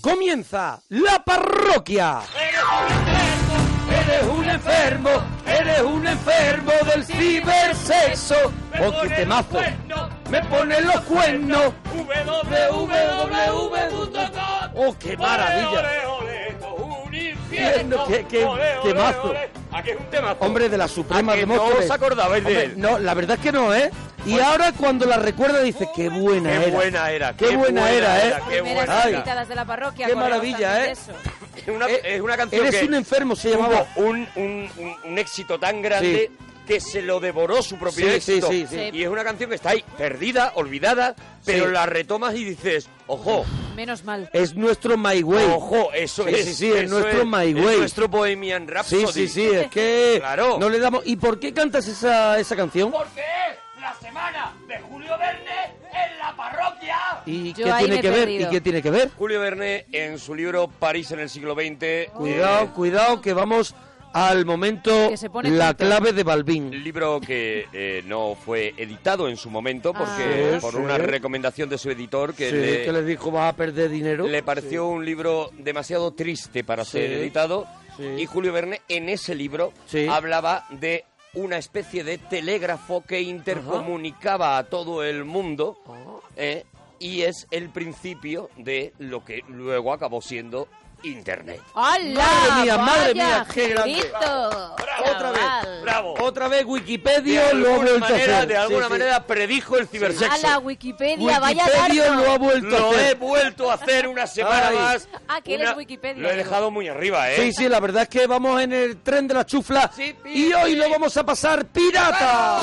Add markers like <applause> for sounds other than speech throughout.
Comienza la parroquia. Eres un enfermo, eres un enfermo del cibersexo. Oh, qué temazo. Me ponen los cuernos. www.com. Oh, qué maravilla. Ole, ole, esto es un Infierno, infierno. qué- qué Ole, ole, temazo. ole. Aquí es un temazo. Hombre de la Suprema ¿A que de no Móstoles. os acordabais de Hombre, él? No, la verdad es que no, ¿eh? Y ahora cuando la recuerda dice, qué buena Qué era. buena era, Qué, buena, era, ¿eh? qué Primeras buena Ay, invitadas de la parroquia. Qué corremos maravilla, también ¿eh? eso. Es una, es una canción Eres que un enfermo, se llamaba. tuvo un, un, un, un éxito tan grande que se lo devoró su propio Sí, sí, éxito. sí, sí. Y es una canción que está ahí, perdida, olvidada, pero Sí. la retomas y dices, ojo, Menos mal. Es nuestro My Way. ojo, eso Sí, es. sí, sí, es eso nuestro My es Way. nuestro Bohemian Sí, Rhapsody. sí, sí, es que Claro. no le damos... ¿Y por qué cantas esa, esa canción? Porque es la semana de Julio Verne en la parroquia. ¿Y Yo qué ahí tiene me he que ver? ¿Y perdido. qué tiene que ver? Julio Verne, en su libro París en el siglo eh, XX, Cuidado, cuidado, que vamos al momento Que se pone la culto. clave de Balbín. libro que eh, no fue editado en su momento porque Ah. Sí, por sí. una recomendación de su editor que, Sí, le, que les dijo, vas a perder dinero. le pareció un libro demasiado triste para Sí, ser editado sí. y Julio Verne en ese libro Sí. hablaba de una especie de telégrafo que intercomunicaba a todo el mundo Ah. eh, y es el principio de lo que luego acabó siendo Internet. ¡Hala! Madre mía, madre vaya mía, qué grande. girito, Otra chaval. vez, bravo. Otra vez De Wikipedia lo ha alguna vuelto a manera, hacer. de Sí, alguna sí. manera predijo el cibersexo. A la Wikipedia, vaya Wikipedia dardo. lo ha vuelto a Lo he hacer. vuelto a hacer una semana Ay. más. Ah, que Una- eres Wikipedia, Lo he digo. dejado muy arriba, ¿eh? Sí, sí, la verdad es que vamos en el tren de la chufla Sí, pi, y hoy lo vamos a pasar pirata.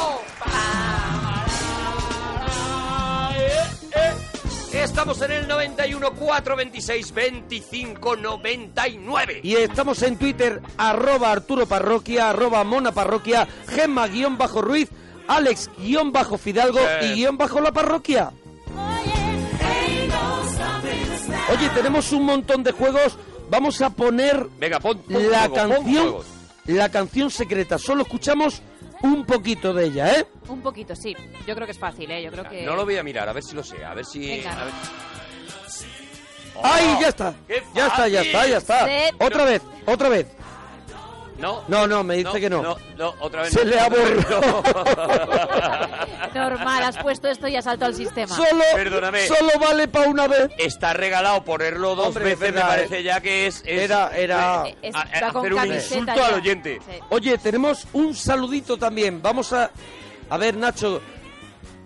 Estamos en el 91 4 26 25 99. Y estamos en Twitter, arroba Arturo Parroquia, arroba Mona Parroquia, Gemma guión bajo Ruiz, Alex guión bajo Fidalgo Sí. y guión bajo La Parroquia. Oye, tenemos un montón de juegos. Vamos a poner Venga, pon, pon la juegos, pon canción, juegos. la canción secreta. Solo escuchamos un poquito de ella, ¿eh? Un poquito, sí. Yo creo que es fácil, ¿eh? Yo creo que... No lo voy a mirar, a ver si lo sé, a ver si... Venga. a ver- ¡Ay, ya está! Oh, ¡Qué Ya está, ya está, ya está. Sí. Otra vez, otra vez. No, No, no, me dice que no. No, no, otra vez Se no. le ha borrado. Normal, has puesto esto y has salto al sistema. Solo, Perdóname. solo vale para una vez. <laughs> Está regalado ponerlo dos Hombre, veces, verdad, eh. me parece ya que es... es- Era- era- Eh, es- a- a- va con hacer un camiseta insulto ya. al oyente. Sí. Oye, tenemos un saludito también. Vamos a. A ver, Nacho.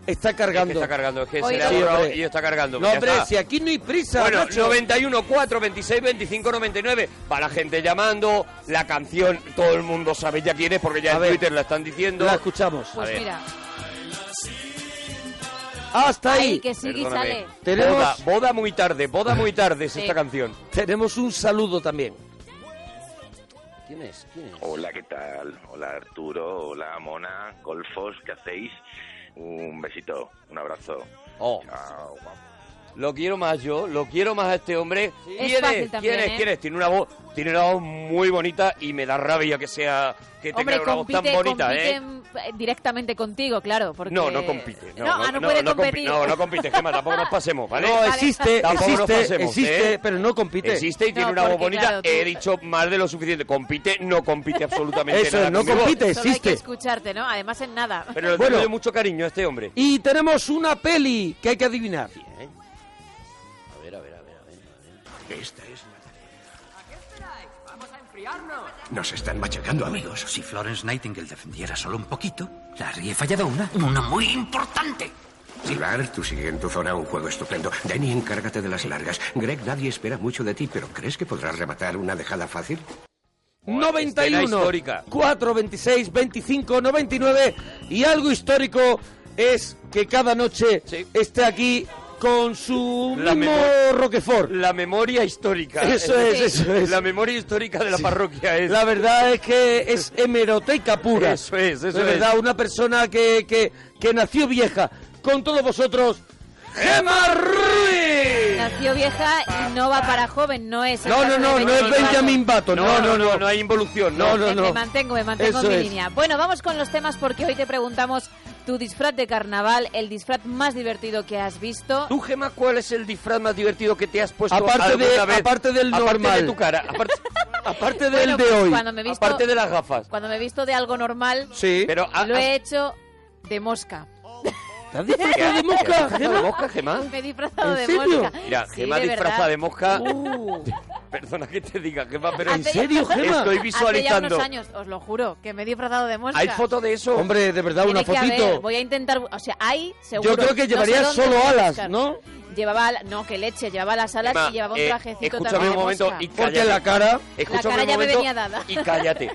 Está Es que cargando. está cargando, es que se Oye, le ha Sí, borrado hombre. y está cargando. pues No, ya hombre, está. si aquí no hay prisa, Bueno, Nacho. 91 4 26 25 99 para la gente llamando, la canción, todo el mundo sabe ya quién es porque ya A en ver. Twitter la están diciendo. La escuchamos. A ver. Pues mira, Hasta ahí. ahí que sigue y Perdóname. sale. Tenemos- Boda, boda muy tarde, boda muy tarde es Sí. esta canción. Tenemos un saludo también. ¿Quién es? ¿Quién es? Hola, ¿qué tal? Hola, Arturo. Hola, Mona. Golfos, ¿qué hacéis? Un besito, un abrazo. Oh, Chao, guapo. lo quiero más yo, lo quiero más a este hombre. ¿Quién Es fácil ¿Quién también, es? ¿eh? ¿Quién es? Tiene una voz, tiene una voz muy bonita y me da rabia que sea que tenga Hombre, una voz compite, tan bonita, compite ¿eh? en- eh, directamente contigo, claro, porque... No, no compite. No, ah, no, puede no compi- competir. No, no compite, Gemma, tampoco nos pasemos, ¿vale? No, Vale. existe, Tampoco nos existe, pasemos, existe, ¿eh? pero no compite. Existe y tiene No, una voz porque, bonita. claro, tú- He dicho más de lo suficiente. Compite, no compite absolutamente Eso es, nada. no conmigo. compite. Solo hay existe. que escucharte, ¿no? Además en nada. Pero le Bueno. tengo yo mucho cariño a este hombre. Y tenemos una peli que hay que adivinar. A ver, a ver, a ver. Nos están machacando, amigos. Si Florence Nightingale defendiera solo un poquito, Larry, he fallado una, una muy importante. Pilar, tú sigue en tu zona un juego estupendo. Danny, encárgate de las largas. Greg, nadie espera mucho de ti, pero ¿crees que podrás rematar una dejada fácil? escena 91, histórica. 4, 26, 25, 99. Y algo histórico es que cada noche Sí. esté aquí con su La mismo mejor- Roquefort. La memoria histórica. Eso es, eso es. La memoria histórica de la parroquia es. La verdad es que es hemeroteca pura. Eso es, eso De verdad, una persona que, que, que nació vieja. Con todos vosotros, Gemma Ruiz. nació vieja y no va para joven, no es. el No, no, caso no, de no es Benjamin Benjamin Button. No, no, no. no hay involución, No, no. no, Me- no. Me mantengo, me mantengo Eso en es. mi línea. Bueno, vamos con los temas porque hoy te preguntamos tu disfraz de carnaval, el disfraz más divertido que has visto. ¿Tú, Gemma, cuál es el disfraz más divertido que te has puesto Aparte, de, alguna vez? aparte del normal. Aparte de tu cara, aparte, aparte de... del Bueno, de pues hoy. Cuando me, he visto, aparte de las gafas. cuando me he visto de algo normal, Sí. Pero, ah, lo ah, he hecho de mosca. ¿Te has disfrazado de mosca, ¿Te has disfrazado Gemma? de mosca, Gemma? Me he disfrazado Ah, ¿En de serio? mosca. Mira, Sí, Gemma de verdad. disfrazada de mosca... Perdona que te diga, Gemma, pero Hace- serio, Gemma? Estoy Hace ya visualizando. unos años, os lo juro, que me he disfrazado de mosca. ¿Hay foto de eso? Hombre, de verdad, Tiene una que haber, fotito. voy a intentar, o sea, hay seguro. Yo creo que No sé llevaría dónde solo voy a alas, buscar. ¿no? Llevaba, al- no, que leche, llevaba las alas Gemma, y llevaba un eh, trajecito escúchame también un de momento mosca. y Ponte cállate. la cara. Escúchame cara un ya me momento venía dada. y <laughs> cállate.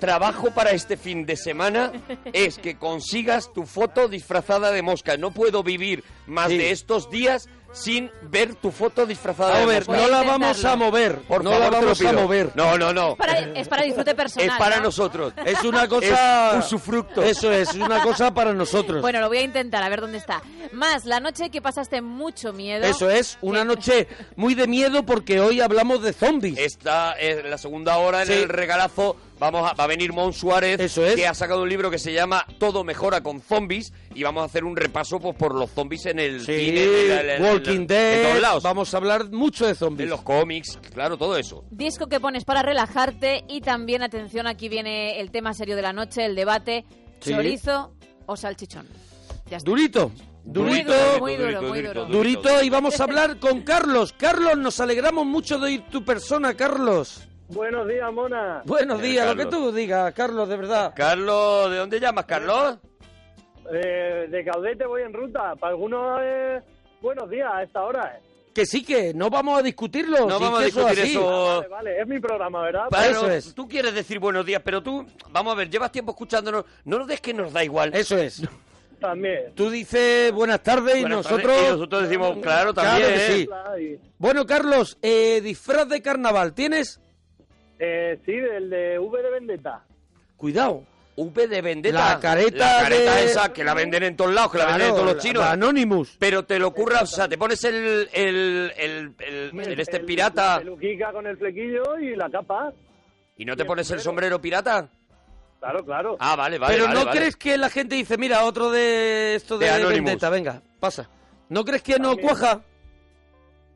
Trabajo para este fin de semana es que consigas tu foto disfrazada de mosca. No puedo vivir más Sí. de estos días sin ver tu foto disfrazada A de ver, mosca. Voy a no la intentarlo. vamos a mover. Por no favor, la te lo vamos a pido. mover. No, no, no. Es para, es para disfrute personal. es para ¿no? nosotros. Es una cosa. <laughs> Es usufructo. Eso es, es una cosa para nosotros. Bueno, lo voy a intentar, a ver dónde está. Más, la noche que pasaste mucho miedo. Eh, Eso es, una noche muy de miedo porque hoy hablamos de zombies. Esta es la segunda hora en Sí. el regalazo. Vamos a, va a venir Mon Suárez, Eso es. que ha sacado un libro que se llama Todo mejora con zombies. Y vamos a hacer un repaso pues, por los zombies en el Sí, cine, en la- en la- en la- Walking en Dead. todos lados. Vamos a hablar mucho de de zombies. los cómics, claro, todo eso. Disco que pones para relajarte y también, atención, aquí viene el tema serio de la noche, el debate, Sí. chorizo o salchichón. Ya está. Durito, Muy durito, duro, muy duro, muy duro. durito. Y vamos a hablar con Carlos. Carlos, nos alegramos mucho de oír tu persona, Carlos. Buenos días, Mona. Buenos Eh, días, lo que Carlos. tú digas, Carlos, de verdad. Eh, Carlos, ¿de dónde llamas, Carlos? Eh, de Caudete voy en ruta. Para algunos, eh, buenos días a esta hora. eh. Que sí, que no vamos a discutirlo. No si es vamos a que discutir es así. eso. Oh. Vale, vale, es mi programa, ¿verdad? Pa- Claro, Eso es. Tú quieres decir buenos días, pero tú, vamos a ver, llevas tiempo escuchándonos, no nos des que nos da igual. Eso es. Pues También. Tú dices buenas tardes y Buenas tardes. nosotros. Y nosotros decimos, Claro claro, también. que ¿eh? sí. Ay, Bueno, Carlos, eh, disfraz de carnaval, ¿tienes? eh, sí, del de V de Vendetta. Cuidado. V de Vendetta. La careta La careta de- esa, que la venden en todos lados, que la venden en todos los chinos. la Anonymous. Pero te lo ocurra, o sea, te pones el, el, el, el- el este El- La pirata peluquica con el flequillo y la capa. y no te pones el sombrero pirata. Claro, claro. Ah, vale, vale. Pero vale, no vale. crees que la gente dice, mira, otro de esto de, De Anonymous. Pues vendetta, venga, pasa. ¿No crees que no También. cuaja?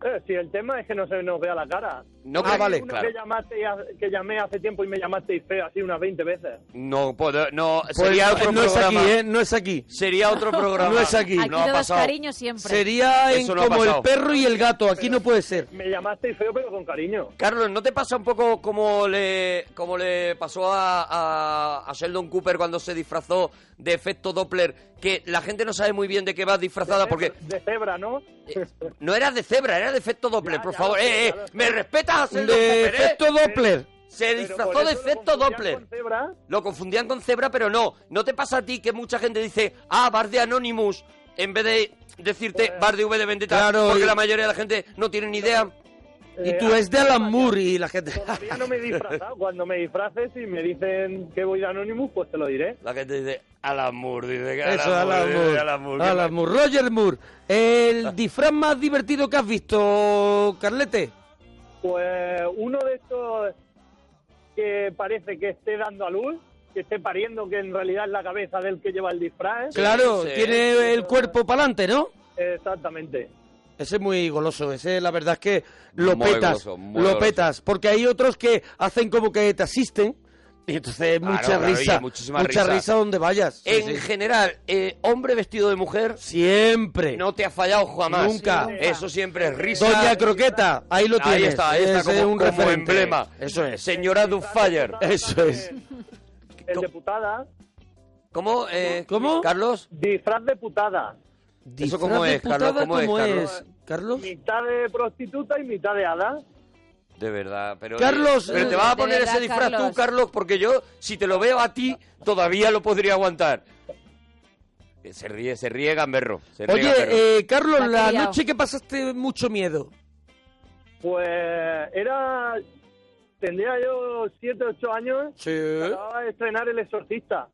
Eh, si el tema es que no se nos vea la cara. No Ah, crees- vale, Una claro. que, llamaste y ha- que llamé hace tiempo y me llamasteis feo así unas 20 veces. No puedo, no, Pues sería no, otro no es programa. aquí, ¿eh? No es aquí. Sería <laughs> otro programa. No es aquí. Aquí No ha todos pasado. cariño siempre. Sería en Eso no ha como el pasado. perro y el gato, aquí no puede ser. Me llamasteis feo, pero con cariño. Carlos, ¿no te pasa un poco como le, como le pasó a, a- a Sheldon Cooper cuando se disfrazó de efecto Doppler? Que la gente no sabe muy bien de qué va disfrazada porque Eh, Eh, De cebra, ¿no? no era de cebra, era de efecto Doppler. Ya, por ya favor, lo sé, eh, eh, ya lo sé. ¿me respetas a Sheldon De Cooper? eh? efecto Doppler. Se Pero por disfrazó de eso lo efecto confundían Doppler. con cebra. Lo confundían con cebra, pero no. ¿No te pasa a ti que mucha gente dice, ah, bar de Anonymous, en vez de Pues, decirte bar de V de Vendetta? Claro, porque y- la mayoría de la gente no tiene ni idea. Y Eh, tú es de Alan Moore y la gente... Todavía no me he disfrazado. Cuando me disfraces y me dicen que voy de Anonymous, pues te lo diré. La gente dice, Alan Moore, dice que Eso, Alan Moore. eh, Alan Moore, Ah. Alan que- Moore. Roger Moore. El disfraz más divertido que has visto, Carlete. Pues uno de estos que parece que esté dando a luz, que esté pariendo, que en realidad es la cabeza del que lleva el disfraz. claro, sí. tiene el cuerpo para adelante, ¿no? Exactamente. Ese es muy goloso, ese la verdad es que lo Muy petas, goloso, muy lo goloso. petas, porque hay otros que hacen como que te asisten y entonces Claro, mucha claro, y risa, muchísima mucha risa. risa. donde vayas. Sí, En sí. general, eh, hombre vestido de mujer Siempre. no te ha fallado jamás. Nunca. Eso siempre es risa. Doña Croqueta, ahí lo ahí tienes. está, ahí está Ese como, es un como referente. emblema. Eso es. Señora Duffayer. Eso es. <laughs> El de putada. ¿Cómo? eh, ¿Cómo? Carlos. Disfraz de putada. ¿Eso cómo Disfraz de es, Carlos? putada, ¿Cómo es, Carlos? Carlos? Mitad de prostituta y mitad de hada. De verdad, pero. Carlos, Pero te eh, vas a de poner verdad, ese disfraz tú, Carlos. Carlos, porque yo, si te lo veo a ti, todavía lo podría aguantar. Eh, Se ríe, se ríe Gamberro. se ríe Gamberro. Oye, eh, Carlos, La la criado. noche que pasaste mucho miedo. Pues era. Tendría yo 7, 8 años. Sí. Acababa de estrenar El Mm. Exorcista.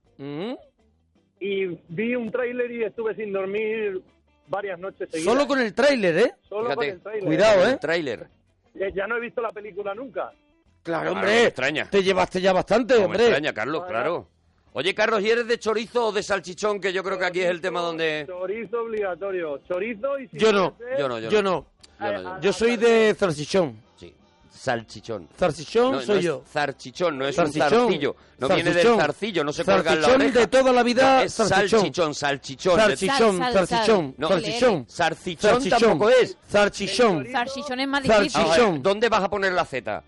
y vi un tráiler y estuve sin dormir varias noches seguidas. Solo con el tráiler, ¿eh? Solo con el tráiler. cuidado, ¿eh? El tráiler. Eh, Ya no he visto la película nunca. Claro, Claro, hombre. no me extraña. Te llevaste ya bastante, No me hombre. extraña, Carlos, claro. Oye, Carlos, ¿y eres de chorizo o de salchichón? Que yo creo que aquí es el tema donde... Chorizo obligatorio. Chorizo y si Yo no, puede ser, Yo no, yo, Yo no. no. Yo no, yo no. Yo soy de zarchichón. Sí. Salchichón. Zarchichón No, soy no es yo. zarchichón, no es Zarchichón. un zarcillo. No viene del Zarchichón. zarcillo, no se cuelga en la Zarchichón oreja. de toda la vida, No, es zarchichón. salchichón, salchichón. de- Zarchi- Zarchichón, Sal, sal, zarchichón, sal. No, zarchichón. zarchichón, Zarchichón. tampoco es. Zarchichón. Zarchichón es más difícil. Vamos a ver, Chichón. ¿Dónde vas a poner la Z?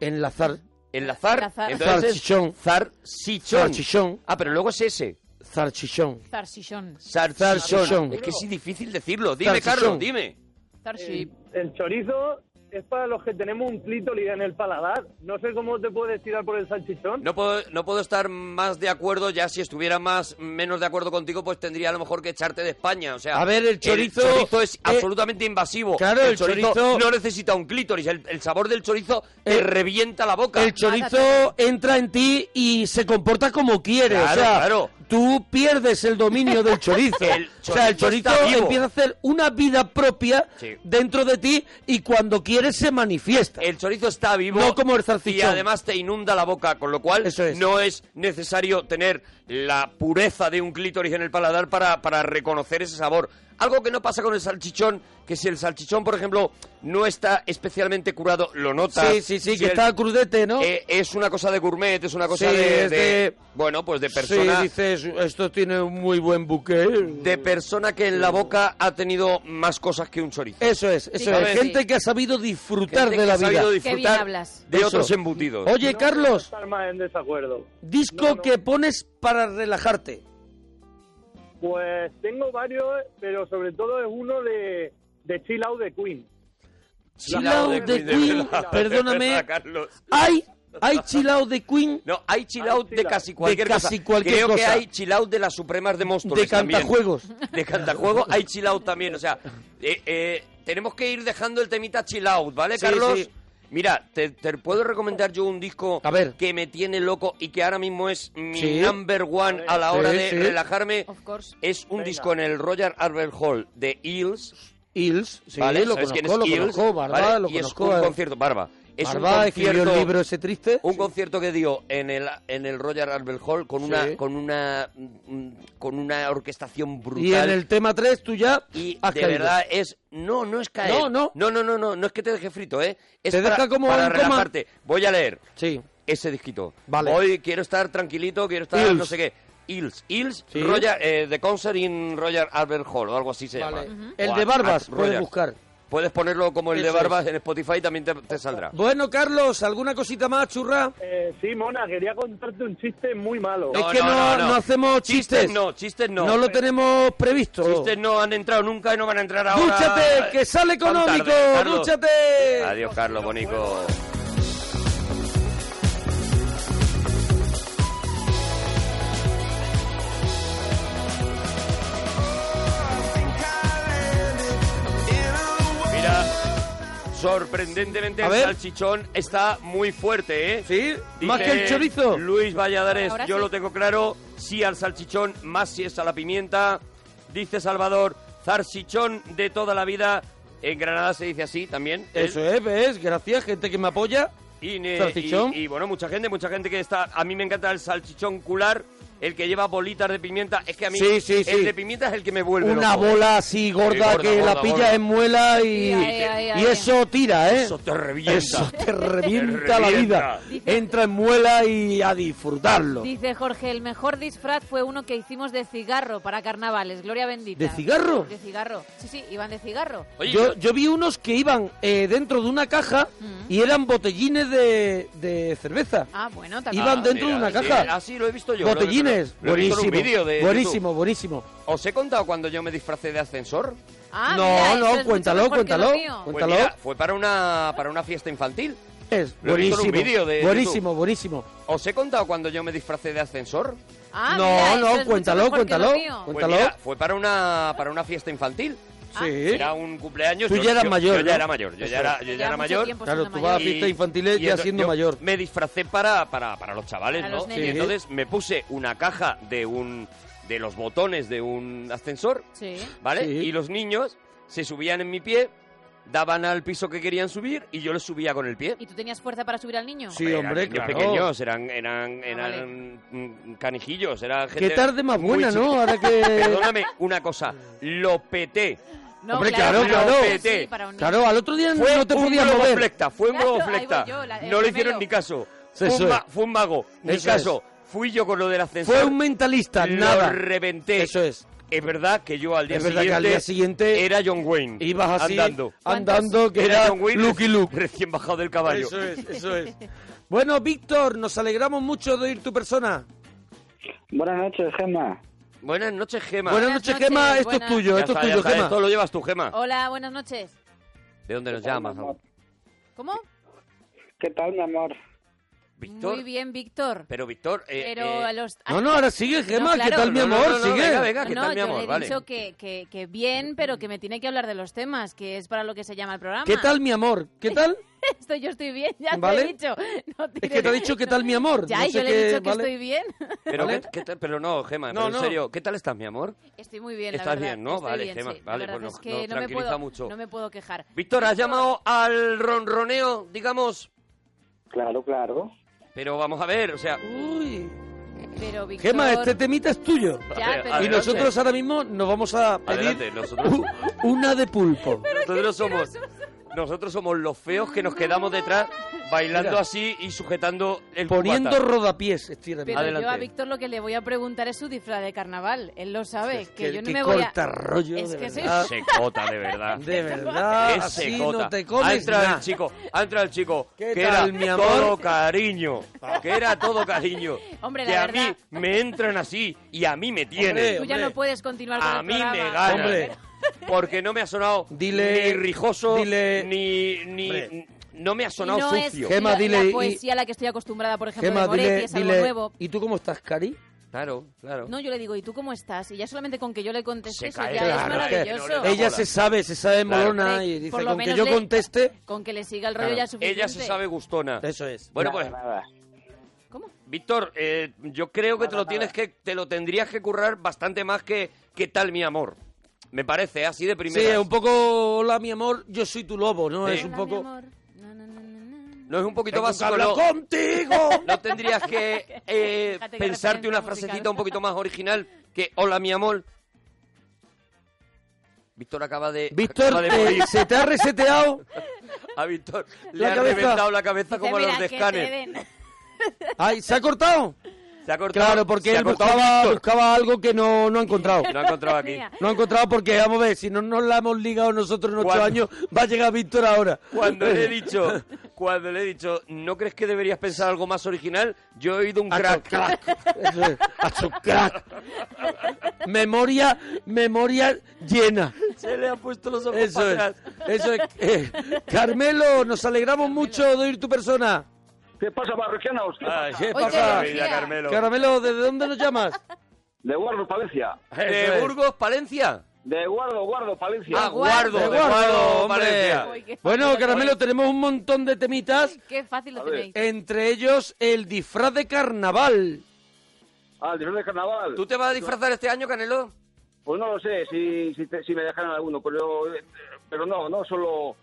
Enlazar. Enlazar. Enlazar. Entonces Zarchichón. Zarchichón. Zarchichón. Ah, pero luego es ese. Zarchichón. Zarchichón. Zarchichón. Zarchichón. Es que es difícil decirlo. Dime, Zarchichón. Carlos, dime. Zarchi. El chorizo es para los que tenemos un clítoris en el paladar. No sé cómo te puedes tirar por el salchichón. No puedo, no puedo estar más de acuerdo. Ya si estuviera más menos de acuerdo contigo, pues tendría a lo mejor que echarte de España. O sea, A ver, el chorizo- es eh, absolutamente invasivo. claro, el chorizo- no necesita un clítoris. El, el sabor del chorizo te Eh, revienta la boca. El chorizo entra en ti y se comporta como quiere. Claro, o sea, claro. tú pierdes el dominio del chorizo. <laughs> El o sea, el chorizo chorizo está vivo. empieza a hacer una vida propia Sí. dentro de ti y cuando quiere se manifiesta. El chorizo está vivo. No como el zarchichón. Y además te inunda la boca, con lo cual Eso es. no es necesario tener la pureza de un clítoris en el paladar para, para reconocer ese sabor. Algo que no pasa con el salchichón, que si el salchichón, por ejemplo, no está especialmente curado, lo notas. sí, sí, sí, Si que el- está crudete, ¿no? eh, es una cosa de gourmet, es una cosa Sí, de, es de- de- Bueno, pues de persona... Sí, dices, esto tiene un muy buen buque. De persona que en la boca ha tenido más cosas que un chorizo. Eso es, Sí, eso es. ¿sabes? Gente que ha sabido disfrutar Gente de que la ha sabido vida. Qué bien disfrutar hablas. de Eso. otros embutidos. Oye, No puedo Carlos, estar más en desacuerdo. disco No, no. que pones para relajarte. Pues tengo varios, pero sobre todo es uno de, de Chill Out de Queen. Chill Chilao out de de Queen, verdad, de perdóname. verdad, Carlos. Hay, hay chill out de <laughs> Queen No, hay chill Hay out chill de out. casi cualquier De casi cosa. cualquier Creo que cosa. hay chill out de las Supremas de Móstoles de cantajuegos. también. De cantajuegos hay chill out también. O sea, eh, eh, tenemos que ir dejando el temita chill out, ¿vale, Sí, Carlos? sí. Mira, te, te puedo recomendar yo un disco A ver. que me tiene loco y que ahora mismo es mi Sí. number one a la Sí, hora de sí. relajarme. Of course. Es un Venga. disco en el Royal Albert Hall de Eels, Hills, sí, ¿vale? lo ¿Sabes quién conozco, lo es Eels? conozco, Barba, ¿Vale? lo y es conozco. un eh. concierto, Barba. Es Barba un escribió concierto el libro ese triste. un concierto que dio en el en el Royal Albert Hall con Sí. una con una mm, con una orquestación brutal Y en el tema 3 tú ya Y has de caído. verdad es no no es caer No, no. no no no no, no es que te deje frito eh es Te para, deja como para en coma. relajarte voy a leer Sí. ese disquito Vale. hoy quiero estar tranquilito quiero estar Ills. no sé qué Ills Ills Sí. Royal eh, The Concert in Royal Albert Hall o algo así se Vale. llama O El a- de Barbas, a- puedes Royal. buscar. puedes ponerlo como el de Eso Barbas en Spotify también te, te saldrá Bueno, Carlos, ¿alguna cosita más, churra? Eh, sí, Mona, quería contarte un chiste muy malo. es que no, no hacemos chistes. no chistes no lo tenemos previsto. Si ustedes no han entrado nunca y no van a entrar ahora. ¡Dúchate, que sale Tan tarde, económico! Carlos. ¡Dúchate! Adiós, Carlos, bonico. Mira, sorprendentemente A el ver. salchichón está muy fuerte, ¿eh? ¿Sí? Dice ¿Más que el chorizo? Luis Valladares, Ahora yo sí. lo tengo claro. Sí al salchichón, más si es a la pimienta. Dice Salvador, zarchichón de toda la vida. En Granada se dice así también. Eso es, ¿ves? Gracias, gente que me apoya. Y, ne- Salchichón. Y, y, bueno, mucha gente, mucha gente que está. A mí me encanta el salchichón cular, el que lleva bolitas de pimienta. Es que a mí Sí, sí, el sí. de pimienta es el que me vuelve. Una loco. bola así gorda, Sí, gorda, que gorda, la pilla gorda. en muela y, Sí, ahí, ahí, ahí. y eso tira, ¿eh? Eso te revienta. Eso te revienta la revienta. vida. Entra en muela y a disfrutarlo. Dice Jorge, el mejor disfraz fue uno que hicimos de cigarro para carnavales. Gloria bendita. ¿De cigarro? De cigarro. Sí, sí, iban de cigarro. Oye, Yo, yo vi unos que iban eh, dentro de una caja y eran botellines de, de cerveza. Mm. Ah, bueno, también. Iban dentro de mira, una sí, eh, caja. así lo he visto yo. lo he visto yo. Botellines. Lo he visto en un Buenísimo. vídeo de YouTube. buenísimo, buenísimo. ¿Os he contado cuando yo me disfracé de ascensor? Ah, No, mira, eso no, es mucho cuéntalo, mejor que cuéntalo. lo mío. Cuéntalo. Pues mira, fue para una, para una fiesta infantil. Es Lo he visto en buenísimo. un vídeo de buenísimo, buenísimo. ¿Os he contado cuando yo me disfracé de ascensor? Ah, No, no, mira, eso es mucho cuéntalo, mejor que lo cuéntalo. mío. Cuéntalo. Pues mira, fue para una, para una fiesta infantil. Sí. Era un cumpleaños. Tú yo- ya eras yo- mayor, Yo ya ¿no? era mayor. Yo Eso ya era, yo Lleva ya era mucho mayor. tiempo Claro, siendo tú vas a mayor. fiestas infantiles y eh, ya ento- siendo yo mayor. Me disfracé para, para, para los chavales, Para ¿no? los Y nenes. entonces me puse una caja de un de los botones de un ascensor, Sí. ¿vale? Sí. Y los niños se subían en mi pie, daban al piso que querían subir y yo les subía con el pie. ¿Y tú tenías fuerza para subir al niño? Sí, hombre, eran niños claro. pequeños, eran, eran, Ah, vale. eran mm, canijillos, era gente... Qué tarde más muy buena, chiquita. ¿no? Eh. Ahora <laughs> que... Perdóname una cosa, lo peté. No, Hombre, claro, claro. pero sí, para un niño. Claro, al otro día Fue no te un podías globo mover. flecta, fue un Claro, globo ahí voy flecta. yo, la- no el le gemelo. hicieron ni caso. Sí, Fue un, eso ma- es. fue un mago, ni Eso caso. Fui yo con lo del ascensor. Fue un mentalista, lo nada. reventé. Eso es. Es verdad que yo al día, Es verdad siguiente, que al día siguiente era John Wayne. Ibas así, andando. andando que era John Wayne <laughs> Lucky reci- Luke. Recién bajado del caballo. Eso es, eso es. Bueno, Víctor, nos alegramos mucho de oír tu persona. Buenas noches, Gemma. Buenas noches, Gema. Buenas Buenas noches, noches, Gema. Esto es buenas. tuyo, Ya esto es está, ya tuyo, está, Gema. Esto lo llevas tú, Gema. Hola, buenas noches. ¿De dónde nos llamas? ¿Cómo? ¿Qué tal, mi amor? Víctor. Muy bien, Víctor. Pero, Víctor. eh, Pero eh, a los... No, no, ahora sigue, Gema. No, ¿Qué claro. tal, mi No, no, amor? no, no, sigue. venga, venga, ¿qué No, tal, mi yo amor? le he Vale. dicho que, que, que bien, pero que me tiene que hablar de los temas, que es para lo que se llama el programa. ¿Qué tal, mi amor? ¿Qué tal? Estoy, yo estoy bien, ya ¿Vale? te he dicho. <laughs> No Es tires- que te ha dicho qué tal, mi amor. Ya, No y sé yo le qué, he dicho que ¿vale? estoy bien. Pero, ¿Vale? ¿qué- qué tal- pero no, Gema, No, pero en no. serio, ¿qué tal estás, mi amor? <laughs> Estoy muy bien, la Estás verdad. bien, ¿no? Estoy Vale, bien, Gema, sí. La vale, verdad pues es no- que no, no, me tranquiliza puedo, mucho. no me puedo quejar. Víctor, ¿has llamado al ronroneo, digamos? Claro, claro. Pero vamos a ver, o sea... Uy. Pero, Víctor... Gema, este temita es tuyo. Ya, Vale, pero- Y adelante. nosotros ahora mismo nos vamos a Adelante, pedir nosotros, <laughs> una de pulpo. nosotros somos... Nosotros somos los feos que nos quedamos detrás bailando Mira. así y sujetando el Poniendo cubata. rodapiés, estira. Pero Adelante. yo a Víctor lo que le voy a preguntar es su disfraz de carnaval. Él lo sabe. Es que, que- yo no qué me voy a. cortarrollo, Es de que soy- verdad. Secota, de verdad. De verdad, Qué así secota. no te ha comes entrado nada. el chico, ha entrado el chico, ¿Qué que tal, era mi amor? todo cariño, que era todo cariño. Hombre, que la a verdad- mí me entran así y a mí me Hombre, tienen. Tú ya hombre. no puedes continuar con a el mí programa. me ganan. Hombre. Porque no me ha sonado Dile- ni rijoso, dile- ni... ni Hombre. no me ha Y sonado no sucio. es Gema, la, dile y- la poesía a la que estoy acostumbrada, por ejemplo, Gema, de Moretti, dile, es algo dile. nuevo. ¿Y tú cómo estás, Cari? Claro, claro. No, yo le digo, ¿y tú cómo estás? Y ya solamente con que yo le conteste Se eso cae, ya claro, es es que maravilloso. no le- Ella mola. se sabe, se sabe Claro. molona y Hombre, por dice, lo con que menos yo le- conteste, Con que le siga el rollo Claro. ya es suficiente. Ella se sabe gustona. eso es. Bueno, Nada, pues, nada. ¿Cómo? Víctor, eh, yo creo que te lo tienes que, te lo tendrías que currar bastante más que ¿qué tal mi amor? Me parece, así de Sí, primera. es un poco, hola mi amor, yo soy tu lobo, ¿no? Sí. Es un Hola, poco... mi amor. Na, na, na, na, na. No es un poquito Tengo que básico, hablar no. contigo! No tendrías <laughs> que eh, pensarte Fíjate qué referencia una musical. frasecita un poquito más original que hola mi amor. Víctor acaba de Víctor, acaba de eh, morir. se te ha reseteado. a Víctor le la ha cabeza. reventado la cabeza como a Dice, los de "Mira, que te Scanner. <laughs> den". Ay, ¿se ha cortado? Se ha cortado- Claro, porque se ha él cortado buscaba, Víctor. buscaba algo que no, no ha <laughs> encontrado. Lo ha encontrado aquí. <laughs> Mira. No ha encontrado porque, vamos a ver, si no nos la hemos ligado nosotros en ocho ¿Cuándo? años, va a llegar Víctor ahora. Cuando le he dicho, cuando le he dicho, ¿no crees que deberías pensar algo más original? Yo he oído un Ha hecho Ah, crack. crack. Eso es, ha hecho crack. Memoria, memoria llena. Se le han puesto los ojos Eso para es, atrás. eso es. Eh, Carmelo, nos alegramos mucho de oír tu persona. ¿Qué pasa, parroquianos? Ay, ¿Qué Oye, pasa, Lucía. Villa Carmelo? Carmelo, ¿desde dónde nos llamas? De Guardo, Palencia. Eso ¿De es. Burgos, Palencia? De Guardo, Guardo, Palencia. Ah, Guardo, De de Guardo, Guardo, hombre. Valencia. Uy, qué Bueno, fácil lo Carmelo, tenemos un montón de temitas, tenéis. Qué fácil lo A ver. tenéis. entre ellos el disfraz de carnaval. Ah, el disfraz de carnaval. ¿Tú te vas a disfrazar este año, Canelo? Pues no lo sé si, si, te- si me dejaron alguno, pero, eh, pero no, no solo,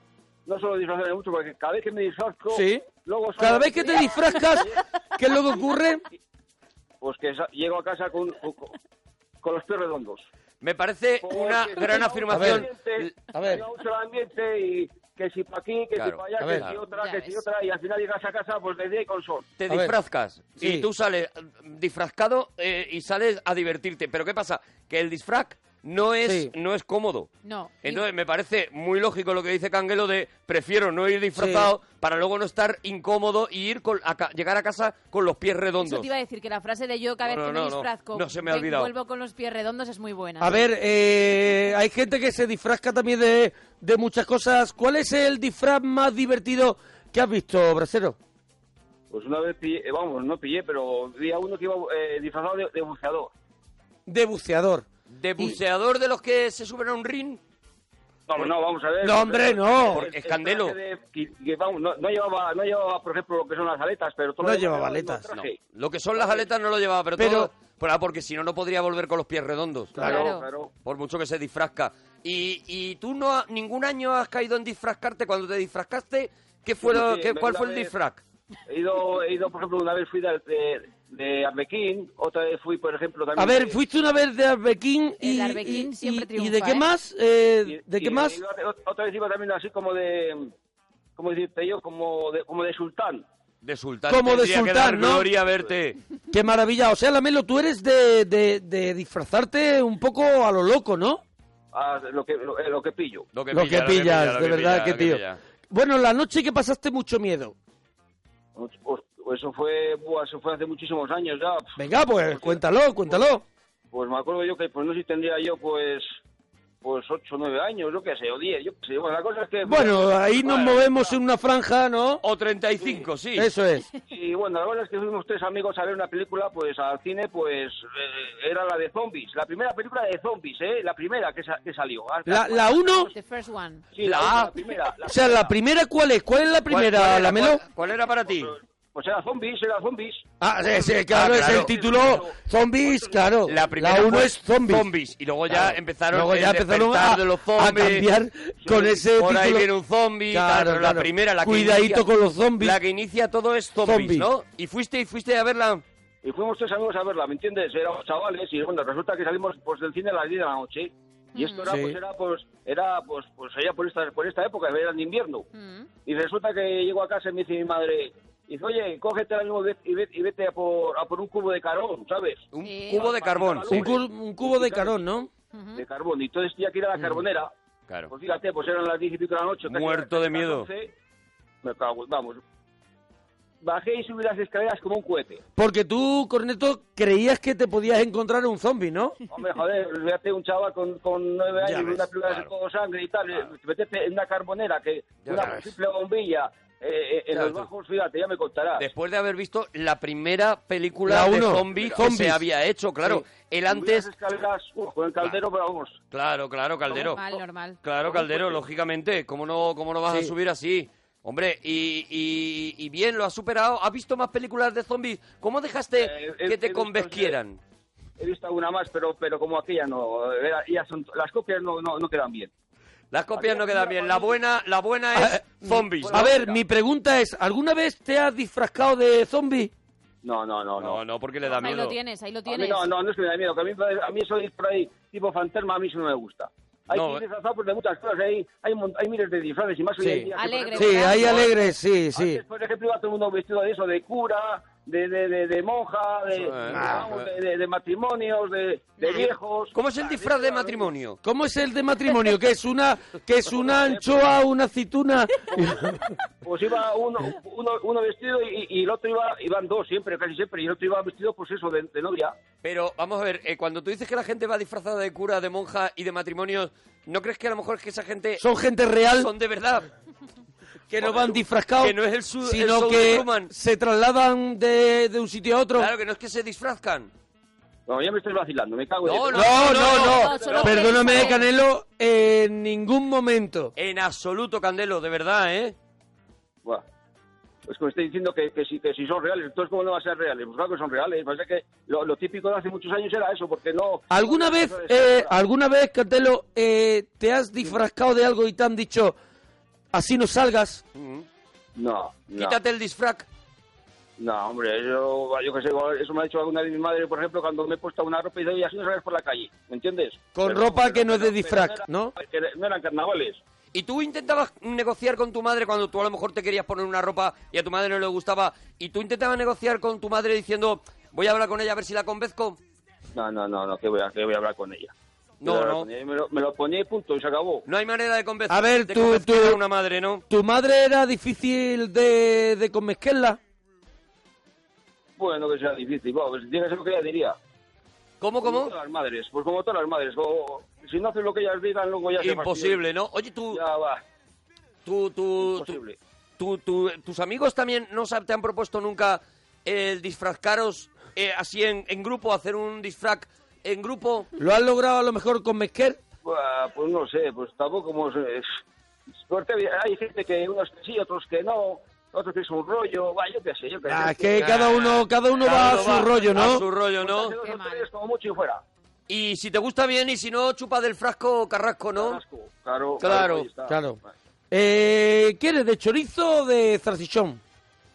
no solo disfrazarme mucho, porque cada vez que me disfrazco... Sí. Luego Cada vez que te disfrazas, ¿qué es lo que ocurre? Pues que sa- llego a casa con, con, con los pies redondos. Pues Me parece una Porque gran se afirmación. va mucho el ambiente, A ver. se va mucho el ambiente y que si pa' aquí, que Claro, si pa' allá, a que ver. si otra, Ya que ves. si otra, y al final llegas a casa pues de día y con sol. Te ver. disfrazcas Sí. y tú sales disfrazado eh, y sales a divertirte. Pero ¿qué pasa? Que el disfraz no es, Sí. no es cómodo. No. Entonces me parece muy lógico lo que dice Canguelo de prefiero no ir disfrazado para luego no estar incómodo y ir con, a ca- llegar a casa con los pies Eso redondos. te iba a decir, que la frase de yo cada vez No, que no, me no. disfrazco No, se me ha ven, olvidado. vuelvo con los pies redondos es muy buena. A ver, eh, hay gente que se disfrazca también de, de muchas cosas. ¿Cuál es el disfraz más divertido que has visto, Brasero? Pues una vez pillé, eh, vamos, no pillé, pero vi a uno que iba eh, disfrazado de, de buceador. De buceador. ¿De buceador de los que se suben a un ring? Vamos, Pues no, vamos a ver. No, hombre, no. El- el Es Candelo. traje de- que- que vamos, no, no llevaba, no llevaba, por ejemplo, lo que son las aletas, pero todo No lo demás llevaba era el mismo aletas, No, traje. lo que son las aletas no lo llevaba, pero, Pero- todo- pero, ah, porque si no, no podría volver con los pies redondos. Claro, Claro. claro. Por mucho que se disfrazca. Y, y tú no ha- ningún año has caído en disfrascarte. Cuando te disfrascaste, ¿qué fue lo- Sí, qué- me- ¿cuál la fue el vez- disfraz? He ido, he ido, por ejemplo, una vez fui de, de, de Arlequín, otra vez fui, por ejemplo, también. A ver, de- fuiste una vez de Arbequín y, El Arbequín y- siempre y- triunfa, ¿y de qué ¿eh? más? Eh, y- ¿De y qué más? iba- otra vez iba también así como de, como decirte yo, como de, como de sultán. De sultán. Como de Tendría que sultán, dar ¿no? gloria verte. Qué maravilla. O sea, Lamelo, tú eres de, de- de disfrazarte un poco a lo loco, ¿no? a lo que lo, eh, lo que pillo. lo que pilla, pillas, lo de que verdad, pilla, qué lo tío. pilla. bueno, la noche que pasaste mucho miedo. Os- Pues, Eso fue, buah, eso fue hace muchísimos años ya. Venga, pues cuéntalo, cuéntalo. Pues me acuerdo yo que pues no sé si tendría yo pues pues ocho, nueve años, yo qué sé, o diez, yo qué sé. Bueno, la <laughs> cosa es que Bueno, ahí nos Bueno, movemos en una franja, ¿no? O 35, Oh, sí. Eso <laughs> es. Y bueno, la cosa es que fuimos tres amigos a ver una película, pues al cine, pues eh, era la de zombies, la primera película de zombies, eh, la primera que, sa- que salió. Ah, La, la uno, The first one. sí, la, la- la primera. la o sea, la primera, ¿cuál es? ¿Cuál es la ¿Cuál- primera, cuál era, Lamelo? cuál- ¿Cuál era para ti? Pues era zombies, era zombies. Ah, sí, sí, claro, Ah, es claro. el título Zombies, claro. La primera uno fue es Zombies. Y luego ya Claro. empezaron Luego el ya empezaron despertar a, de los a zombies. cambiar con ese Por ahí título. viene un zombie. Claro, tal, pero claro. La primera, la que Cuidadito inicia- con los zombies. La que inicia todo es zombies, Zombies. ¿no? Y fuiste y fuiste a verla. Y fuimos tres amigos a verla, ¿me entiendes? Éramos chavales y bueno, resulta que salimos pues del cine a las 10 de la noche. Y esto era, Mm, Sí. pues, era, pues, era, pues, pues, allá por esta, por esta época, era en invierno. Mm. Y resulta que llego a casa y me dice mi madre, dice, oye, cógete la mismo y vete, y vete a, por, a por un cubo de carón, ¿sabes? Un Sí. cubo de carbón. Un, cu- un cubo de carón, ¿no? De carbón. Y entonces tenía que ir a Mm. la carbonera. Claro. Pues fíjate, pues eran las 10 y pico de la noche. casi Muerto las de miedo. 11. Me cago, en- vamos. Bajé y subí las escaleras como un cohete. Porque tú, Corneto, creías que te podías encontrar un zombie, ¿no? Hombre, <laughs> joder, fíjate un chaval con, con nueve Ya años, ves, una pelota de claro. todo sangre y tal, eh, metete en una carbonera, que Ya una ves. simple bombilla, eh, eh, en Ya los ves tú. bajos, fíjate, ya me contarás. Después de haber visto la primera película La de uno. zombies, que Zombies. se había hecho, claro. El antes. Subí las escaleras, uf, con el caldero, pero vamos, Claro, claro, Caldero. Normal, normal. Claro, Caldero, lógicamente. ¿Cómo no, cómo no vas a Sí. subir así? Hombre, y, y- y bien, lo has superado. ¿Has visto más películas de zombies? ¿Cómo dejaste Eh, he- que he te visto convenzquieran? he visto alguna más, pero pero como aquella no, era- ya son, las copias no, no, no quedan bien. Las copias no quedan bien. La buena, la buena es zombies. A ver, mi pregunta es, ¿alguna vez te has disfrascado de zombie? No, no, no, no. No, no, porque le da Ahí lo miedo. tienes, ahí lo A mí tienes. no, no, no es que me da miedo, que a mí, a mí eso de ir por ahí, tipo fantasma, a mí eso no me gusta. Hay No, que ir eh. disfrazado pues, de muchas cosas, hay, hay, mon- hay miles de disfraces y más hoy en día. que, por Alegre, ejemplo, Sí, ¿verdad? ahí alegre, sí, sí. Antes, por ejemplo, iba todo el mundo vestido de eso, de cura, de, de, de, de monja, de, Eso, eh. vamos, de, de- de matrimonios, de, de viejos. ¿Cómo es el disfraz de matrimonio? ¿Cómo es el de matrimonio? ¿Que es una, que es una anchoa, una <laughs> aceituna? Pues iba uno, uno, uno vestido y, y el otro iba, iban dos siempre, casi siempre, y el otro iba vestido, pues eso, de, de novia. Pero vamos a ver, eh, cuando tú dices que la gente va disfrazada de cura, de monja y de matrimonio, ¿no crees que a lo mejor es que esa gente Son gente real son de verdad? que no van disfrascados, que no es el su- el sino show de que Truman. se trasladan de, de un sitio a otro. Claro, que no es que se disfrazcan. Bueno, ya me estoy vacilando, me cago en No, Dios. No, no, no, no, no. solo Perdóname, queréis saber. Canelo, en ningún momento. En absoluto, Candelo, de verdad, ¿eh? Buah. Pues que me estoy diciendo que, que, si, que si son reales, entonces ¿cómo no van a ser reales? Pues claro que son reales, pasa que lo, lo típico de hace muchos años era eso, porque no... ¿Alguna vez, eh, alguna vez, Cantelo, eh, te has disfrascado de algo y te han dicho, así no salgas? No, no. Quítate el disfraz. No, hombre, yo, yo qué sé, eso me ha dicho alguna vez mi madre, por ejemplo, cuando me he puesto una ropa y dice, oye, así no sales por la calle, ¿me entiendes? Con Pero, ropa pero, que no es de pero, pero disfraz, ¿no? era- que no eran carnavales. ¿Y tú intentabas negociar con tu madre cuando tú a lo mejor te querías poner una ropa y a tu madre no le gustaba? ¿Y tú intentabas negociar con tu madre diciendo, voy a hablar con ella a ver si la convenzco? No, no, no, no, que voy a, que voy a hablar con ella. No, Voy a hablar no. con ella y Me lo, me lo ponía y punto, y se acabó. No hay manera de convencer A ver, de tú- convencer tú- a una madre, ¿no? ¿Tu madre era difícil de, de convencerla? Bueno, que sea difícil, bueno, pues tiene que ser lo que ella diría. ¿Cómo, Como cómo? todas las madres, pues como todas las madres. o- si no haces lo que ellas digan, luego ya se Imposible, ¿no? Oye, tú, fastidian. Ya va, tú, tú, tú, imposible. tú- tú- tus amigos también no se- te han propuesto nunca el disfrazcaros eh, así en, en grupo, hacer un disfraz en grupo. ¿Lo has logrado a lo mejor convencer? Buah, Pues no sé, pues tampoco como... es- Suerte, hay gente que unos que sí, otros que no, otros que es un rollo, bah, yo qué sé, yo qué sé. Pues Ah, que cada uno, cada uno va a Cada uno su rollo, A ¿no? su rollo, ¿no? Dos o Qué mal. tres, como mucho y fuera. Y si te gusta bien y si no, chupa del frasco carrasco, ¿no? Asco, Claro, Claro, ahí está. Claro. Eh, ¿Quieres de chorizo o de zarcichón?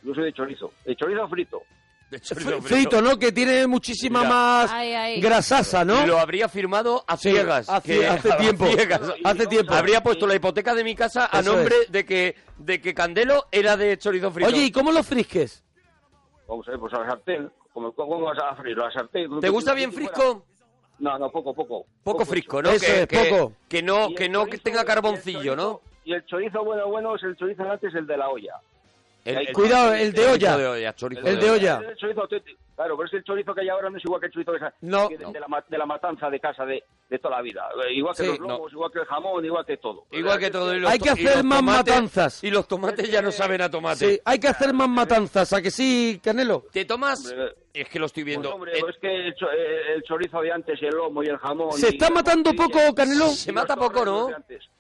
Yo soy de chorizo, de chorizo frito. De hecho, Fri- lo- Frito, ¿no? Que tiene muchísima Mira. más Ay, ay. grasasa, ¿no? Lo habría firmado a Sí, ciegas. hace- que- hace a tiempo. ciegas. Hace tiempo. Habría puesto la hipoteca de mi casa a Eso nombre es. de que de que Candelo era de chorizo frito. Oye, ¿y cómo lo frisques? Vamos a ver, pues a la sartén. Como, ¿Cómo vas a freír? A la sartén. con un ¿te gusta poquito bien de fuera. frisco? No, no, poco, poco. Poco frisco, ¿no? Eso que, es, que- poco. que no, Y el que no que chorizo- tenga y el carboncillo, chorizo- ¿no? Y el chorizo bueno, bueno, es el chorizo de antes, el de la olla. el- Cuidado, el de olla. de olla, chorizo El de olla. Es el chorizo auténtico. Claro, pero es el chorizo que hay ahora no es igual que el chorizo de, esa- No. que de, de la, ma- de la matanza de casa de, de toda la vida. Eh, Igual que Sí, los lomos, igual que el jamón, igual que todo. Pues, Igual que todo. y los Hay que to- y hacer los más tomates- matanzas. Y los tomates ya no saben a tomate. Sí, hay que hacer más matanzas, ¿a que sí, Canelo? ¿Te tomas? Hombre, Es que lo estoy Pues, viendo. hombre, Eh, pues es que el, cho- eh, el chorizo de antes y el lomo y el jamón. ¿Se está matando poco, Canelo? Se mata poco, ¿no?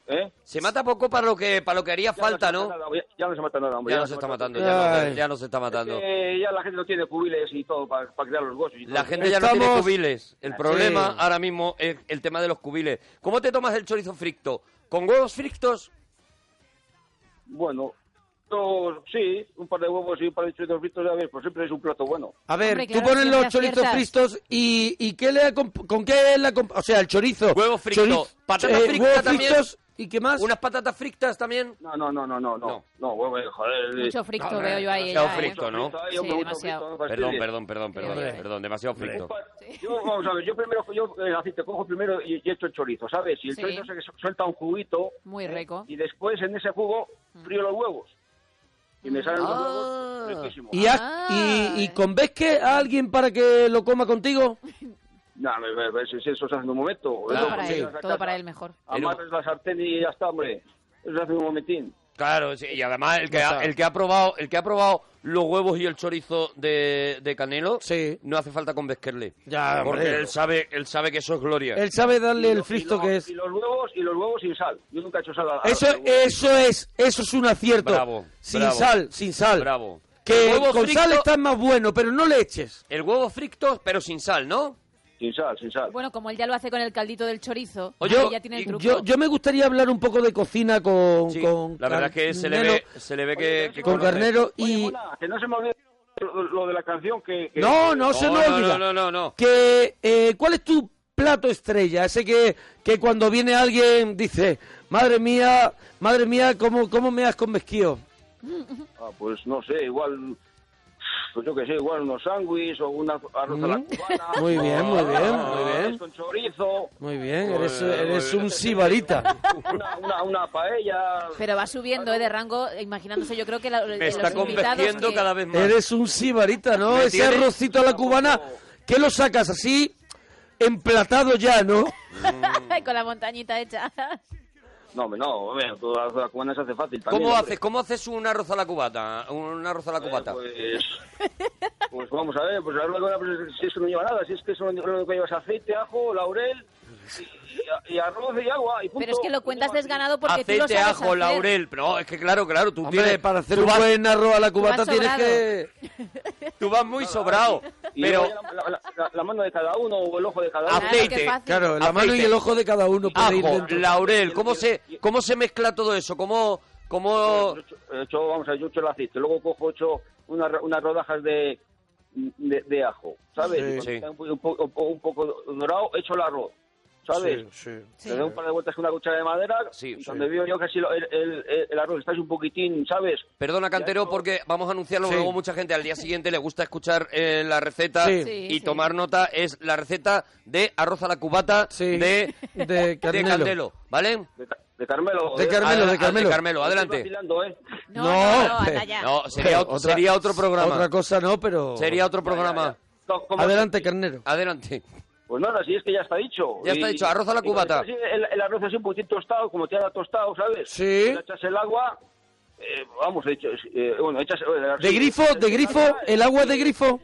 ¿eh? se mata poco para lo que para lo que haría falta, ¿no? Ya no se mata nada, hombre. Ya no se está matando, nada. ya no, Ay. ya no se está matando. Eh, ya la gente no tiene cubiles y todo para crear los gozos. y La todo. gente ya no tiene Estamos- cubiles. El problema ahora mismo es el tema de los cubiles. ¿Cómo te tomas el chorizo frito? ¿Con huevos fritos? Bueno, dos, sí, un par de huevos y un par de chorizos fritos, ya ves, pues siempre es un plato bueno. A ver, Hombre, tú claro, pones los siempre chorizos aciertas. fritos y, y ¿qué le acom- ¿con qué le acom- O sea, el chorizo. eh, Huevo frito, patata frita huevos también. fritos y qué más. ¿Unas patatas fritas también? No, no, no, no, no, no. No. No, huevo, joder. Mucho eh, fricto No, veo yo ahí. demasiado ya, ¿eh? fricto, ¿no? ay, Sí, hombre, mucho demasiado. frito, no fastidies. Perdón, perdón, perdón, perdón, Homón. perdón, demasiado frito. Yo, vamos a ver, yo primero, yo el aceite cojo primero y, y echo el chorizo, ¿sabes? Y el Sí. chorizo se su- suelta un juguito. Muy rico. Y después en ese jugo frío los huevos. Y me salen los Ah. huevos riquísimos. ¿Y, haz- Ah. y, y convenzque a alguien para que lo coma contigo? No, me, me, me- si- si eso se hace en un momento. Todo Eso, pues, para porque él, llegas a todo casa, para él mejor. Amarras la sartén y ya está, hombre. Eso se hace en un momentín. Claro, sí, y además el que, ha, el que ha probado el que ha probado los huevos y el chorizo de, de Canelo, Sí. no hace falta convesquerle. Ya, porque hombre. él sabe, él sabe que eso es gloria. Él sabe darle Y el lo- y fristo lo- que es. Y los huevos, y los huevos sin sal. Yo nunca he hecho sal a- a Eso, los huevos. eso es, eso es un acierto. Bravo, sin bravo. sal, sin sal. Bravo. Que Huevo con frito- sal está más bueno, pero no le eches. El huevo frito pero sin sal, ¿no? Sin sal, sin sal. Bueno, como él ya lo hace con el caldito del chorizo, Oye, ahí ya tiene el truco. Yo, yo me gustaría hablar un poco de cocina con, Sí, con la verdad es que se le ve, Carnero- se le ve Oye, que, pero que con conoce. Carnero Oye, y Mona, que no se me olvide lo, lo de la canción que... que- no, no Eh, No, se me no, olvida. no, no, no. Que eh, ¿cuál es tu plato estrella? Ese que, que cuando viene alguien dice, "Madre mía, madre mía, cómo cómo me has convesquido." Ah, pues no sé, igual... Pues yo qué sé, igual unos sándwiches o una arroz a la Mm. cubana. <laughs> Muy bien, muy bien, Ah, muy bien. Con chorizo, Muy bien, Muy eres, bien, muy eres bien. un <laughs> sibarita. una, una, una paella... Pero va subiendo eh, de rango, imaginándose, yo creo que la, Me está los invitados convenciendo que- cada vez más. Eres un sibarita, ¿no? Me Ese tiene- arrocito a la cubana, ¿qué lo sacas así? Emplatado ya, ¿no? <laughs> con la montañita hecha. No, hombre, no, hombre, toda la cubana se hace fácil también. ¿Cómo hombre. haces? ¿Cómo haces un arroz a la cubata? Un arroz a la cubata. Eh, Pues, pues vamos a ver, pues la verdad que pues, si eso no lleva nada, si es que eso lo único que lleva es aceite, ajo, laurel y, y- y arroz y agua y punto. Pero es que lo cuentas No lleva- desganado porque tú lo Aceite, sabes ajo, hacer. laurel. Pero no, es que claro, claro, tú Hombre, tienes para hacer tú un vas, buen arroz a la cubata vas tienes sobrado. que... tú vas muy <laughs> sobrado. Y Pero Ah, luego ya la, la- la- la mano de cada uno o el ojo de cada uno. Claro, qué aceite, fácil. Claro, la Aceite. mano y el ojo de cada uno. puede ir ajo, dentro. laurel. ¿Cómo se cómo se mezcla todo eso? ¿Cómo cómo Yo echo- echo, vamos a ver, yo echo el aceite, luego cojo ocho unas ro- unas rodajas de, de, de ajo, ¿sabes? Sí. Y cuando Sí. está un, po- un po- un poco dorado, echo el arroz, ¿sabes? Sí. Le doy un par de vueltas con una cuchara de madera. Sí, y sí. Donde veo yo que si lo- el, el- el- el arroz está un poquitín, ¿sabes? Perdona, Cantero, porque vamos a anunciarlo, Sí. luego mucha gente al día siguiente le gusta escuchar eh, la receta Sí. Sí, y sí. tomar nota. Es la receta de arroz a la cubata Sí, de, de de Carmelo. Carmelo, ¿vale? De, Ca- de Carmelo. Eh, De Carmelo, Adela- de Carmelo. Estoy adelante. vacilando, ¿eh. No, No, no, no, pero- anda ya. No, sería, Pero ot- sería otro programa. Otra cosa no, pero... Sería otro Ah, Ya, programa. ya. No, ¿cómo? Adelante, carnero. Adelante. Pues nada, si es que ya está dicho. Ya está dicho, arroz a la y cuando cubata. está así, el, el arroz así un poquitín tostado, como te ha tostado, ¿sabes? Sí. Le echas el agua, eh, vamos, echo- eh, bueno, echas... ¿De grifo, de grifo, el agua de grifo?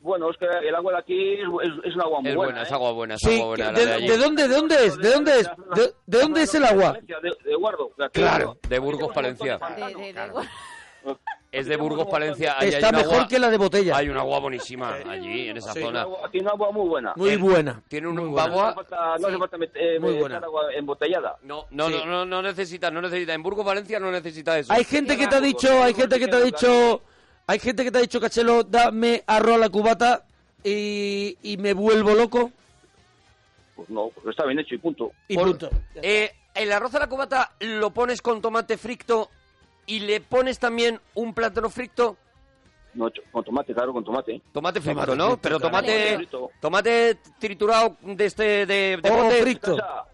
Bueno, es que el agua de aquí es, es- es un agua muy Es buena. buena, es ¿eh? agua buena, es Sí, agua buena. la ¿de, de allí. de dónde, de dónde es? ¿De dónde es? ¿De, de dónde es el agua? Valencia, De, de Guardo. de aquí. Claro. De Burgos, Palencia. De- de- de- Es de Burgos, Palencia. Allí hay Está un mejor agua- que la de botella. Hay un agua buenísima allí, en esa Aquí un zona. agua- Aquí un agua muy buena. Ah. Muy buena. Tiene Muy un buena. No hace agua... falta, no hace falta met- eh, Muy meter buena. agua embotellada. No, no, Sí. no, no, no necesita, no necesita. En Burgos, Valencia no necesita eso. Hay gente que te ha dicho, hay gente que te ha dicho, hay gente que te ha dicho, Cachelo, dame arroz a la cubata y, y me vuelvo loco Pues no, pues está bien hecho y punto. y Por- punto. Eh, el arroz a la cubata lo pones con tomate frito y le pones también un plátano frito. No, cho- con tomate, claro, con tomate. Tomate frito, Tomate ¿no? frito, Pero claro. tomate, Frito. tomate triturado de este de, de O bote. frito. Ya.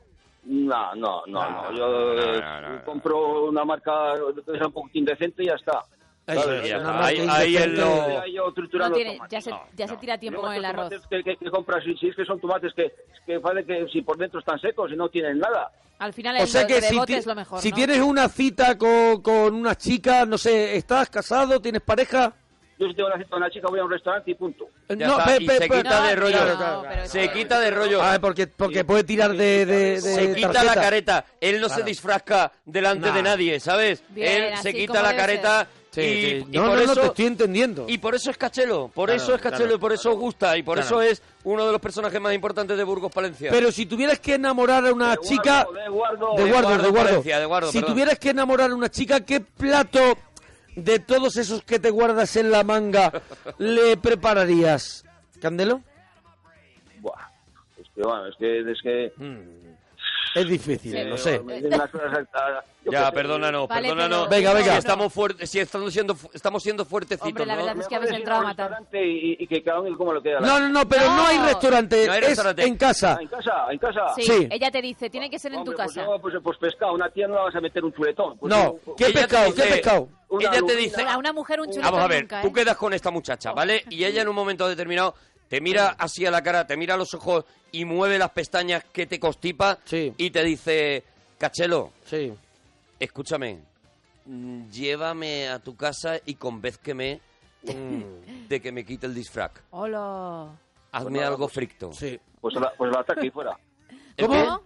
No, no, no, no. Yo eh, no, no, no. compro una marca que sea un poquito indecente y ya está. Ahí, Claro, ya no, está, no, ahí- no, ahí no, él no, no- Ya yo No triturando tiene, tomates. ya se, ya se tira tiempo con el Además, arroz. los tomates Que, que- que compras, si, si es que son tomates que, que parece que si por dentro están secos y no tienen nada. Al final O el sea que de si, bote ti- es lo mejor, si ¿no? tienes una cita con, con una chica, no sé, ¿estás casado? ¿Tienes pareja? Yo si tengo una cita con una chica voy a un restaurante y punto. Eh, Ya no, está, pe- y pe- se pe- quita de No, rollo. no, pero es se que- quita de rollo. Ah, porque, porque puede tirar de, de- de se quita la tarjeta. careta. Él no se disfrazca delante Nah. de nadie, ¿sabes? Bien, Él así se quita como la debe careta Sí, y, sí. y No, por no, no, eso te estoy entendiendo. Y por eso es Cachelo, por Claro, eso es Cachelo claro, y por eso os gusta y por Claro. eso es uno de los personajes más importantes de Burgos Palencia. Pero si tuvieras que enamorar a una De chica... guardo, de guardo. de De guardo, guardo, de guardo. Valencia, de guardo, si perdón. tuvieras que enamorar a una chica, ¿qué plato de todos esos que te guardas en la manga le prepararías? ¿Candelo? Buah, es que, bueno, es que... Es que Es difícil, eh, lo sé. me dicen las cosas a- a- yo ya, qué sé. perdónanos, Vale, perdónanos. pero- Venga, venga. Si estamos, fuer- si estamos siendo, fu- estamos siendo fuertecitos, Hombre, la ¿no? verdad es que habéis Mejor ir entrado a un matar. restaurante Y, y que cada uno como lo queda. No, no, no, pero no, No. hay restaurante, No hay es restaurante. en casa. Ah, en casa, en casa. Sí, Sí. ella te dice, tiene que ser en tu Hombre, casa. Pues, no, pues, pues pescado, una tía no la vas a meter un chuletón. Pues No, un- ¿qué Ella te pescado? ¿Qué dice- pescado? Una Ella te lubina. dice, A una mujer un chuletón Vamos a ver, nunca, ¿eh? tú quedas con esta muchacha, ¿vale? Y ella en un momento determinado te mira así a la cara, te mira a los ojos y mueve las pestañas que te constipa Sí. y te dice, Cachelo, Sí. escúchame, mm, llévame a tu casa y convézqueme <laughs> mm, de que me quite el disfraz. Pues Hola. Hazme algo fricto. Sí. Pues al pues al ataque y fuera. ¿El ¿Cómo? qué?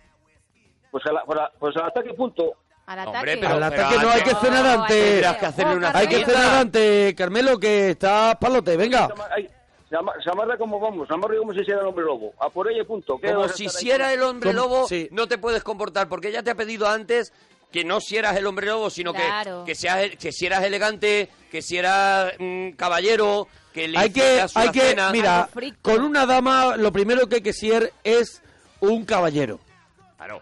Pues al pues a- pues al ataque y punto. Al Hombre, ataque. pero- Al ataque no hay que antes- cenar No, antes. Tendrás que hacerle una Hay que Carmelo. cenar antes, Carmelo, que está palote, venga. Se ama- ay, Se, ama- se amarra como vamos, se amarra como si hiciera el hombre lobo. A por ella y punto. ¿Qué Como vas a si estar ahí hiciera el hombre Como- lobo, sí. no te puedes comportar, porque ella te ha pedido antes que no sieras el hombre lobo, sino que- Claro. que, seas, que si eras elegante, que si eras mm, caballero, que le hay que, hicieras hay una que, cena. mira, Algo frito. con una dama lo primero que hay que ser es un caballero. Ah, Claro.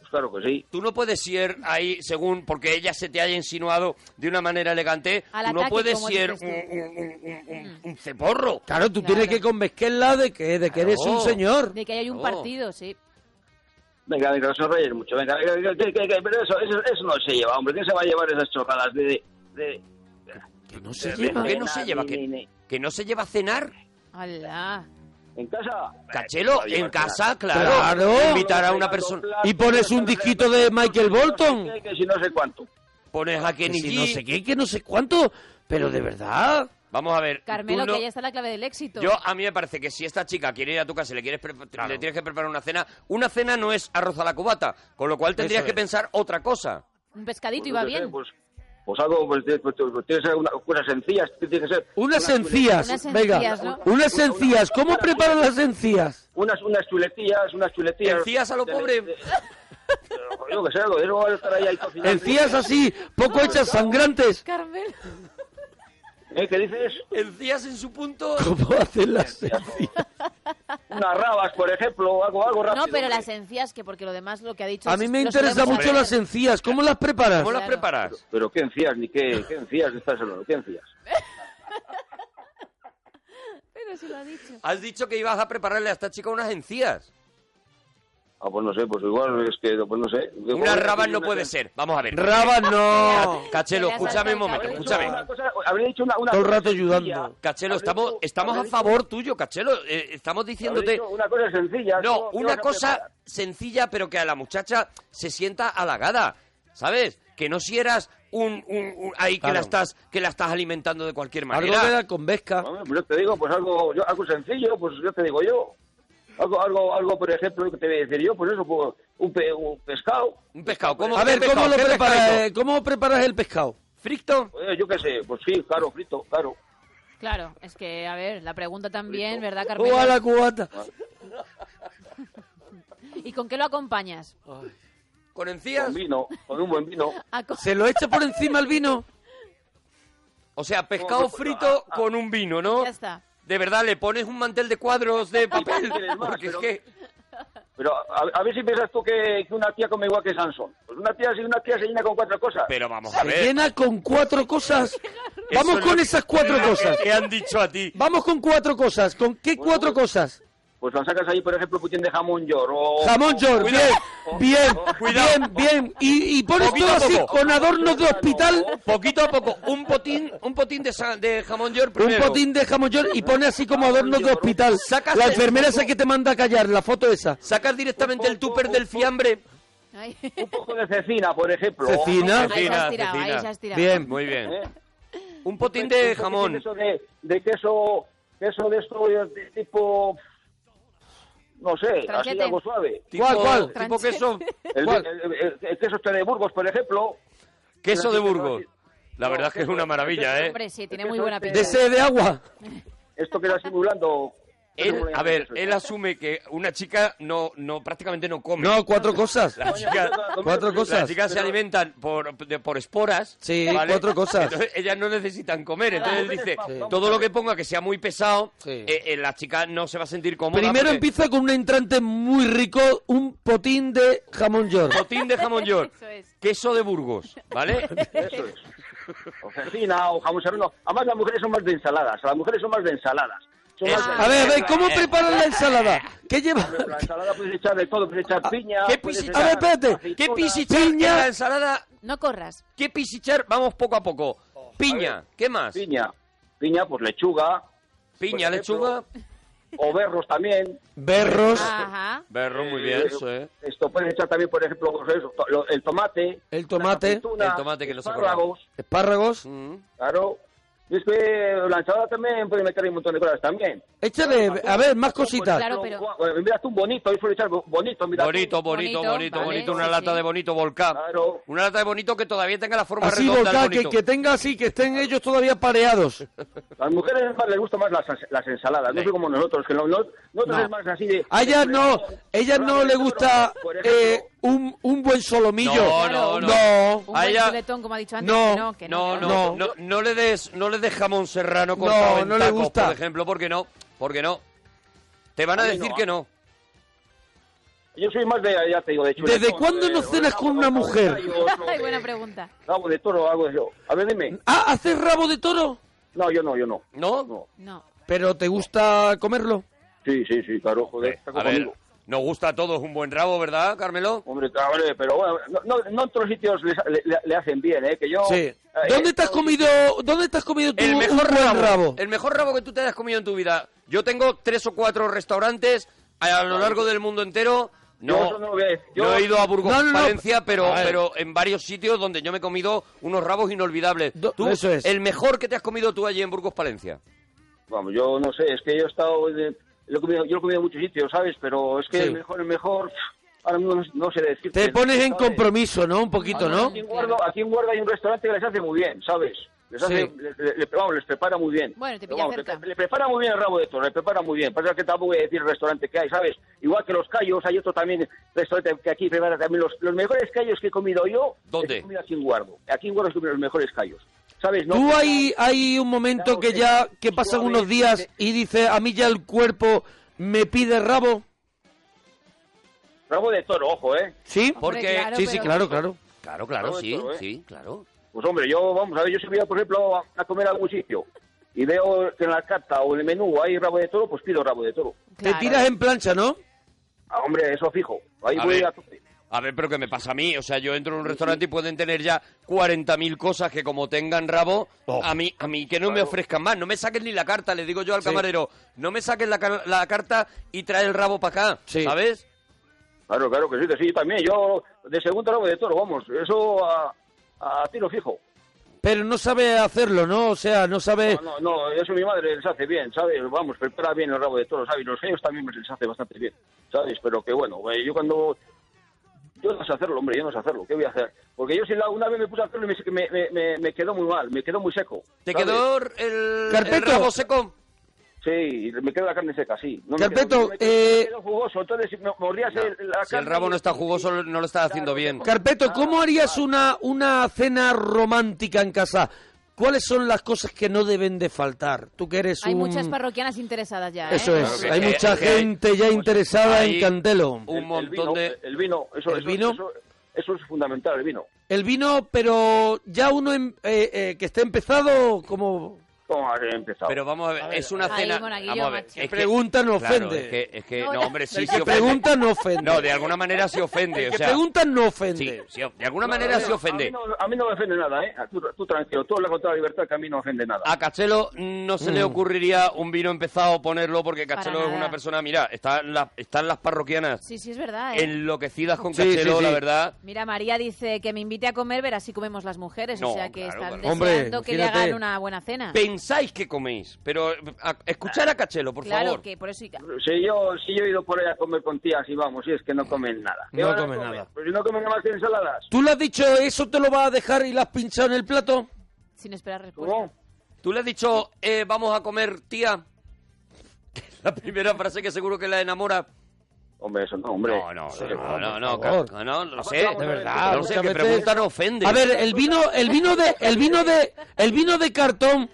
Pues claro que sí. Tú no puedes ser ahí según porque ella se te haya insinuado de una manera elegante. Al tú no ataque, puedes como ser dices tú. un, un- un- un- un ceporro. Claro, tú Claro. tienes que convencerla de que, de que eres Claro. un señor. De que ahí hay un No. partido, sí. Venga, venga, no se reyes mucho. Venga, venga, venga, que- que- que- pero eso, eso, eso no se lleva, hombre. ¿Quién se va a llevar esas chorradas de. de, Que no se de- lleva. de ¿Qué no se cenar, lleva? ni- ¿Qué? ni- ni- Que no se lleva a cenar. Hola. ¿En casa? Cachelo, en casa, claro. Claro. Invitar a una persona. ¿Y pones un disquito de Michael Bolton? Que si no sé cuánto. Pones a Que Kenny si G. no sé qué, que no sé cuánto. Pero de verdad. Vamos a ver. Carmelo, tú no- que ya está la clave del éxito. Yo, a mí me parece que si esta chica quiere ir a tu casa y le, quieres pre- le tienes que preparar una cena, una cena no es arroz a la cubata, con lo cual tendrías Eso que es. pensar otra cosa. Un pescadito Pues iba yo qué sé, bien. Pues, pues algo, pues, tiene- pues, pues, tiene que ser una, cosas sencillas, tiene que ser Unas encías, Unas venga. encías, ¿no? Unas encías. ¿Cómo preparan las encías? unas, unas chuletillas, unas chuletillas. Encías a lo De- pobre. de- Yo qué sé, algo de eso va a estar ahí, ahí cocinando. Encías así, poco hechas pues, sangrantes. <laughs> Carmelo. ¿Eh? ¿Qué dices? Encías en su punto. ¿Cómo hacen las encías? Unas rabas, por ejemplo, algo, algo rápido. No, pero hombre. las encías, que porque lo demás lo que ha dicho A es- mí me lo interesan solemos mucho hacer. las encías. ¿Cómo las preparas? ¿Cómo las Claro. preparas? Pero qué encías, ni qué, qué encías estás hablando, qué encías. Pero si lo ha dicho. Has dicho que ibas a prepararle a esta chica unas encías. Ah, pues no sé, pues igual es que, pues no sé. Unas rabas no puede ser. Vamos a ver. Rabas no. Cachelo, Que le has escúchame un saltado momento, el cabello. escúchame. Una cosa- Habría dicho una, una Todo el cosa rato sencilla. ayudando. Cachelo, Habría estamos, dicho- estamos a habría favor tuyo, Cachelo. Eh, estamos dicho- diciéndote... habría dicho Una cosa sencilla. No, ¿cómo- qué una vas a cosa preparar? sencilla, pero que a la muchacha se sienta halagada, ¿sabes? Que no si eras un, un- un- ahí que Claro. la estás que la estás alimentando de cualquier Algo manera. de la convesca. Hombre, pues yo te digo, pues algo, yo- algo sencillo, pues yo te digo yo. Algo, algo, algo, por ejemplo, que te voy a decir yo, pues eso, pues, un, pe- un pescado. Un pescado. ¿Cómo, A qué ver, pescado? ¿cómo lo ¿Qué preparas? pescadito? eh? ¿Cómo preparas el pescado? ¿Fricto? Pues, yo qué sé, pues sí, claro, frito, claro. Claro, es que, a ver, la pregunta también, ¿verdad, Carmen? O a la cubata. ¿Y con qué lo acompañas? ¿Con encías? Con vino, con un buen vino. ¿A co- ¿Se lo echa por encima el vino? O sea, pescado frito con un vino, ¿no? <laughs> Ya está. De verdad, le pones un mantel de cuadros de papel. quieres más, Porque es pero- que. Pero a, a ver si piensas tú que, que una tía come igual que Sansón. Pues una tía, si una tía se llena con cuatro cosas. Pero vamos a Se ver. llena con cuatro cosas. Vamos Eso con no- esas cuatro cosas. ¿Qué han dicho a ti? Vamos con cuatro cosas. ¿Con qué cuatro cosas? Pues la sacas ahí, por ejemplo, putín de jamón york o... Jamón york, Oh, Cuidado. bien, bien, Cuidado. bien, bien. Y, y pones Poquito todo a así, poco. Oh, con adornos de hospital, Poquito a poco, un potín, un potín de, sa- de jamón york un primero. potín de jamón york y pones así como adornos de hospital. Sacas La el- enfermera esa que te manda a callar, la foto esa. Sacas directamente el tupper del fiambre. <laughs> Ay, Un poco de cecina, por ejemplo. Cecina. ahí se Cecina, has tirado, ahí cecina. se has tirado. Bien. Muy bien. ¿Eh? Un potín de De jamón. queso de, de queso, queso de esto de, de tipo... No sé, así Tranchete. algo suave. Tipo- ¿Cuál, cuál? Tipo queso, El, ¿Cuál? el- el- el queso este de Burgos, por ejemplo. queso de Burgos. La verdad es que es una maravilla, ¿eh? Hombre, sí, tiene muy buena pinta. De sed de agua. este, Esto queda así muy blando. Él, a ver, este. él asume que una chica no, no prácticamente no come. No, cuatro cosas. La chica- Cuatro cosas. Las chicas se alimentan por, de- por esporas. Sí, cuatro cosas. Entonces, ellas no necesitan comer. Entonces él dice, Sí. todo lo que ponga que sea muy pesado, Sí. eh, eh, la chica no se va a sentir cómoda. Primero porque- empieza con un entrante muy rico, un potín de jamón york. Potín de jamón york, <laughs> Eso es. queso de Burgos, <laughs> ¿vale? Eso es. O cecina o jamón serrano. Además, las mujeres son más de ensaladas. Las mujeres son más de ensaladas. Son más Eso de- es. A ver, a ver, ¿cómo Eh, preparan la ensalada? ¿Qué lleva? La ensalada puedes echar de todo, puedes echar piña. Ah, ¿Qué puedes pisi- echar A ver, espérate. aceituna. ¿Qué pisichar en Piña. la ensalada? No corras. ¿Qué pisichar? Vamos poco a poco. Piña, ¿qué más? Piña. Piña, pues lechuga. Piña, Por ejemplo, lechuga. <laughs> O berros también. Berros, Ajá. Berro, muy bien. Eso, ¿eh? Esto puedes echar también, por ejemplo, pues eso, to- lo- el tomate. El tomate. las aceitunas, El tomate que los he espárragos, espárragos. Mm. Claro. Y es que la ensalada también puede meter ahí un montón de cosas también. Pues, Échale, a ver, más cositas. Claro, pero- Bueno, pues, Mira tú, bonito, hoy suele echar bo- bonito, mira. tú. Ah. Bonito, bonito, Bonito, bonito, vale, bonito. Una sí, lata sí. de bonito volcán. Claro. Una lata de bonito que todavía tenga la forma Así, redonda del volcán, que, bonito. que tenga así, que estén ellos todavía pareados. Las mujeres es más, les gustan más las, las ensaladas, no Sí. sé como nosotros, que no- no- nosotros No. es más así de... A ellas no, ellas no le les gusta Por eh, ejemplo, un, un buen solomillo. No, no, no. No, Un A buen ella- chuletón, como ha dicho antes. No, que no, que No, que no, no. no, no, le des, no le des jamón serrano cortado No, en no le tacos, gusta. por ejemplo, porque no, porque no. Te van a, A mí decir no. que no. Yo soy más de, ya te digo, de chuletón, ¿Desde cuándo de- no de cenas rabo, con una rabo de mujer? gallo, o <laughs> Ay, de- buena pregunta. Rabo de toro, algo de eso. A ver, dime. Ah, ¿haces rabo de toro? No, yo no, yo no. ¿No? No. No. Pero ¿te gusta comerlo? Sí, sí, sí, claro, joder, eh, está A ver, conmigo. nos gusta a todos un buen rabo, ¿verdad, Carmelo? Hombre, cabrón, pero bueno, no, no, no en todos los sitios les- le, le- le hacen bien, ¿eh? Que yo... Sí. eh, ¿Dónde te has no, comido, dónde te has comido tú El mejor un buen rabo, rabo? El mejor rabo que tú te hayas comido en tu vida. Yo tengo tres o cuatro restaurantes a lo largo del mundo entero. Yo No, eso no lo voy a decir. no Yo- he ido a Burgos, No, no, no. Valencia, pero, A ver. pero en varios sitios donde yo me he comido unos rabos inolvidables. Do- Tú, eso es. El mejor que te has comido tú allí en Burgos, Palencia. Vamos, yo no sé, es que yo he estado... en- lo he comido- yo lo he comido en muchos sitios, ¿sabes? Pero es que Sí. el mejor, el mejor... Ahora mismo no, no sé decir. Te pones en compromiso, ¿no? Un poquito, ¿no? Aquí en, Guardo, aquí en Guardo hay un restaurante que les hace muy bien, ¿sabes? Les, hace, Sí. le- le- le- vamos, les prepara muy bien. Bueno, te Pero pilla vamos, cerca. le, le prepara muy bien el rabo de toro, le prepara muy bien. Pasa que tampoco voy a decir el restaurante que hay, ¿sabes? Igual que los callos, hay otro también restaurante que aquí prepara también los, los mejores callos que he comido yo. ¿Dónde? He comido aquí en Guardo. Aquí en Guardo he comido los mejores callos. ¿Sabes? No, eh, Tú hay, hay un momento que ya, que pasan unos días y dices, a mí ya el cuerpo me pide rabo, Rabo de toro, ojo, ¿eh? ¿sí? Porque- claro, sí, sí, pero- claro, claro. Claro, claro, Todo sí, esto, ¿eh? sí, claro. Pues hombre, yo, vamos a ver, yo si voy, por ejemplo, a, a comer a algún sitio y veo que en la carta o en el menú hay rabo de toro, pues pido rabo de toro. Claro. Te tiras en plancha, ¿no? Ah, hombre, eso fijo. Ahí A voy ver. a tope. A ver, pero ¿qué me pasa a mí? O sea, yo entro en un restaurante y pueden tener ya 40.000 cosas que como tengan rabo, Oh. a mí a mí que no me ofrezcan más. No me saquen ni la carta, le digo yo al camarero. No me saquen la, car- la carta y trae el rabo para acá, Sí. ¿sabes? Claro, claro que sí, que sí, yo también. Yo de segundo rabo de toro, vamos. Eso a, a tiro fijo. Pero no sabe hacerlo, ¿no? O sea, no Eh. sabe... No, no, no, eso mi madre les hace bien, ¿sabes? Vamos, prepara bien el rabo de toro, ¿sabes? Los ellos también les hace bastante bien, ¿sabes? Pero que bueno, eh, yo cuando... Yo no sé hacerlo, hombre, yo no sé hacerlo, ¿qué voy a hacer? Porque yo si la, una vez me puse a hacerlo y me- me, me- me- me quedó muy mal, me quedó muy seco. ¿Te ¿sabes? quedó el, el Carpeto. rabo seco? Sí, y me quedó la carne seca, sí. No Carpeto, me quedó, no me quedó- eh, me quedó jugoso, entonces si me mordías No, el- la Si el carne rabo no está y- jugoso, no lo estás haciendo bien. Ah, Carpeto, ¿cómo harías una, una cena romántica en casa? ¿Cuáles son las cosas que no deben de faltar? Tú que eres Hay un... muchas parroquianas interesadas ya. ¿eh? Eso es, Claro que hay sí, mucha es que gente ya interesada ahí- en Cantelo. el- Un el montón vino, eh, de... El vino, eso, ¿El eso- vino? eso- eso es fundamental, el vino. El vino, pero ya uno em- eh, eh, que esté empezado, como... ¿Cómo has empezado? Pero vamos a ver, es una Ahí, cena... monaguillo, Vamos a ver, macho. es que- Pregunta no claro, ofende. es que, es que- No, no, ya- hombre, sí, El sí que ofende. pregunta no ofende. No, de alguna manera se ofende, El o que sea... pregunta no Sí, ofende. sí, de alguna manera se A mí ofende. no, a mí no me ofende nada, ¿eh? Tú, tú tranquilo, tú habla con toda libertad que a mí no me ofende nada. A Cachelo no se Mm. le ocurriría un vino empezado ponerlo porque Para Cachelo es nada. una persona, mira, están las, están las parroquianas Sí, sí, es verdad. ¿eh? enloquecidas con Sí, Cachelo, sí, sí. la verdad. Mira, María dice que me invite a comer, verás si comemos las mujeres. No, o sea que claro, están claro. Hombre, deseando que le imagínate. hagan una buena Ah. cena. Pensáis que coméis, pero eh, a- escuchar a Cachelo, por claro favor. que por eso. Si yo, si yo he ido por ahí a comer con tías y vamos, y es que no comen nada. ¿Qué No van a comen comer? nada. Pues si no comen nada más que ensaladas. ¿Tú le has dicho eso te lo vas a dejar y lo has pinchado en el plato? Sin esperar respuesta. ¿Cómo? ¿Tú le has dicho, eh, vamos a comer, tía? <laughs> La primera frase que seguro que la enamora. Hombre, eso no, hombre. No, <laughs> no, no, no, no, favor. ca- no, lo sé. vamos a ver, verdad, lo sé, muchas que veces- pregunta no ofende. A ver, eh, el vino, el vino de, el vino de, el vino de cartón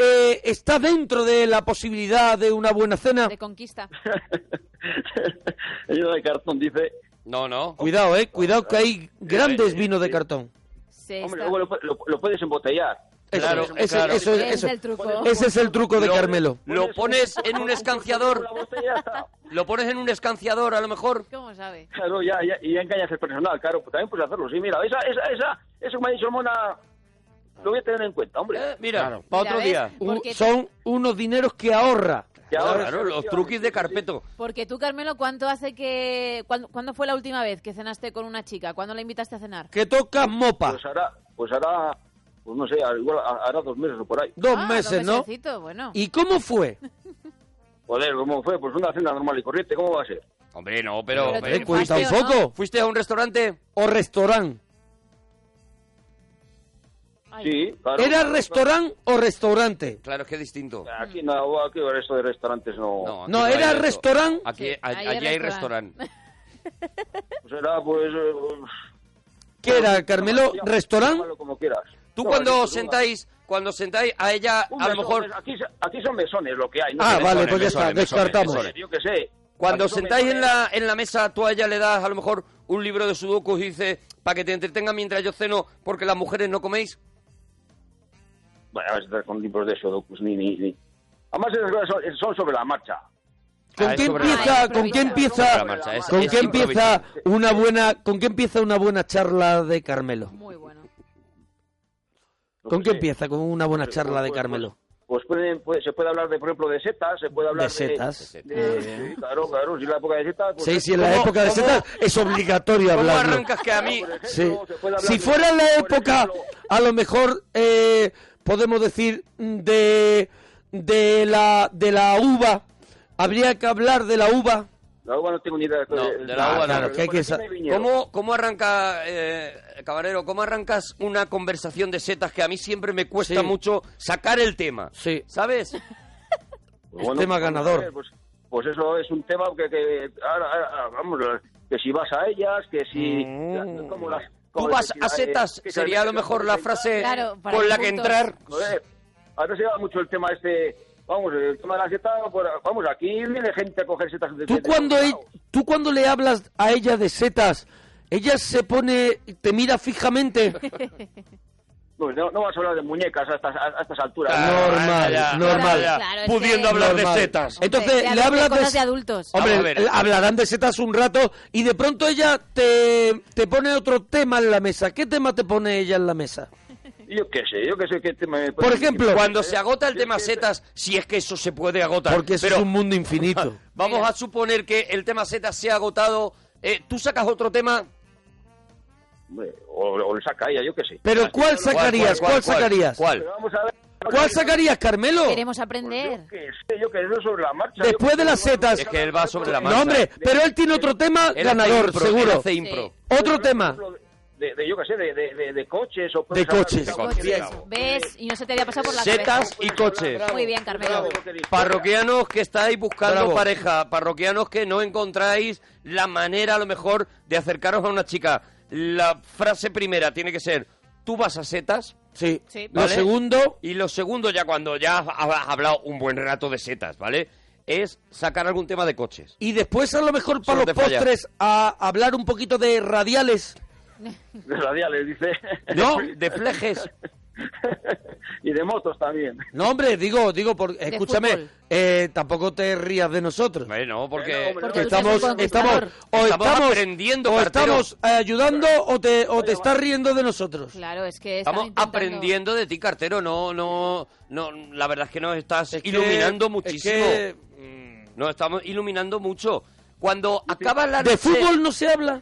eh, está dentro de la posibilidad de una buena cena. De conquista. El de cartón dice... No, no. Cuidado, eh, cuidado que hay grandes vinos de cartón. Se Hombre, está- luego lo, lo- lo puedes embotellar. Eso, Claro, ese, claro. eso es- Ese es eso- el truco. ese es el truco de Lo- Carmelo. Lo pones en <laughs> un escanciador. La botella ya está. Lo pones en un escanciador, a lo mejor. ¿Cómo sabe? Claro, ya, ya, y ya engañas el personal, claro, pues también puedes hacerlo. Sí, mira, esa, esa, esa, eso que me ha dicho Mona, lo voy a tener en cuenta, hombre. Eh, mira, Claro. para otro Mira, día. ¿ves? Un- Porque- son unos dineros que ahorra. Que ahora- Claro, los truquis de carpeto. Porque tú, Carmelo, ¿cuánto hace que. ¿Cuándo, cuándo fue la última vez que cenaste con una chica? ¿Cuándo la invitaste a cenar? Que tocas mopa. Pues hará, pues hará, pues no sé, igual hará dos meses o por ahí. dos Ah, meses, ¿no? mesecitos, bueno. ¿Y cómo fue? Joder, ¿cómo fue? Pues una cena normal y corriente, ¿cómo va a ser? Hombre, no, pero... Pero Eh, pero- te- cuenta un paseo, ¿no? poco. ¿Fuiste a un restaurante? O restaurante. Ay, Sí, claro. ¿Era restaurante o restaurante? Claro, es que es distinto. Aquí no, aquí esto de restaurantes no. aquí No, hay era eso. restaurant. Aquí, Sí, a- ahí allí hay hay restaurant. restaurante. Pues era, pues... eh, ¿Qué era, Carmelo? llámalo, ¿Restaurante? llámalo como quieras. Tú No, cuando aquí, os sentáis, cuando os sentáis a ella, un a lo mesón, mejor, Aquí, aquí son mesones lo que hay. ¿no? Ah, Mesones, vale, pues ya mesones, está, mesones, descartamos. mesones. Yo qué sé. cuando os Aquí son sentáis en mesones. la, en la mesa, tú a ella le das a lo mejor un libro de sudokus y dices, para que te entretenga mientras yo ceno, porque las mujeres no coméis. Bueno, vas a estar con libros de Shodocus, ni, ni, ni. Además, esas cosas son, son sobre la marcha. ¿Con Ah, qué es sobre la empieza? marcha. ¿Con qué Sobre la empieza? marcha, es- ¿Con es qué empieza improvisado. una buena? ¿Con qué empieza una buena charla de Carmelo? Muy bueno. No ¿Con sé. qué empieza? Con una buena Pues- charla de pues- Carmelo. Pues pueden, puede- se puede hablar, de, por ejemplo, de setas, se puede hablar De setas. de- sí, claro, claro, si es la época de setas... pues- Sí, sí, en la ¿Cómo- época de cómo- setas es <laughs> obligatorio ¿Cómo hablarlo. arrancas que a mí? Por ejemplo, Sí. se puede hablar Si de- fuera la por época, ejemplo, a lo mejor eh, podemos decir de de la de la uva. Habría que hablar de la uva. la uva no tengo ni idea de No, de- de la uva no. Claro, que hay que Bueno, sa- tiene viñedo. ¿Cómo, cómo arranca, eh, caballero, cómo arrancas una conversación de setas que a mí siempre me cuesta Sí. mucho sacar el tema? Sí. ¿Sabes? Pues tema pues vamos ganador. a ver, Pues, pues eso es un tema que, que ahora, ahora- vamos, que si vas a ellas, que si... Mm. como las- Tú como vas que si a la- setas, eh, que sería a lo que- mejor la frase Claro, para con ir la que juntos. entrar. Joder, ahora se da mucho el tema este. Vamos, el tema de la seta. pues, vamos, aquí viene gente a coger setas. de- Tú de- cuando de- e- tú cuando le hablas a ella de setas, ella se pone te mira <laughs> fijamente. Pues no, no vas a hablar de muñecas a estas, a- a estas alturas. Claro. Normal, normal. Claro, claro, es pudiendo que- hablar Normal. de setas. Entonces Hombre, le de hablas cosas de de adultos. Hombre, Vamos a ver. le- hablarán de setas un rato y de pronto ella te, te pone otro tema en la mesa. ¿Qué tema te pone ella en la mesa? Yo qué sé, yo qué sé qué tema. me- Por ejemplo, Pues Cuando se agota el tema setas, si es que eso se puede agotar. porque eso pero es un mundo <laughs> infinito. vamos a suponer que el tema setas se ha agotado. eh, ¿Tú sacas otro tema? Hombre, o, o le saca a ella, yo qué sé. Pero Así ¿cuál que no- sacarías? ¿Cuál sacarías? ¿Cuál? Pero vamos a ver. ¿Cuál sacarías, Carmelo? Queremos Yo aprender. qué sé, yo qué sé, sobre la marcha. Después yo- de las setas. Es que él va sobre la marcha. No, hombre, pero él tiene otro tema Él hace ganador, impro, seguro. él hace impro. Otro tema. De, de- yo qué sé, de, de, de, de coches o De cosas- coches. Coches. ¿Ves? Y no se te había pasado por la Setas cabeza. y coches. Muy bien, Carmelo. Parroquianos que estáis buscando Bravo. pareja, parroquianos que no encontráis la manera a lo mejor de acercaros a una chica. La frase primera tiene que ser, tú vas a setas. Sí. Sí. Lo ¿Vale? segundo, Y lo segundo, ya cuando ya has- has hablado un buen rato de setas, ¿vale? Es sacar algún tema de coches. y después a lo mejor para los Solo te falla. postres a hablar un poquito de radiales. De radiales, dice. No, de flejes. <laughs> y de motos también. No, hombre, digo, digo, por, escúchame, fútbol. eh, tampoco te rías de nosotros. Bueno, Bueno, porque... hombre, Porque Porque estamos, usted es un estamos, o Estamos estamos aprendiendo, o cartero. estamos eh, ayudando o te, o te estás riendo de nosotros. Claro, es que están Estamos intentando- aprendiendo de ti, cartero. No, no, no. La verdad es que nos estás Es que- iluminando es muchísimo. que- Nos estamos iluminando mucho. Cuando acaba la ¿De noche- fútbol no se habla?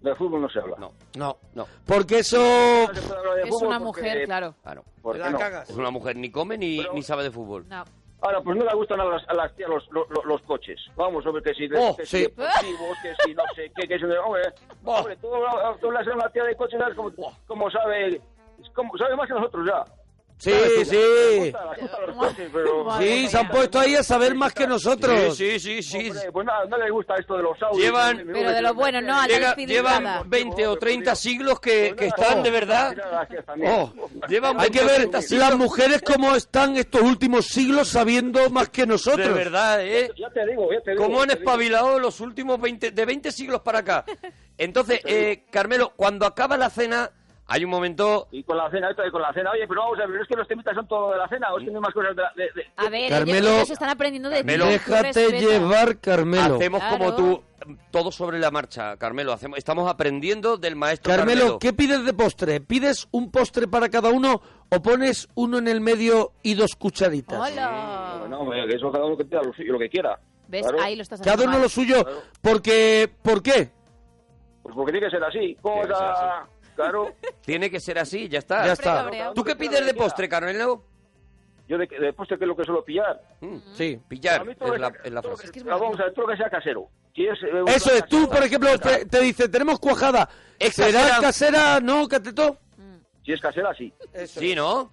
De fútbol no se habla. No, No. no. Porque eso... No se Oh. puede hablar de Es fútbol una porque- eh, mujer, claro. Claro. porque La no. cagas. Es una mujer ni come ni, Pero- ni sabe de fútbol. No. Ahora, pues no le gustan a las, a las tías los, los, los- los coches. Vamos, hombre, que si, de- Oh, que sí. si deportivos, que si no sé qué, que si... Hombre, Oh. hombre tú, hablas- tú hablas a una tía de coches, ¿sabes cómo, cómo sabe? Cómo, sabe más que nosotros ya. Sí, ¿Sabes? Le sí. gustan- le gustan los coches, pero... Madre Sí, se han puesto ahí a saber más que nosotros. Sí, sí, sí, sí. Hombre, pues nada, no le gusta esto de los autos. Llevan- Pero de lo bueno, no, al Llega- Delphi nada. llevan 20 o 30 siglos que, Pues que están de verdad. Oh, llevan Hay que ver Sí. las mujeres cómo están estos últimos siglos sabiendo más que De nosotros. verdad, ¿eh? Ya te digo, ya te digo. ¿Cómo han ya te digo. espabilado los últimos 20, de 20 siglos para acá? Entonces, eh, Carmelo, cuando acaba la cena, hay un momento... Y con la cena, esto y con la cena. Oye, pero vamos a ver, es que los temitas son todo de la cena. ¿O es que no hay más cosas de, la- de, de- A ver, Carmelo, ellos, ellos están aprendiendo de ti. Carmelo, tú Déjate respeta. llevar, Carmelo. Hacemos Claro. como tú, todo sobre la marcha, Carmelo. Hacemos, estamos aprendiendo del maestro Carmelo, Carmelo. ¿qué pides de postre? ¿Pides un postre para cada uno o pones uno en el medio y dos cucharitas? Hola. No, hombre, que eso cada uno que quiera, lo, suyo, lo que quiera. ¿Ves? Claro. Ahí lo estás haciendo Cada uno mal. lo suyo. Porque, ¿Por qué? Pues porque tiene que ser así. ¿Cómo Tiene que está? ser Claro. Tiene que ser así, ya está. Ya está. cabreado. ¿Tú qué pides de postre, Carmelo? Yo de, de postre, ¿qué es lo que suelo pillar? Mm, Sí. Pillar A mí todo es lo la, que- es la todo lo frase. que- Vamos a ver, todo lo que sea casero. Si es, eh, una Eso es, tú, casera, por ejemplo, te, te dice, tenemos cuajada. Es ¿Será casera. casera? No, cateto. Si es casera, sí. Sí, ¿no?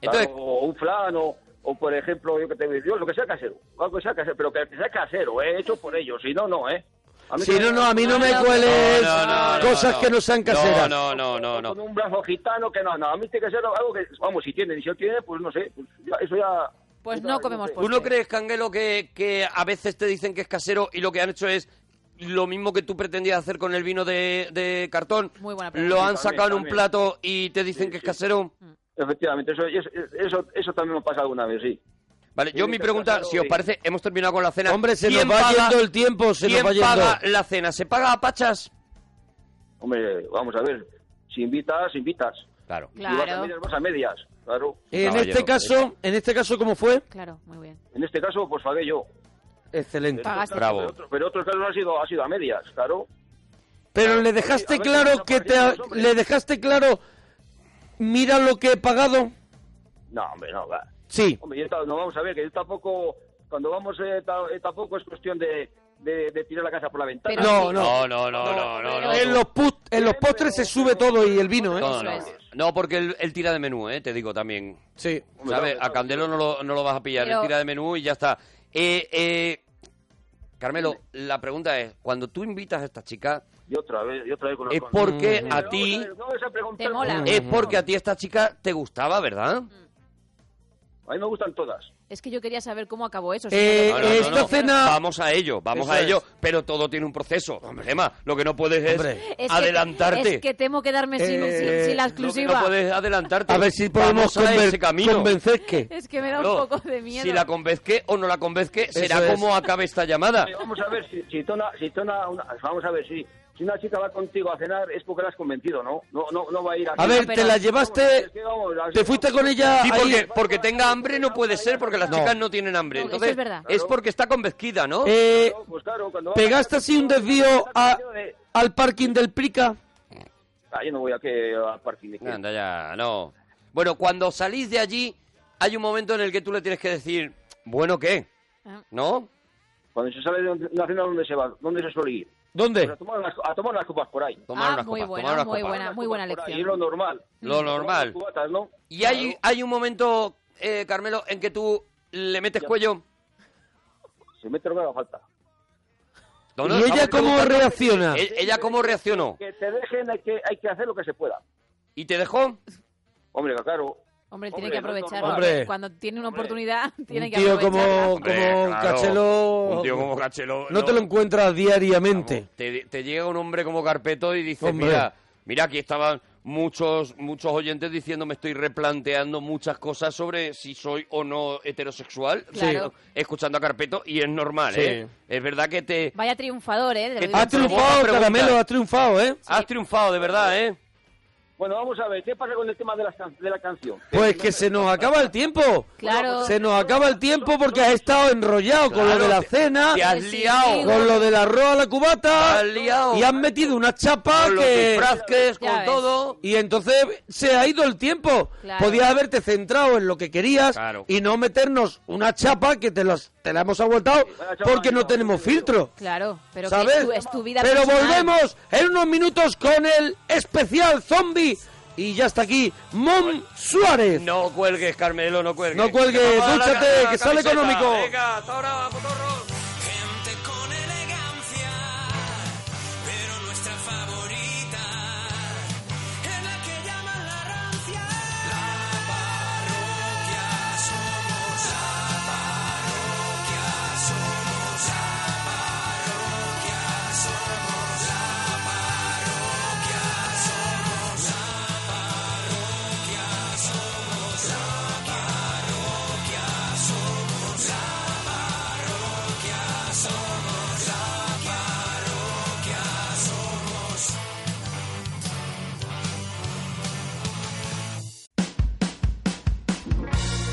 Entonces, Claro, o un flan o, o, por ejemplo, yo que te digo, lo que sea casero, algo que sea casero, pero que sea casero, ¿eh? hecho por ellos, si no, no, ¿eh? A mí Si que- no, no, a mí no me No, no, cueles no, no, no, cosas no. que no sean caseras. No, no, no, no, Con no. un brazo gitano, que no, no, a mí tiene que ser algo que, vamos, si tienen, y si no tienen, pues no sé, pues ya- eso ya... Pues ya- no comemos sé. ¿Tú no crees, Canguelo, que, que a veces te dicen que es casero y lo que han hecho es lo mismo que tú pretendías hacer con el vino de, de cartón? Muy buena pregunta. Lo han Sí, también, sacado en un también. plato y te dicen que es casero. Efectivamente, eso, eso, eso, eso también me ha pasado alguna vez, sí. Vale, yo Sí, mi que pregunta, casero, si os sí. parece, hemos terminado con la cena. Hombre, se nos ¿Quién va paga- yendo el tiempo, se nos ¿Quién va yendo. paga la cena? ¿Se paga a pachas? Hombre, vamos a ver, si invitas, invitas. Claro. Si vas a Claro, medias, vas a medias, claro. En Caballero, eh. este caso, en este caso, ¿cómo fue? claro, muy bien. En este caso, pues pagué yo. Excelente. Pagaste. Bravo. Pero, otro- pero otros casos ha sido, ha sido a medias, claro. Pero le Oye, dejaste a ver, claro vamos a que te partir los hombres. le dejaste claro mira lo que he pagado. No, hombre, no, va. Sí. Hombre, yo ta- no vamos a ver, que yo tampoco, cuando vamos, eh, ta- eh, tampoco es cuestión de, de- de tirar la casa por la ventana. Pero No, sí. no. no, no, no, no. no. En los put- en los postres se sube todo y el vino, ¿eh? No, no, Eso No, porque él, él tira de menú, eh, te digo también. Sí. Hombre, ¿Sabes? claro, A claro. Candelo no lo, no lo vas a pillar, Pero- él tira de menú y ya está. Eh, eh, Carmelo, la pregunta es, cuando tú invitas a esta chica, Y otra vez, y otra vez con es con- porque Pero a vamos ti, ver, no vayas a preguntar- Te mola. es porque a ti esta chica te gustaba, ¿verdad? A mí me gustan todas. Es que yo quería saber cómo acabó eso. Eh, señor. No, no, no, esta no. cena- Vamos a ello, vamos Eso a es. ello, pero todo tiene un proceso. Gemma, lo que no puedes es Hombre. Es que- adelantarte. es que temo quedarme sin, Eh, sin- sin la Lo que no exclusiva. puedes adelantarte. A ver si podemos Vamos a conven- ese camino. convencer que Es que me da Claro, un poco de miedo. Si la convenzque o no la convenzque, será es. como acabe esta llamada. Oye, Vamos a ver si, si tona, si tona una- vamos a ver si, si una chica va contigo a cenar es porque la has convencido, ¿no? No, no, no va a ir a. A ver, te pero- la Es llevaste que vamos, así te fuiste con ella Sí, ahí- porque, porque tenga hambre no puede ser, porque las No. chicas no tienen hambre. No, eso Entonces, es verdad. porque está convenzquida, ¿no? eh, Claro, pues claro, cuando vas a- pegaste así un desvío a- al parking del Prica. Ah, yo no voy a que a parking de qué. Anda ya, no. Bueno, cuando salís de allí, hay un momento en el que tú le tienes que decir, bueno, ¿qué? Ah. ¿No? Cuando se sale de una cena, ¿dónde se va? ¿Dónde se suele ir? Pues ¿Dónde? a, tomar unas, a tomar unas copas por ahí. Tomar Ah, unas muy copas, buena, tomar unas muy copas. buena, muy buena Unas copas por ahí, lección. Es lo normal. Lo normal. Unas cubatas, ¿no? Y hay, hay un momento, eh, Carmelo, en que tú le metes cuello. Se mete lo que haga falta. No, no, ¿Y estamos ella cómo preguntando- reacciona? ¿E- ¿Ella cómo reaccionó? Que te dejen, hay que, hay que hacer lo que se pueda. ¿Y te dejó? Hombre, claro. Hombre, tiene que Hombre, no es aprovechar. normal. Hombre. Cuando tiene una Hombre. oportunidad, tiene un que tío como, aprovecharla. como Hombre, claro. Cachelo... Un tío como Cachelo. No te lo encuentras diariamente. Te, te llega un hombre como Carpeto y dices, Hombre. mira, mira, aquí estaban muchos muchos oyentes diciendo me estoy replanteando muchas cosas sobre si soy o no heterosexual Claro. escuchando a Carpeto y es normal Sí. ¿eh? es verdad que te Vaya triunfador, ¿eh? Te lo Que digo Has en serio. Vamos a triunfado, preguntar. Caramelo, has triunfado, ¿eh? has triunfado de verdad eh Bueno, vamos a ver, ¿qué pasa con el tema de, las can- de la canción? Pues que se nos acaba el tiempo. Claro. Se nos acaba el tiempo porque has estado enrollado con lo Claro, de la te- cena, te has Ah, Sí, liado digo. con lo del arroz a la cubata, Has liado. y has metido una chapa con los que... disfraces, Ya con ves. todo Y entonces se ha ido el tiempo. Claro. Podías haberte centrado en lo que querías Claro. y no meternos una chapa que te, las- te la hemos aguantado Buena chapa, porque no no, tenemos no, filtro. Claro, pero que ¿Sabes? es, tu, es tu vida Pero personal. volvemos en unos minutos con el especial zombie. Y ya está aquí Mon Suárez. no cuelgues Carmelo no cuelgues No cuelgues, Que nos va a dar la- dúchate, la que sale camiseta. económico. Venga, hasta ahora, cotorro. Gente con elegancia, pero nuestra favorita es la que llaman la rancia. La parroquia somos, la parroquia somos, la parroquia somos, la parroquia somos, la parroquia somos, la parroquia somos, la parroquia somos, la parroquia somos.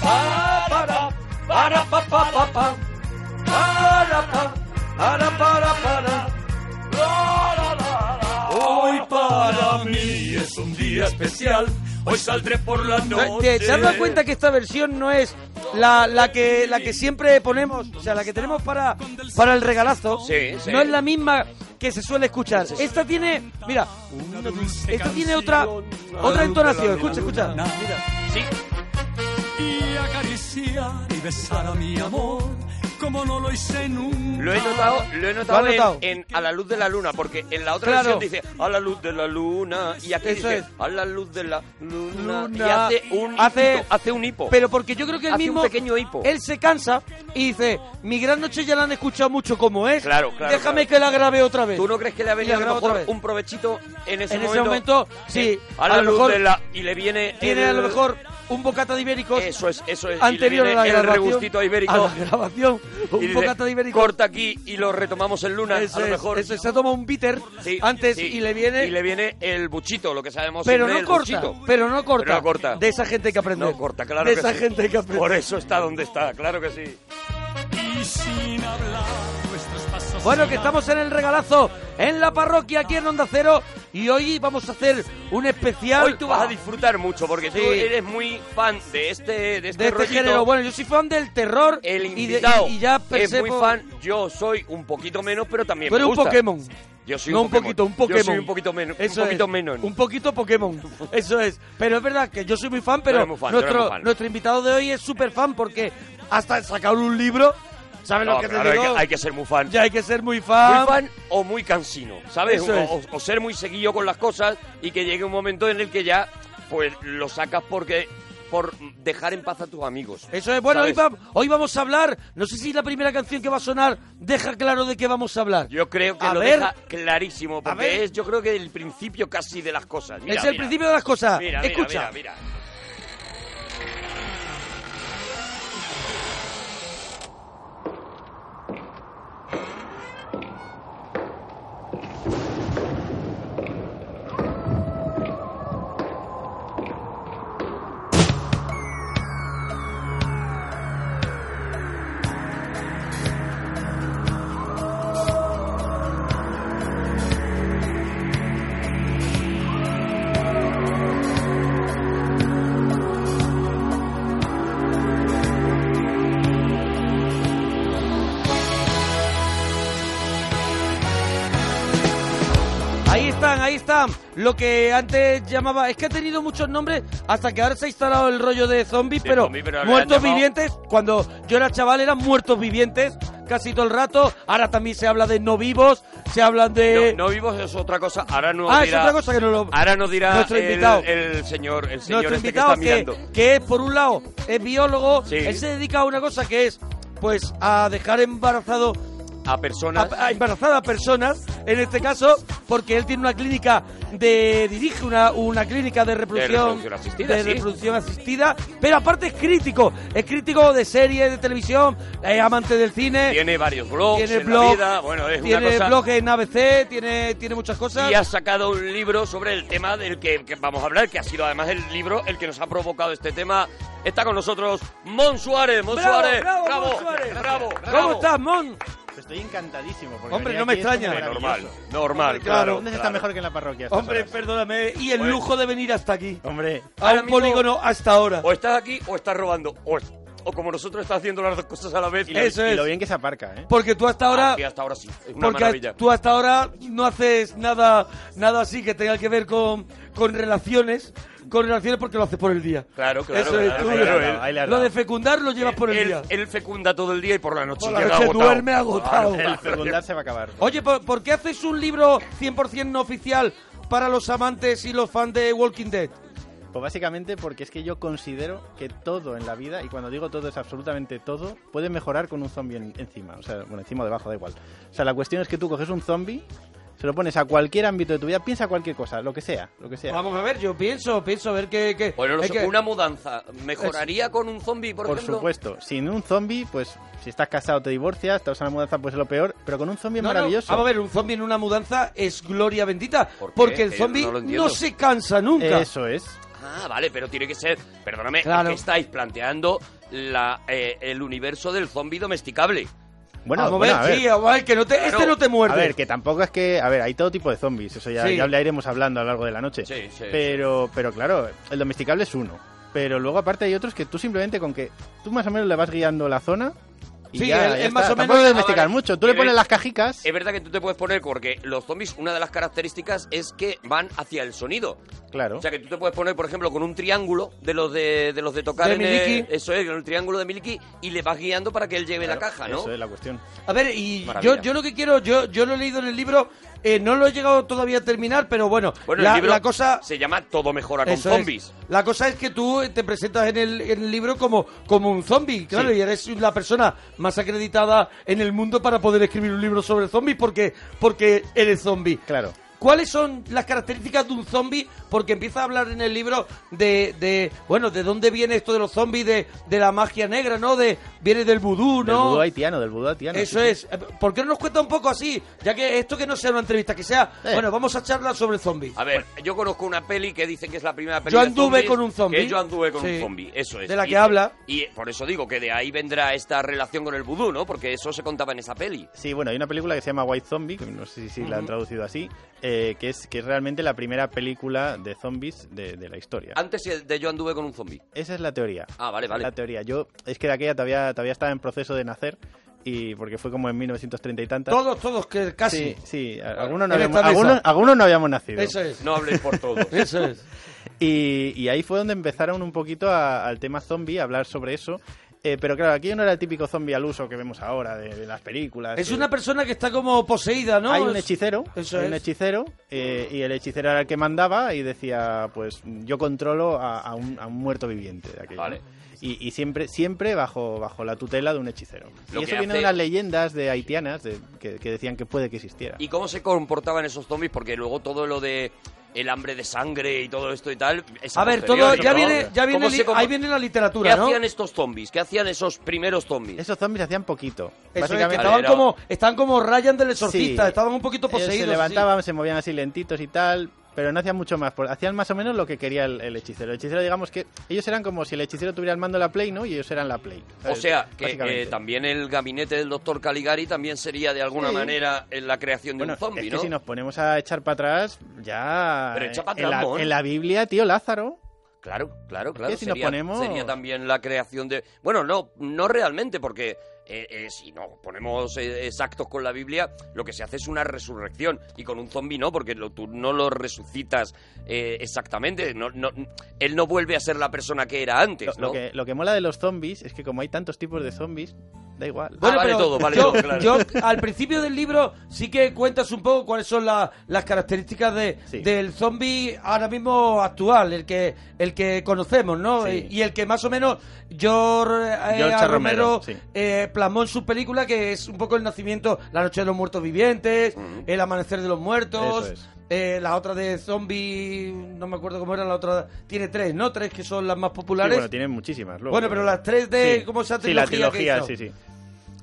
Para, para, pa, pa, pa, pa. Para, pa, para, para, para. La, la, la, la. Hoy para mí es un día especial. Hoy saldré por la noche. ¿Te, eh, te has dado cuenta que esta versión no es la, la que, la que siempre ponemos, o sea, la que tenemos para, para el regalazo? Sí, sí. No es la misma que se suele escuchar. Esta tiene, mira, esta tiene otra otra entonación. Escucha, escucha. Mira. Y acariciar y besar a mi amor. Como no lo hice nunca. Lo he notado, lo he notado, Lo has en- notado. En, A la luz de la luna, porque en la otra Claro. versión dice A la luz de la luna y aquí Eso dice es. A la luz de la luna, y Luna. hace un Hace- hito, hace un hipo. Pero porque yo creo que el Hace un mismo pequeño hipo. él se cansa y dice, "Mi gran noche ya la han escuchado mucho como es. Claro, claro, Déjame claro. que la grabe otra vez." ¿Tú no crees que le ha venido Y a la lo grabo otra mejor vez. un provechito en ese en momento? ese momento, sí, a la lo luz mejor de la y le viene tiene el- a lo mejor un bocata de ibéricos eso es eso es y le anterior a viene la el grabación, regustito ibérico a la grabación, y un dice, bocata de ibérico. corta aquí y lo retomamos en luna Eso a lo es, mejor eso es, se toma un bitter Sí, antes sí. y le viene, y le viene el buchito lo que sabemos pero siempre, no el corta, buchito. pero no corta, Pero no corta. De esa gente hay que aprende. No corta, claro De que esa sí. gente hay que aprende. Por eso está donde está, claro que sí. Bueno, que estamos en el regalazo en la parroquia aquí en Onda Cero y hoy vamos a hacer un especial Hoy tú vas a disfrutar mucho porque tú Sí. eres muy fan de este de este, de este rollito. género. Bueno, yo soy fan del terror el y de- invitado y, y ya es muy percebo- fan. Yo soy un poquito menos, pero también Tú eres me un gusta. Pokémon. Yo soy no un un poquito, un Pokémon. Yo soy un poquito menos, un Eso poquito es, menos. Un poquito <laughs> Pokémon. Eso es. Pero es verdad que yo soy muy fan, pero eres muy fan, tú eres nuestro, muy fan. nuestro invitado de hoy es súper fan porque hasta sacaron un libro. ¿Sabes No, Ah, lo que claro, te hay, digo? que, hay que ser muy fan. Ya hay que ser muy fan. Muy fan o muy cansino, ¿sabes? Ah. Eso O, es. o- o ser muy seguido con las cosas y que llegue un momento en el que ya pues lo sacas porque por dejar en paz a tus amigos. Eso es. Bueno, hoy, ¿sabes? va- hoy vamos a hablar. No sé si la primera canción que va a sonar deja claro de qué vamos a hablar. Yo creo que A lo ver. deja clarísimo, ver. porque es yo creo que el principio casi de las cosas. Mira, es el mira. principio de las cosas. Mira, mira, Escucha. mira, mira. Ahí están, ahí están. Lo que antes llamaba. Es que ha tenido muchos nombres hasta que ahora se ha instalado el rollo de zombies, De pero, zombies, pero ahora le muertos han llamado- vivientes. Cuando yo era chaval eran muertos vivientes casi todo el rato. Ahora también se habla de no vivos, se hablan de. No, no vivos es otra cosa. Ahora no Eh, ah, dirá, es otra cosa que no lo. Ahora nos dirá Nuestro el, invitado. el señor, el señor Nuestro este que invitado está que, mirando. que es, por un lado, es biólogo. Sí. Él se dedica a una cosa que es, pues, a dejar embarazado A personas. a, a embarazadas personas, en este caso, porque él tiene una clínica de. dirige una, una clínica de reproducción. reproducción asistida, de sí. reproducción asistida, Pero aparte es crítico. Es crítico de series, de televisión, es amante del cine. tiene varios blogs tiene en blog, la vida. Bueno, es tiene una cosa. blog en ABC, tiene, tiene muchas cosas. y ha sacado un libro sobre el tema del que, que vamos a hablar, que ha sido además el libro el que nos ha provocado este tema. Está con nosotros Mon Suárez. Mon Bravo, Suárez, bravo, bravo, Mon Suárez. bravo, ¿Cómo bravo. estás, Mon? Estoy encantadísimo. Porque Hombre, venir no me aquí es como extraña. Hombre, normal, maravilloso. normal, Hombre, claro. ¿Dónde se está claro. mejor que en la parroquia? a estas Hombre, horas? perdóname, y el Oye. lujo de venir hasta aquí. Hombre, A Ahora un mismo- polígono hasta ahora. O estás aquí o estás robando. O, o como nosotros está haciendo las dos cosas a la vez. y lo, Eso y es. lo bien que se aparca, ¿eh? Porque tú hasta ahora Aquí hasta ahora sí. es Una Porque maravilla. tú hasta ahora no haces nada, nada así que tenga que ver con, con relaciones, con relaciones porque lo haces por el día. Claro, claro, Eso es, claro, tú ahí le has lo- dado, ahí le has lo de dado. fecundar lo llevas por el él, día. él fecunda todo el día y por la noche Por la llega noche agotado. Ah, duerme agotado. Claro, <laughs> El claro. fecundar se va a acabar. <laughs> Oye, ¿por, por qué haces un libro 100% no oficial para los amantes y los fans de Walking Dead? Pues básicamente porque es que yo considero que todo en la vida, y cuando digo todo es absolutamente todo, puede mejorar con un zombie en- encima. O sea, bueno, encima o debajo, da igual. O sea, la cuestión es que tú coges un zombie, se lo pones a cualquier ámbito de tu vida, piensa cualquier cosa, lo que sea, lo que sea. Vamos a ver, yo pienso, pienso a ver qué... qué- Bueno, no es sé, que- una mudanza. ¿Mejoraría con un zombie, por, Por ejemplo? supuestro, sin un zombie, pues si estás casado te divorcias, te vas a la mudanza, pues es lo peor, pero con un zombie es No, no, maravilloso. Vamos a ver, un zombie en una mudanza es gloria bendita, ¿Por qué? porque el Que yo no zombie lo no, entiendo. se cansa nunca. Eso es. Ah, vale, pero tiene que ser. Perdóname, Claro. es que estáis planteando la, eh, el universo del zombie domesticable. Bueno, Ah, vamos bueno, a a ver, ver. sí, vamos a ver, que no te, Claro. este no te muerde. A ver, que tampoco es que. A ver, hay todo tipo de zombies, eso ya, Sí. ya habla- iremos hablando a lo largo de la noche. Sí, sí, Pero, pero claro, el domesticable es uno. Pero luego, aparte, hay otros que tú simplemente con que tú más o menos le vas guiando la zona. Y Sí, ya, él- ya él está. más o Tampoco menos- hay que domesticar Ah, vale. mucho. Tú le Eh, pones las cajicas. Es verdad que tú te puedes poner, porque los zombies, una de las características es que van hacia el sonido. claro. O sea que tú te puedes poner, por ejemplo, con un triángulo de los de, de los de tocar De en el- Miliki. eso es, con el triángulo de Miliki y le vas guiando para que él lleve la Claro, caja, ¿no? Eso es la cuestión. A ver, y yo, Maravilla. yo lo que quiero, yo, yo lo he leído en el libro, eh, no lo he llegado todavía a terminar, pero bueno, Bueno, la, el libro la cosa... se llama Todo mejora con eso es. zombies. La cosa es que tú te presentas en el, en el libro como, como un zombie, claro, y eres la persona más acreditada en el mundo para poder escribir un libro sobre zombies porque, porque eres zombie. Claro. ¿Cuáles son las características de un zombie? Porque empieza a hablar en el libro de, de bueno, de dónde viene esto de los zombies, de, de la magia negra, ¿no? De, viene del vudú, Del ¿no? vudú haitiano, del vudú haitiano. Eso sí, sí. es. Eh, ¿Por qué no nos cuenta un poco así? Ya que esto que no sea una entrevista, que sea, Eh. bueno, vamos a charlar sobre zombies. A ver, yo conozco una peli que dicen que es la primera peli Yo de anduve zombies, con un zombi. Que yo anduve con Sí. un zombie, eso es. De la que dice. habla. Y por eso digo que de ahí vendrá esta relación con el vudú, ¿no? Porque eso se contaba en esa peli. Sí, bueno, hay una película que se llama White Zombie, que no sé si la han traducido así, eh, que, es, que es realmente la primera película de zombies de, de la historia. Antes de yo anduve con un zombie. Esa es la teoría. Ah, vale, vale. La teoría. Yo, es que de aquella todavía, todavía estaba en proceso de nacer, y porque fue como en 1930 y tantas. Todos, todos, que casi. Sí, sí, a- algunos En no, habíamos, esta mesa. algunos, algunos no habíamos nacido. Eso es. No habléis por <laughs> todo. Eso es. <laughs> Y, y ahí fue donde empezaron un poquito a- al tema zombie, a hablar sobre eso. Eh, pero claro, aquí no era el típico zombie al uso que vemos ahora de, de las películas. Es que- una persona que está como poseída, ¿no? Hay un Es- hechicero, Eso hay es. un hechicero eh, y el hechicero era el que mandaba y decía, pues yo controlo a, a un, a un muerto viviente. de aquello, Vale. ¿no? Y, y siempre, siempre bajo, bajo la tutela de un hechicero. Lo y que eso hace- viene de unas leyendas de haitianas de- que, que decían que puede que existiera. ¿Y cómo se comportaban esos zombies? Porque luego todo lo de el hambre de sangre y todo esto y tal. es A ver, todo, posterior, ya ¿no? viene, ya viene, ¿Cómo li- se compo- ahí viene la ¿Qué literatura, ¿no? hacían estos zombies? ¿Qué hacían esos primeros zombies? Esos zombies hacían poquito. Eso es, que Básicamente estaban Era- como, estaban como Ryan del exorcista, Sí. estaban un poquito ellos poseídos. se así. levantaban, se movían así lentitos y tal, pero no hacían mucho más. por- Hacían más o menos lo que quería el, el hechicero. El hechicero, digamos que ellos eran como si el hechicero tuviera el mando de la Play, ¿no? Y ellos eran la Play. O ¿sabes? sea, que Básicamente. eh, también el gabinete del doctor Caligari también sería de alguna Sí. manera en la creación de Bueno, un zombie, es que ¿no? si nos ponemos a echar para atrás, ya. Pero echa pa' en, atrás, la, mon. en la Biblia, tío Lázaro. Claro, claro, claro. si nos sería, ponemos- sería también la creación de... Bueno, no, no realmente, porque eh, eh, si no ponemos eh, exactos con la Biblia, lo que se hace es una resurrección. Y con un zombi no, porque lo- tú no lo resucitas eh, exactamente. No, no- él no vuelve a ser la persona que era Lo, antes, lo ¿no? que, lo que mola de los zombies es que como hay tantos tipos de zombies, da igual. Bueno, Ah, vale pero todo, vale yo, todo, claro. yo, al principio del libro sí que cuentas un poco cuáles son la- las características de, del zombie ahora mismo actual, el que el que conocemos, ¿no? Sí. Y, y el que más o menos George, eh, George A. Romero, Romero, sí. eh, plasmó en su película, que es un poco el nacimiento, la noche de los muertos vivientes, el amanecer de los muertos. Eso es. eh, la otra de zombie, no me acuerdo cómo era la otra. Tiene tres, ¿no? Tres que son las más populares. Sí, bueno, tienen muchísimas. Luego, Bueno, pero las tres de- Sí. ¿cómo se llama? Sí, la Trilogía que trilogía, hizo. sí, sí.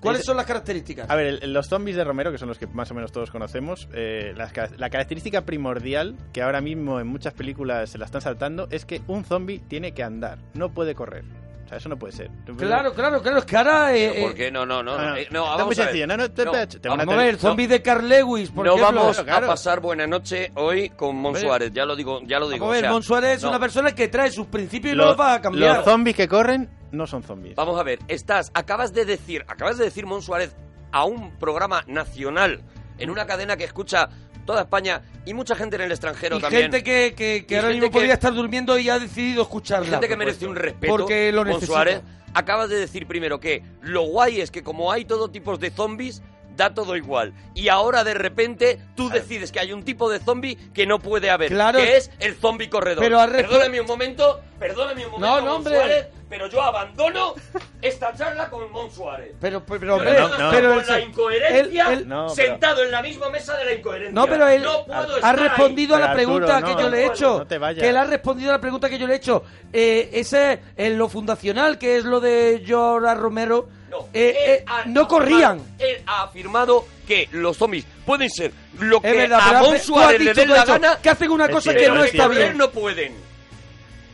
¿Cuáles Es- son las características? A ver, el- los zombies de Romero, que son los que más o menos todos conocemos, eh, las ca- la característica primordial que ahora mismo en muchas películas se la están saltando es que un zombie tiene que andar, no puede correr. O sea, eso no puede ser. Claro, claro, claro, es que ahora... eh, ¿Por eh, qué? No, no, no. Ah, no, no. eh, no, Está vamos muy a ver. sencillo. No, no, te- te- te van Vamos a ver, el zombie de Carl Lewis, por No ejemplo. vamos Claro, a pasar buena noche hoy con Mon Hombre. Suárez, ya lo digo, ya lo Vamos digo. a o ver, sea, Monsuárez es no. una persona que trae sus principios y no Los, los va a cambiar. los zombies que corren no son zombies. Vamos a ver, estás, acabas de decir, acabas de decir, Mon Suárez, a un programa nacional, en una cadena que escucha toda España y mucha gente en el extranjero y también. gente que, que, que Y ahora gente mismo podría que- estar durmiendo y ha decidido escucharla. gente que merece un respeto. Porque lo Mon necesita. Suárez, acabas de decir primero que lo guay es que como hay todo tipos de zombies, da todo igual. Y ahora de repente tú decides que hay un tipo de zombie que no puede haber, Claro. que es el zombie corredor. Pero al resto- Perdóname un momento, perdóname un momento, No, no, Mon hombre. Suárez, pero yo abandono esta charla con Mon Suárez. Pero, pero, pero, Pero hombre, no, no. pero con el- la incoherencia el- el- No, pero- sentado en la misma mesa de la incoherencia. No, pero él No puedo ha estar ahí. respondido a la Pero pregunta Arturo, no, que yo le he no, hecho. no te vayas. que él ha respondido a la pregunta que yo le he hecho. Eh, ese es lo fundacional, que es lo de George A. Romero. No, Eh, él eh, ha no afirmado- corrían. Él ha afirmado que los zombies pueden ser lo que Es verdad, a pero Mon hace- tú Suárez has le dicho den todo la eso, gana, que hacen una Es cosa cierto, que no es está cierto. correr bien. no pueden.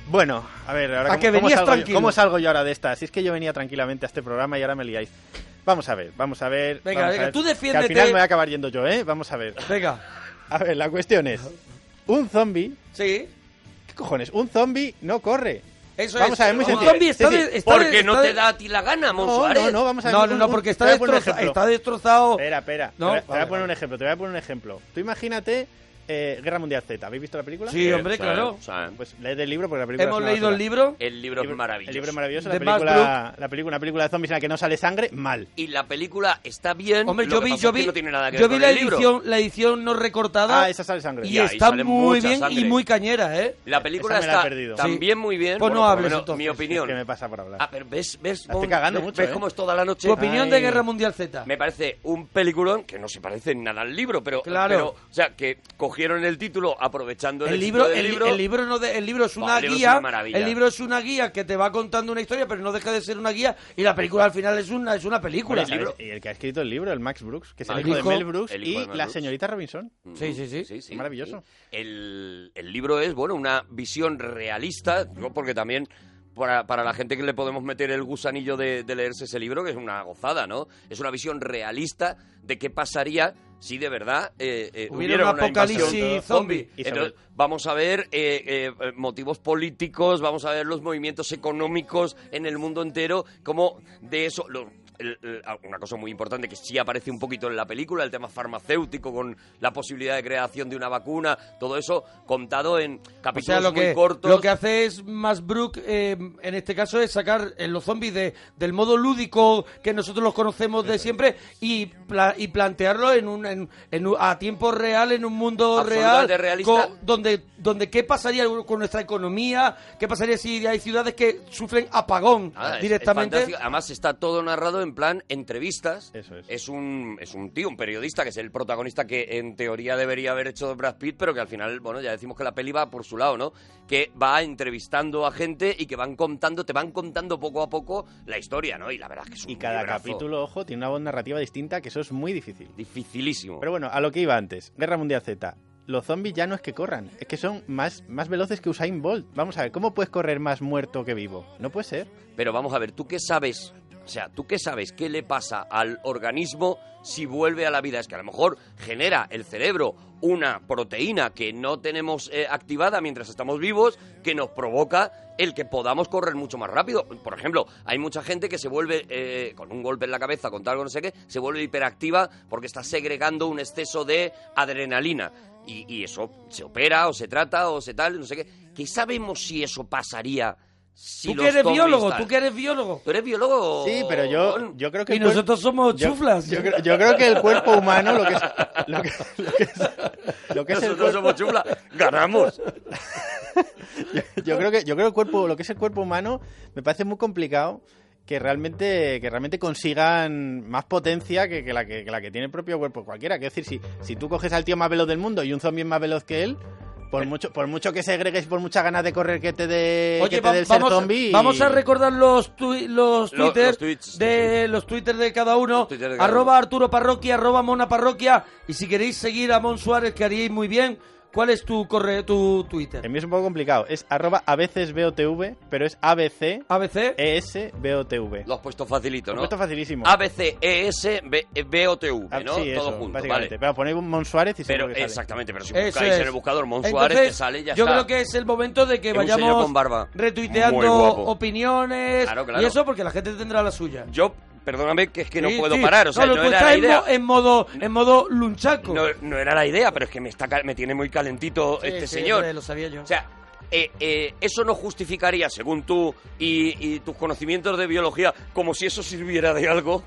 Bueno, a ver, ahora A ¿cómo, que cómo venías salgo yo, tranquilo. cómo salgo yo ahora de esta? Si es que yo venía tranquilamente a este programa y ahora me liáis. Vamos a ver, vamos a ver. Venga, vamos a venga, ver. tú Que al defiéndete. final me voy a acabar yendo yo, ¿eh? Vamos a ver. Venga, A ver, la cuestión es: un zombie. sí. ¿Qué cojones? Un zombie no corre. Eso Vamos es. a ver, muy Un sencillo. zombie Sí, está sí. de- está de- Porque no está de- te da a ti la gana, Mon No, Suárez. no, no, vamos a ver. No, un- no, no, un- porque te está, voy a poner un destroza- ejemplo. está destrozado. Oh, Espera, espera. No, te voy a- te voy vale, a poner un vale. ejemplo, te voy a poner un ejemplo. Tú imagínate eh, Guerra Mundial Z. ¿Habéis visto la película? Sí, hombre, claro. O sea, Pues leed el libro porque la película. Hemos es una leído el basura. libro. el libro es maravilloso. El libro es maravilloso. La De Max película, la película, una película de zombies en la que no sale sangre, mal. y la película está bien. Hombre, lo yo que vi, pasa yo es que vi, no tiene nada que yo ver vi con la el libro. edición, la edición no recortada. Ah, esa sale sangre. y Ya, ahí está sale muy mucha bien y sangre. muy cañera, ¿eh? La película Esa me la he está perdido. también muy bien. Pues no por lo hables, menos, entonces. mi Es que Es opinión. que me pasa por hablar. Ah, pero ves, ves, La estoy cagando ves- mucho, ves ¿eh? cómo es toda la noche. Tu opinión de Ay. Guerra Mundial Z. Me parece un peliculón que no se parece en nada al libro, pero, Claro. pero, o sea, que cogieron el título aprovechando el, El éxito libro, del el, libro. el libro no de- el libro es Buah, una el libro es guía, una maravilla. el libro es una guía que te va contando una historia, pero no deja de ser una guía y la película al final es una es una película. Bueno, ¿sabes? Y el que ha escrito el libro, el Max Brooks, que es el Max hijo de Brooks. Mel Brooks El hijo de y Mel la Brooks. señorita Robinson. Mm, Sí, sí, sí. Maravilloso. sí. El, el libro es, bueno, una visión realista, digo, porque también para, para la gente que le podemos meter el gusanillo de, de leerse ese libro, que es una gozada, ¿no? Es una visión realista de qué pasaría si de verdad eh, eh, Hubiera un apocalipsis zombie. invasión zombie. Y sobre- Entonces, vamos a ver eh, eh, eh, motivos políticos, vamos a ver los movimientos económicos en el mundo entero, como de eso... lo- el- el- ah, una cosa muy importante que sí aparece un poquito en la película, el tema farmacéutico con la posibilidad de creación de una vacuna, todo eso contado en O capítulos sea, lo muy que, cortos. lo que hace es más Brook, eh, en este caso, es sacar eh, los zombies de, del modo lúdico que nosotros los conocemos de siempre y, pla- y plantearlo en un, en, en un- a tiempo real, en un mundo real, Absolutamente realista. con- donde, donde qué pasaría con nuestra economía, qué pasaría si hay ciudades que sufren apagón Nada, es- directamente. es fantástico. Además está todo narrado en plan entrevistas. Eso es. un, es un tío, un periodista, que es el protagonista que en teoría debería haber hecho Brad Pitt, pero que al final, bueno, ya decimos que la peli va por su lado, ¿no? Que va entrevistando a gente y que van contando, te van contando poco a poco la historia, ¿no? Y la verdad es que es un Y cada librazo. capítulo, ojo, tiene una voz narrativa distinta, que eso es muy difícil. Dificilísimo. Pero bueno, a lo que iba antes, Guerra Mundial Z. Los zombies ya no es que corran, es que son más, más veloces que Usain Bolt. Vamos a ver, ¿cómo puedes correr más muerto que vivo? No puede ser. Pero vamos a ver, ¿tú qué sabes? O O sea, ¿tú qué sabes qué le pasa al organismo si vuelve a la vida? Es que a lo mejor genera el cerebro una proteína que no tenemos eh, activada mientras estamos vivos que nos provoca el que podamos correr mucho más rápido. Por ejemplo, hay mucha gente que se vuelve eh, con un golpe en la cabeza, con algo no sé qué, se vuelve hiperactiva porque está segregando un exceso de adrenalina. Y, y eso se opera o se trata o se tal, no sé qué. ¿Qué sabemos si eso pasaría? Si tú los que eres zombies biólogo, tal? tú que eres biólogo. ¿Tú eres biólogo? Sí, pero yo, yo creo que... Y el cuer- nosotros somos yo- chuflas. Yo, creo, yo creo que el cuerpo humano, lo que es... Lo que, lo que es, lo que es el Nosotros somos cuerpo- chufla, ganamos. yo creo que yo creo que el cuerpo lo que es el cuerpo humano me parece muy complicado que realmente que realmente consigan más potencia que, que la que, que la que tiene el propio cuerpo cualquiera que decir si si tú coges al tío más veloz del mundo y un zombie más veloz que él por mucho por mucho que segregues por muchas ganas de correr que te dé que Oye, te va- dé el ser vamos, zombie vamos a y- recordar los, tui- los Lo- los Twitter tweets, de los Twitter de cada uno. Twitter de cada arroba Arturo Parroquia, arroba Mona Parroquia. Y si queréis seguir a Mon Suárez, que haríais muy bien, ¿cuál es tu correo, tu Twitter? el mío es un poco complicado es arroba a veces BOTV, pero es abc ABC. E esbotv Lo has puesto facilito, lo ¿no? he puesto facilísimo Ah, E, ABCESBOTV, ¿no? sí, eso, Todo junto, básicamente. vale. Pero ponéis un Mon Suárez y seguro Pero, que sale. exactamente, pero si Eso buscáis es. en el buscador Mon Entonces, Suárez, te sale y ya yo está. creo que es el momento de que Es un señor vayamos con barba. Muy retuiteando guapo. opiniones Claro, claro. y eso porque la gente tendrá la suya. Yo, perdóname, que es que no Sí, puedo sí. parar, o sea, no, no, tú era estás la en, idea. mo- eh, en modo en modo lunchaco. No, no era la idea, pero es que me, está, cal- me tiene muy calentito Sí, este sí, señor. hombre, Lo sabía yo. O sea, eh, eh, eso no justificaría, según tú y, y tus conocimientos de biología, como si eso sirviera de <laughs> algo.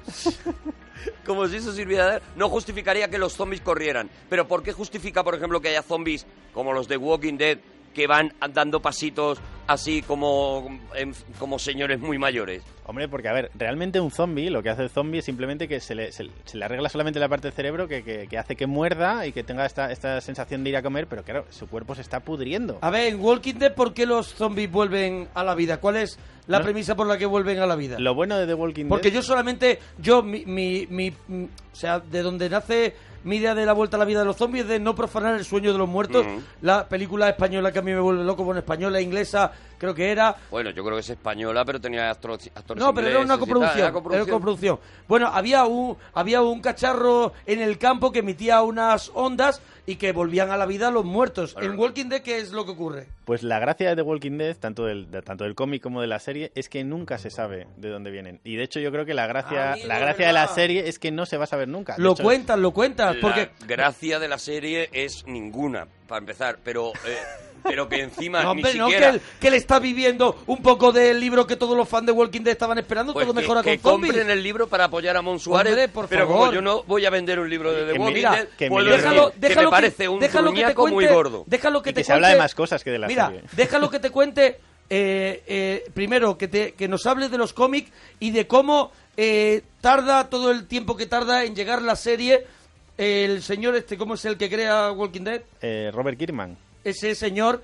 como si eso sirviera de algo. No justificaría que los zombies corrieran. Pero ¿por qué justifica, por ejemplo, que haya zombies como los de Walking Dead que van dando pasitos así como, en- como señores muy mayores? Hombre, porque a ver, realmente un zombie, lo que hace el zombie es simplemente que se le, se, le- se le arregla solamente la parte del cerebro que, que- que hace que muerda y que tenga esta, esta sensación de ir a comer, pero claro, su cuerpo se está pudriendo. A ver, en Walking Dead, ¿por qué los zombies vuelven a la vida? ¿Cuál es la No. premisa por la que vuelven a la vida? Lo bueno de The Walking Porque yo Dead... solamente, yo, mi, mi, mi- mm, o sea, de donde nace mi idea de la vuelta a la vida de los zombies, de no profanar el sueño de los muertos, la película española que a mí me vuelve loco, bueno, española, inglesa, creo que era, Bueno, yo creo que es española, pero tenía actro- actores no, pero era una ingleses y tal. coproducción. Era coproducción. Bueno, había un, había un cacharro en el campo que emitía unas ondas y que volvían a la vida los muertos. En Walking Dead, ¿qué es lo que ocurre? Pues la gracia de The Walking Dead, tanto del, de- tanto del cómic como de la serie, es que nunca se sabe de dónde vienen. Y de hecho yo creo que la gracia, Amigo, la gracia de la ¿verdad? serie es que no se va a saber nunca. De Lo hecho, cuentas, lo cuentas, Ah, porque... La gracia de la serie es ninguna, para empezar, pero, eh, pero que encima <laughs> No, ni hombre, no, que siquiera... él, que él está viviendo un poco del libro que todos los fans de Walking Dead estaban esperando, pues todo que, mejora que con zombies. compren el libro para apoyar a Mon Suárez, Hombre, por pero favor. como yo no voy a vender un libro de The Que me- Walking mira, Dead, que me puedo lo decir Déjalo- que me parece un déjalo que te gruñaco muy cuente- gordo. Déjalo que Y te que se habla de cuente- más cosas que de la Mira, serie. <laughs> déjalo que te cuente eh, eh, primero que, te, que nos hables de los cómics y de cómo eh, tarda todo el tiempo que tarda en llegar la serie. El señor este, ¿cómo es el que crea Walking Dead? eh, Robert Kirkman. Ese señor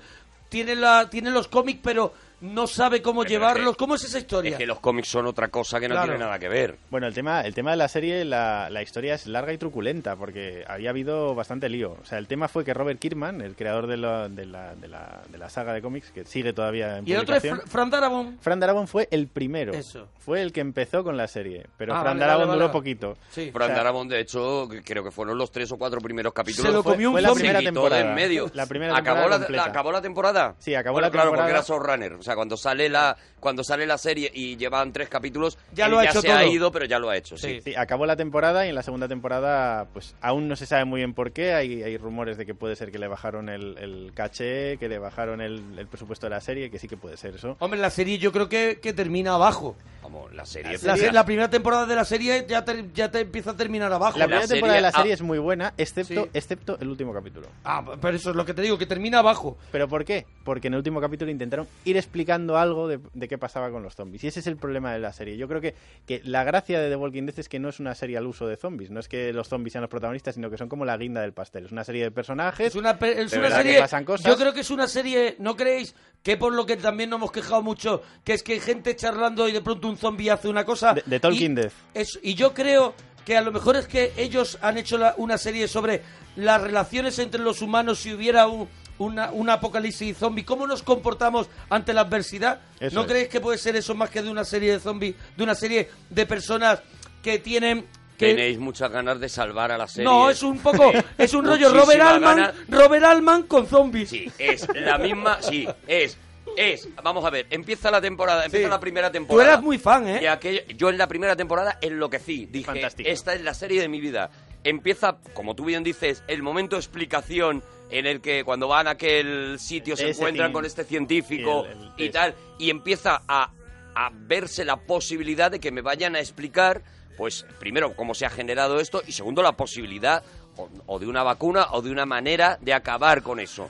tiene, la, tiene los cómics, pero no sabe cómo Pero es llevarlos. que- ¿Cómo es esa historia? Es que los cómics son otra cosa que no Claro. tiene nada que ver. Bueno, el tema, el tema de la serie, la, la historia es larga y truculenta, porque había habido bastante lío. O sea, el tema fue que Robert Kirkman, el creador de la, de la, de la, de la saga de cómics, que sigue todavía en y el otro es publicación... Fra- Fran Darabont. Fran Darabont fue el primero. Eso. Fue el que empezó con la serie, pero Ah, Fran vale, Darabont vale, duró vale. poquito. Sí. Fran O sea- Darabont, de hecho, creo que fueron los tres o cuatro primeros capítulos. Se lo Fue- comió un fue la zombie. primera Se quitó de temporada. en medio. La primera acabó, temporada la, completa. la- acabó la temporada. Sí, acabó Bueno, la Claro, porque temporada. era showrunner. O sea, cuando sale la cuando sale la serie y llevan tres capítulos, Ya él lo ha ya hecho se todo. ha ido, pero ya lo ha hecho. Sí. Sí, acabó la temporada y en la segunda temporada, pues aún no se sabe muy bien por qué. Hay, hay rumores de que puede ser que le bajaron el, el caché, que le bajaron el, el presupuesto de la serie, que sí que puede ser eso. Hombre, la serie yo creo que, que termina abajo. Vamos, la serie. La, fue- se- la primera temporada de la serie ya te, ya te empieza a terminar abajo. La La primera serie- temporada de la ah. serie es muy buena, excepto, Sí. excepto el último capítulo. Ah, pero eso es lo que te digo, que termina abajo. ¿Pero por qué? Porque en el último capítulo intentaron ir explicando algo de, de qué pasaba con los zombies. Y ese es el problema de la serie. Yo creo que, que la gracia de The Walking Dead es que no es una serie al uso de zombies. No es que los zombies sean los protagonistas, sino que son como la guinda del pastel. Es una serie de personajes. Es una, pe- es De una verdad que serie. pasan cosas. Yo creo que es una serie, ¿no creéis? Que por lo que también nos hemos quejado mucho, que es que hay gente charlando y de pronto un zombie hace una cosa. De- de Talking y, Dead. es- y yo creo que a lo mejor es que ellos han hecho la- una serie sobre las relaciones entre los humanos si hubiera un, una, un apocalipsis zombie, cómo nos comportamos ante la adversidad. Eso ¿No es. creéis que puede ser eso más que de una serie de zombies, de una serie de personas que tienen... que Tenéis muchas ganas de salvar a la serie. No, es un poco, es un rollo Muchísima Robert Altman, gana. Robert Altman con zombies. Es la misma, sí, es. Es, vamos a ver, empieza la temporada, empieza la primera Tú temporada. eras muy fan, ¿eh? Y aquello- yo en la primera temporada enloquecí. Dije, esta es la serie de mi vida. Empieza, como tú bien dices, el momento explicación en el que cuando van a aquel sitio se Ese encuentran cien- con este científico y el- el- y ese. tal, y empieza a, a verse la posibilidad de que me vayan a explicar, pues, primero, cómo se ha generado esto y segundo, la posibilidad o, o de una vacuna o de una manera de acabar con eso.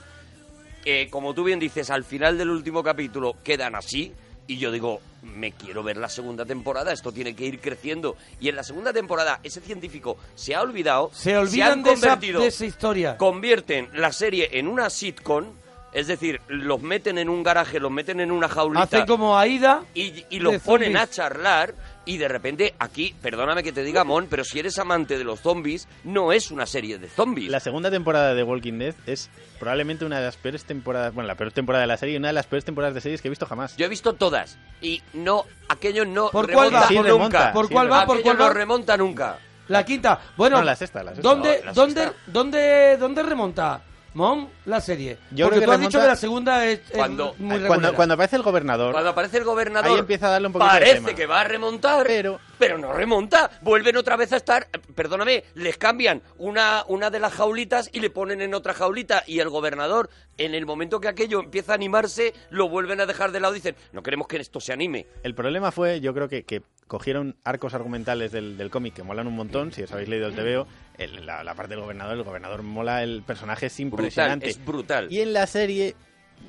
Eh, como tú bien dices, al final del último capítulo quedan así. Y yo digo, me quiero ver la segunda temporada, esto tiene que ir creciendo. Y en la segunda temporada, ese científico se ha olvidado. Se olvidan han de, esa, convertido- de esa historia. Convierten la serie en una sitcom, es decir, los meten en un garaje, los meten en una jaulita. Hacen como Aida. y, y los de ponen zombies. a charlar y de repente aquí, perdóname que te diga Mon, pero si eres amante de los zombies, no es una serie de zombies. La segunda temporada de Walking Dead es probablemente una de las peores temporadas, bueno, la peor temporada de la serie, y una de las peores temporadas de series que he visto jamás. Yo he visto todas y no, aquello no ¿Por cuál remonta va? Sí, nunca. remonta, ¿Por sí, cuál va? ¿Por Aquello cuál no va? remonta nunca. La quinta. Bueno, No, la sexta, la sexta. ¿dónde, No, la dónde, sexta. dónde, dónde remonta, Mom, la serie? Yo Porque creo que tú has dicho remonta- que la segunda es, es Cuando- muy Cuando, regulera. cuando aparece el gobernador, Cuando aparece el gobernador, Ahí empieza a darle un poquito de parece tema. que va a remontar, pero... no remonta. Vuelven otra vez a estar, eh, perdóname, les cambian una, una de las jaulitas y le ponen en otra jaulita. Y el gobernador, en el momento que aquello empieza a animarse, lo vuelven a dejar de lado y dicen, no queremos que esto se anime. el problema fue, yo creo que, que cogieron arcos argumentales del, del cómic que molan un montón, si os habéis leído el TVO, el- la, la parte del gobernador, el gobernador mola, el personaje es Brutal, impresionante. es brutal. Y en la serie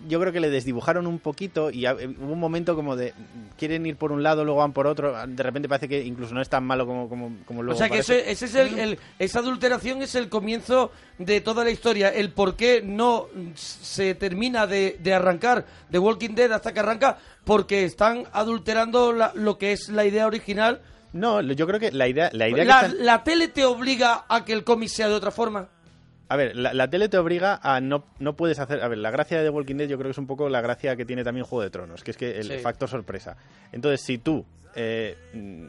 yo creo que le desdibujaron un poquito y ha- eh, hubo un momento como de mm, quieren ir por un lado, luego van por otro, de repente parece que incluso no es tan malo como, como, como O luego sea que parece. ese, ese es el, el- esa adulteración es el comienzo de toda la historia, el por qué no se termina de, de arrancar de Walking Dead hasta que arranca, porque están adulterando la- lo que es la idea original. No, lo- yo creo que la idea, la idea La, que están- la tele te obliga a que el cómic sea de otra forma. A ver, la, la tele te obliga a no, no puedes hacer... A ver, la gracia de The Walking Dead yo creo que es un poco la gracia que tiene también Juego de Tronos, que es que el Sí. factor sorpresa. Entonces, si tú eh, mm,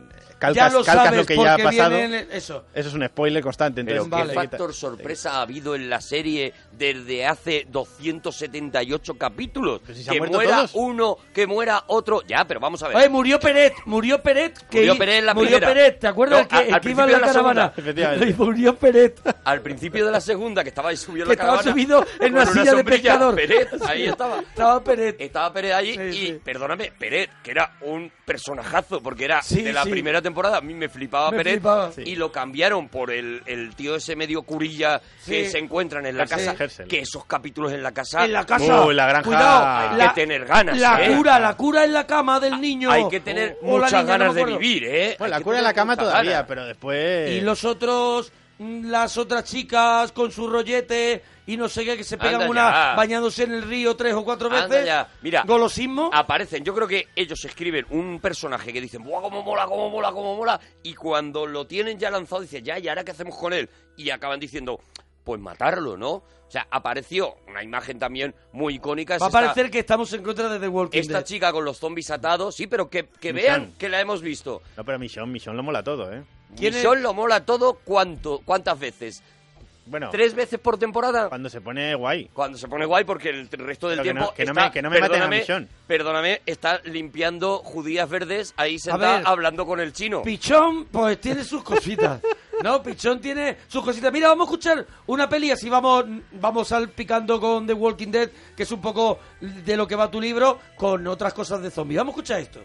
ya calcas, lo calcas sabes lo que ya ha porque pasado... viene el- eso. Eso es un spoiler constante. Pero qué Entonces, te quita- factor sorpresa ha habido en la serie desde hace 278 capítulos. si se han que muerto muera todos. uno, que muera otro. Ya, pero vamos a ver. Oye, murió Peret, murió Peret. Que Murió i- Peret en la murió primera. Peret, ¿te acuerdas? No, que, a- el al que iba en principio la de la caravana. segunda, efectivamente. <laughs> Y murió Peret. Al principio de la segunda, que estaba subido en Que la estaba caravana, subido en con una silla de sombrilla, pescador. <laughs> Peret, ahí estaba. Estaba Peret. Estaba Pérez allí Sí, y, sí. perdóname, Pérez, que era un personajazo, porque era Sí, de la sí. primera temporada, a mí me flipaba Me Pérez, flipaba. y lo cambiaron por el, el tío ese medio curilla que Sí. se encuentran en la Hersel, casa, Hersel. que esos capítulos en la casa... En la casa. Uy, la granja. Cuidado, Hay la- que tener ganas, La ¿eh? cura, la cura en la cama del niño. Hay que tener O la muchas niña, no me ganas de acuerdo. vivir, ¿eh? Bueno, Hay la que cura en tener la cama muchas todavía, ganas. pero después... Y los otros, mm, las otras chicas con su rollete y no sé qué, que se pegan Anda una ya. bañándose en el río tres o cuatro Anda veces. ya. Mira. Golosismo. aparecen. Yo creo que ellos escriben un personaje que dicen, ¡buah, cómo mola, cómo mola, cómo mola! Y cuando lo tienen ya lanzado, dicen, ya, ¿y ahora qué hacemos con él? Y acaban diciendo, pues matarlo, ¿no? O sea, apareció una imagen también muy icónica. es Va a esta- parecer que estamos en contra de The Walking Esta Dead. chica con los zombies atados, sí, pero que, que Michonne. vean que la hemos visto. No, pero Michonne, Michonne lo mola todo, ¿eh? ¿Quién es? Michonne lo mola todo, ¿cuánto, ¿cuántas veces? Bueno, ¿Tres veces por temporada? cuando se pone guay. Cuando se pone guay, porque el resto del Pero que no- tiempo. que no está- me- que no me maten a perdóname, Michonne. Perdóname, está limpiando judías verdes ahí sentada ver. hablando con el chino. Pichón, pues tiene sus cositas. No, Pichón tiene sus cositas. Mira, vamos a escuchar una peli, así vamos, vamos salpicando con The Walking Dead, que es un poco de lo que va tu libro, con otras cosas de zombies. Vamos a escuchar esto.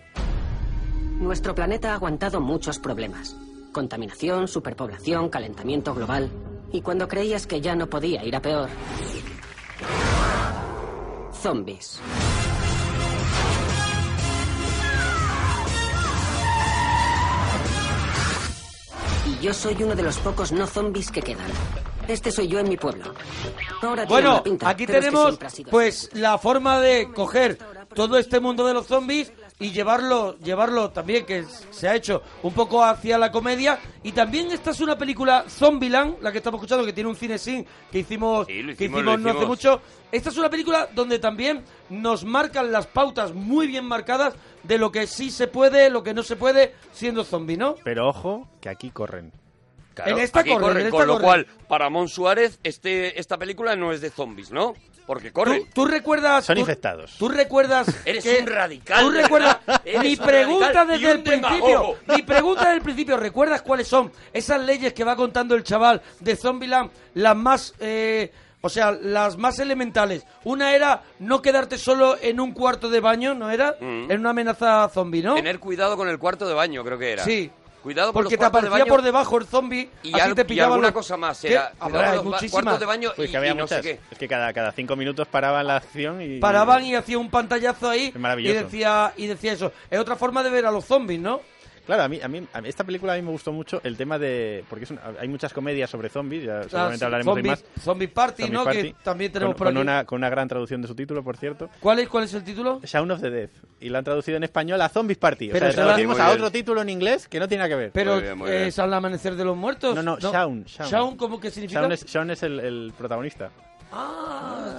Nuestro planeta ha aguantado muchos problemas. Contaminación, superpoblación, calentamiento global. Y cuando creías que ya no podía ir a peor... Zombies. Y yo soy uno de los pocos no zombies que quedan. Este soy yo en mi pueblo. Ahora tiene Bueno, mala pinta, aquí pero es que tenemos siempre ha sido así. pues la forma de coger todo este mundo de los zombies y llevarlo, llevarlo también, que s- se ha hecho un poco hacia la comedia. Y también esta es una película Zombieland, la que estamos escuchando, que tiene un cine sin, que hicimos, que hicimos, lo hicimos no hace hicimos. mucho. Esta es una película donde también nos marcan las pautas muy bien marcadas de lo que sí se puede, lo que no se puede, siendo zombie, ¿no? Pero ojo, que aquí corren. En esta aquí corren, corren, en esta con lo corren. cual, para Mon Suárez, este, esta película no es de zombies, ¿no? Porque corren. ¿Tú recuerdas? Son tú- infectados. ¿Tú recuerdas? <laughs> Eres que- un radical, ¿Tú de recuerdas? verdad. Eres Mi un pregunta radical y desde el un demagogo. principio. Mi pregunta desde el principio. ¿Recuerdas cuáles son esas leyes que va contando el chaval de Zombieland? Las más. eh, o sea, las más elementales. Una era no quedarte solo en un cuarto de baño, ¿no era? Mm. En una amenaza zombie, ¿no? Tener cuidado con el cuarto de baño, creo que era. Sí. Cuidado con Porque te los cuartos de aparecía baño. por debajo el zombie Y así al- te y pillaban alguna los- cosa más, ¿Qué? era- Habrá, cuidado hay con los ba- muchísimas. cuartos de baño Pues y- que había y no muchas. sé qué. Es que cada, cada cinco minutos paraban la acción y. paraban y hacía un pantallazo ahí Es y maravilloso. decía y decía eso es otra forma de ver a los zombies no Claro, a mí, a mí, a mí- esta película a mí me gustó mucho el tema de. Porque es un- hay muchas comedias sobre zombies, ya seguramente Ah, sí, hablaremos de zombie- más. Zombie Party, ¿no? Que también tenemos con, por con aquí. Una, con una gran traducción de su título, por cierto. ¿Cuál es, ¿Cuál es el título? Shaun of the Dead. Y la han traducido en español a Zombies Party. Pero o se la- sea, traducimos Muy a bien. otro título en inglés que no tiene nada que ver. pero es al amanecer de los muertos No, no, Shaun. Shaun, Shaun, cómo que significa Shaun es, Shaun es el, el protagonista. ah,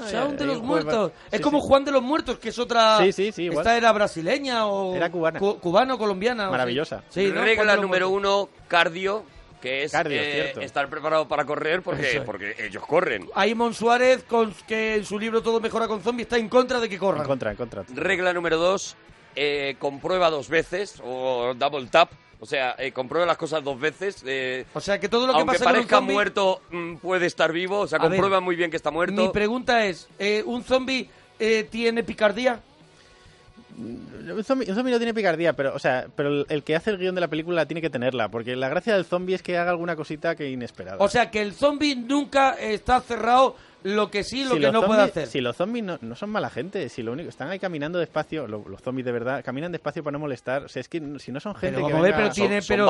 Ah, Shaun ya, de hay los un juego de- muertos es sí, como sí. Juan de los muertos que es otra Sí, sí, sí, igual. esta era brasileña o Era cubana. cu- cubano colombiana o sí. Maravillosa. Sí, ¿no? Juan de Regla los número muertos. uno, cardio, que es Cardio, eh, cierto. estar preparado para correr porque, Eso es. porque ellos corren. ahí Mon Suárez con que en su libro todo mejora con zombies está en contra de que corran en contra en contra Regla número dos, eh, comprueba dos veces o double tap. O sea, eh, comprueba las cosas dos veces. eh, o sea que todo lo que aunque pasa con un parezca zombie- muerto, mm, puede estar vivo. O sea, A ver, comprueba muy bien que está muerto. Mi pregunta es, eh, ¿un zombie eh, tiene picardía? Un zombie, no tiene picardía, pero, o sea, pero el, el que hace el guión de la película tiene que tenerla, porque la gracia del zombie es que haga alguna cosita que inesperada. O sea, que el zombie nunca está cerrado lo que sí, lo Si que los no puede zombies- hacer. Si los zombies no, no son mala gente, si lo único, están ahí caminando despacio, lo- los zombies de verdad, caminan despacio para no molestar, o sea, es que no- si no son gente Pero que vamos a ver, venga- pero tienen, pero,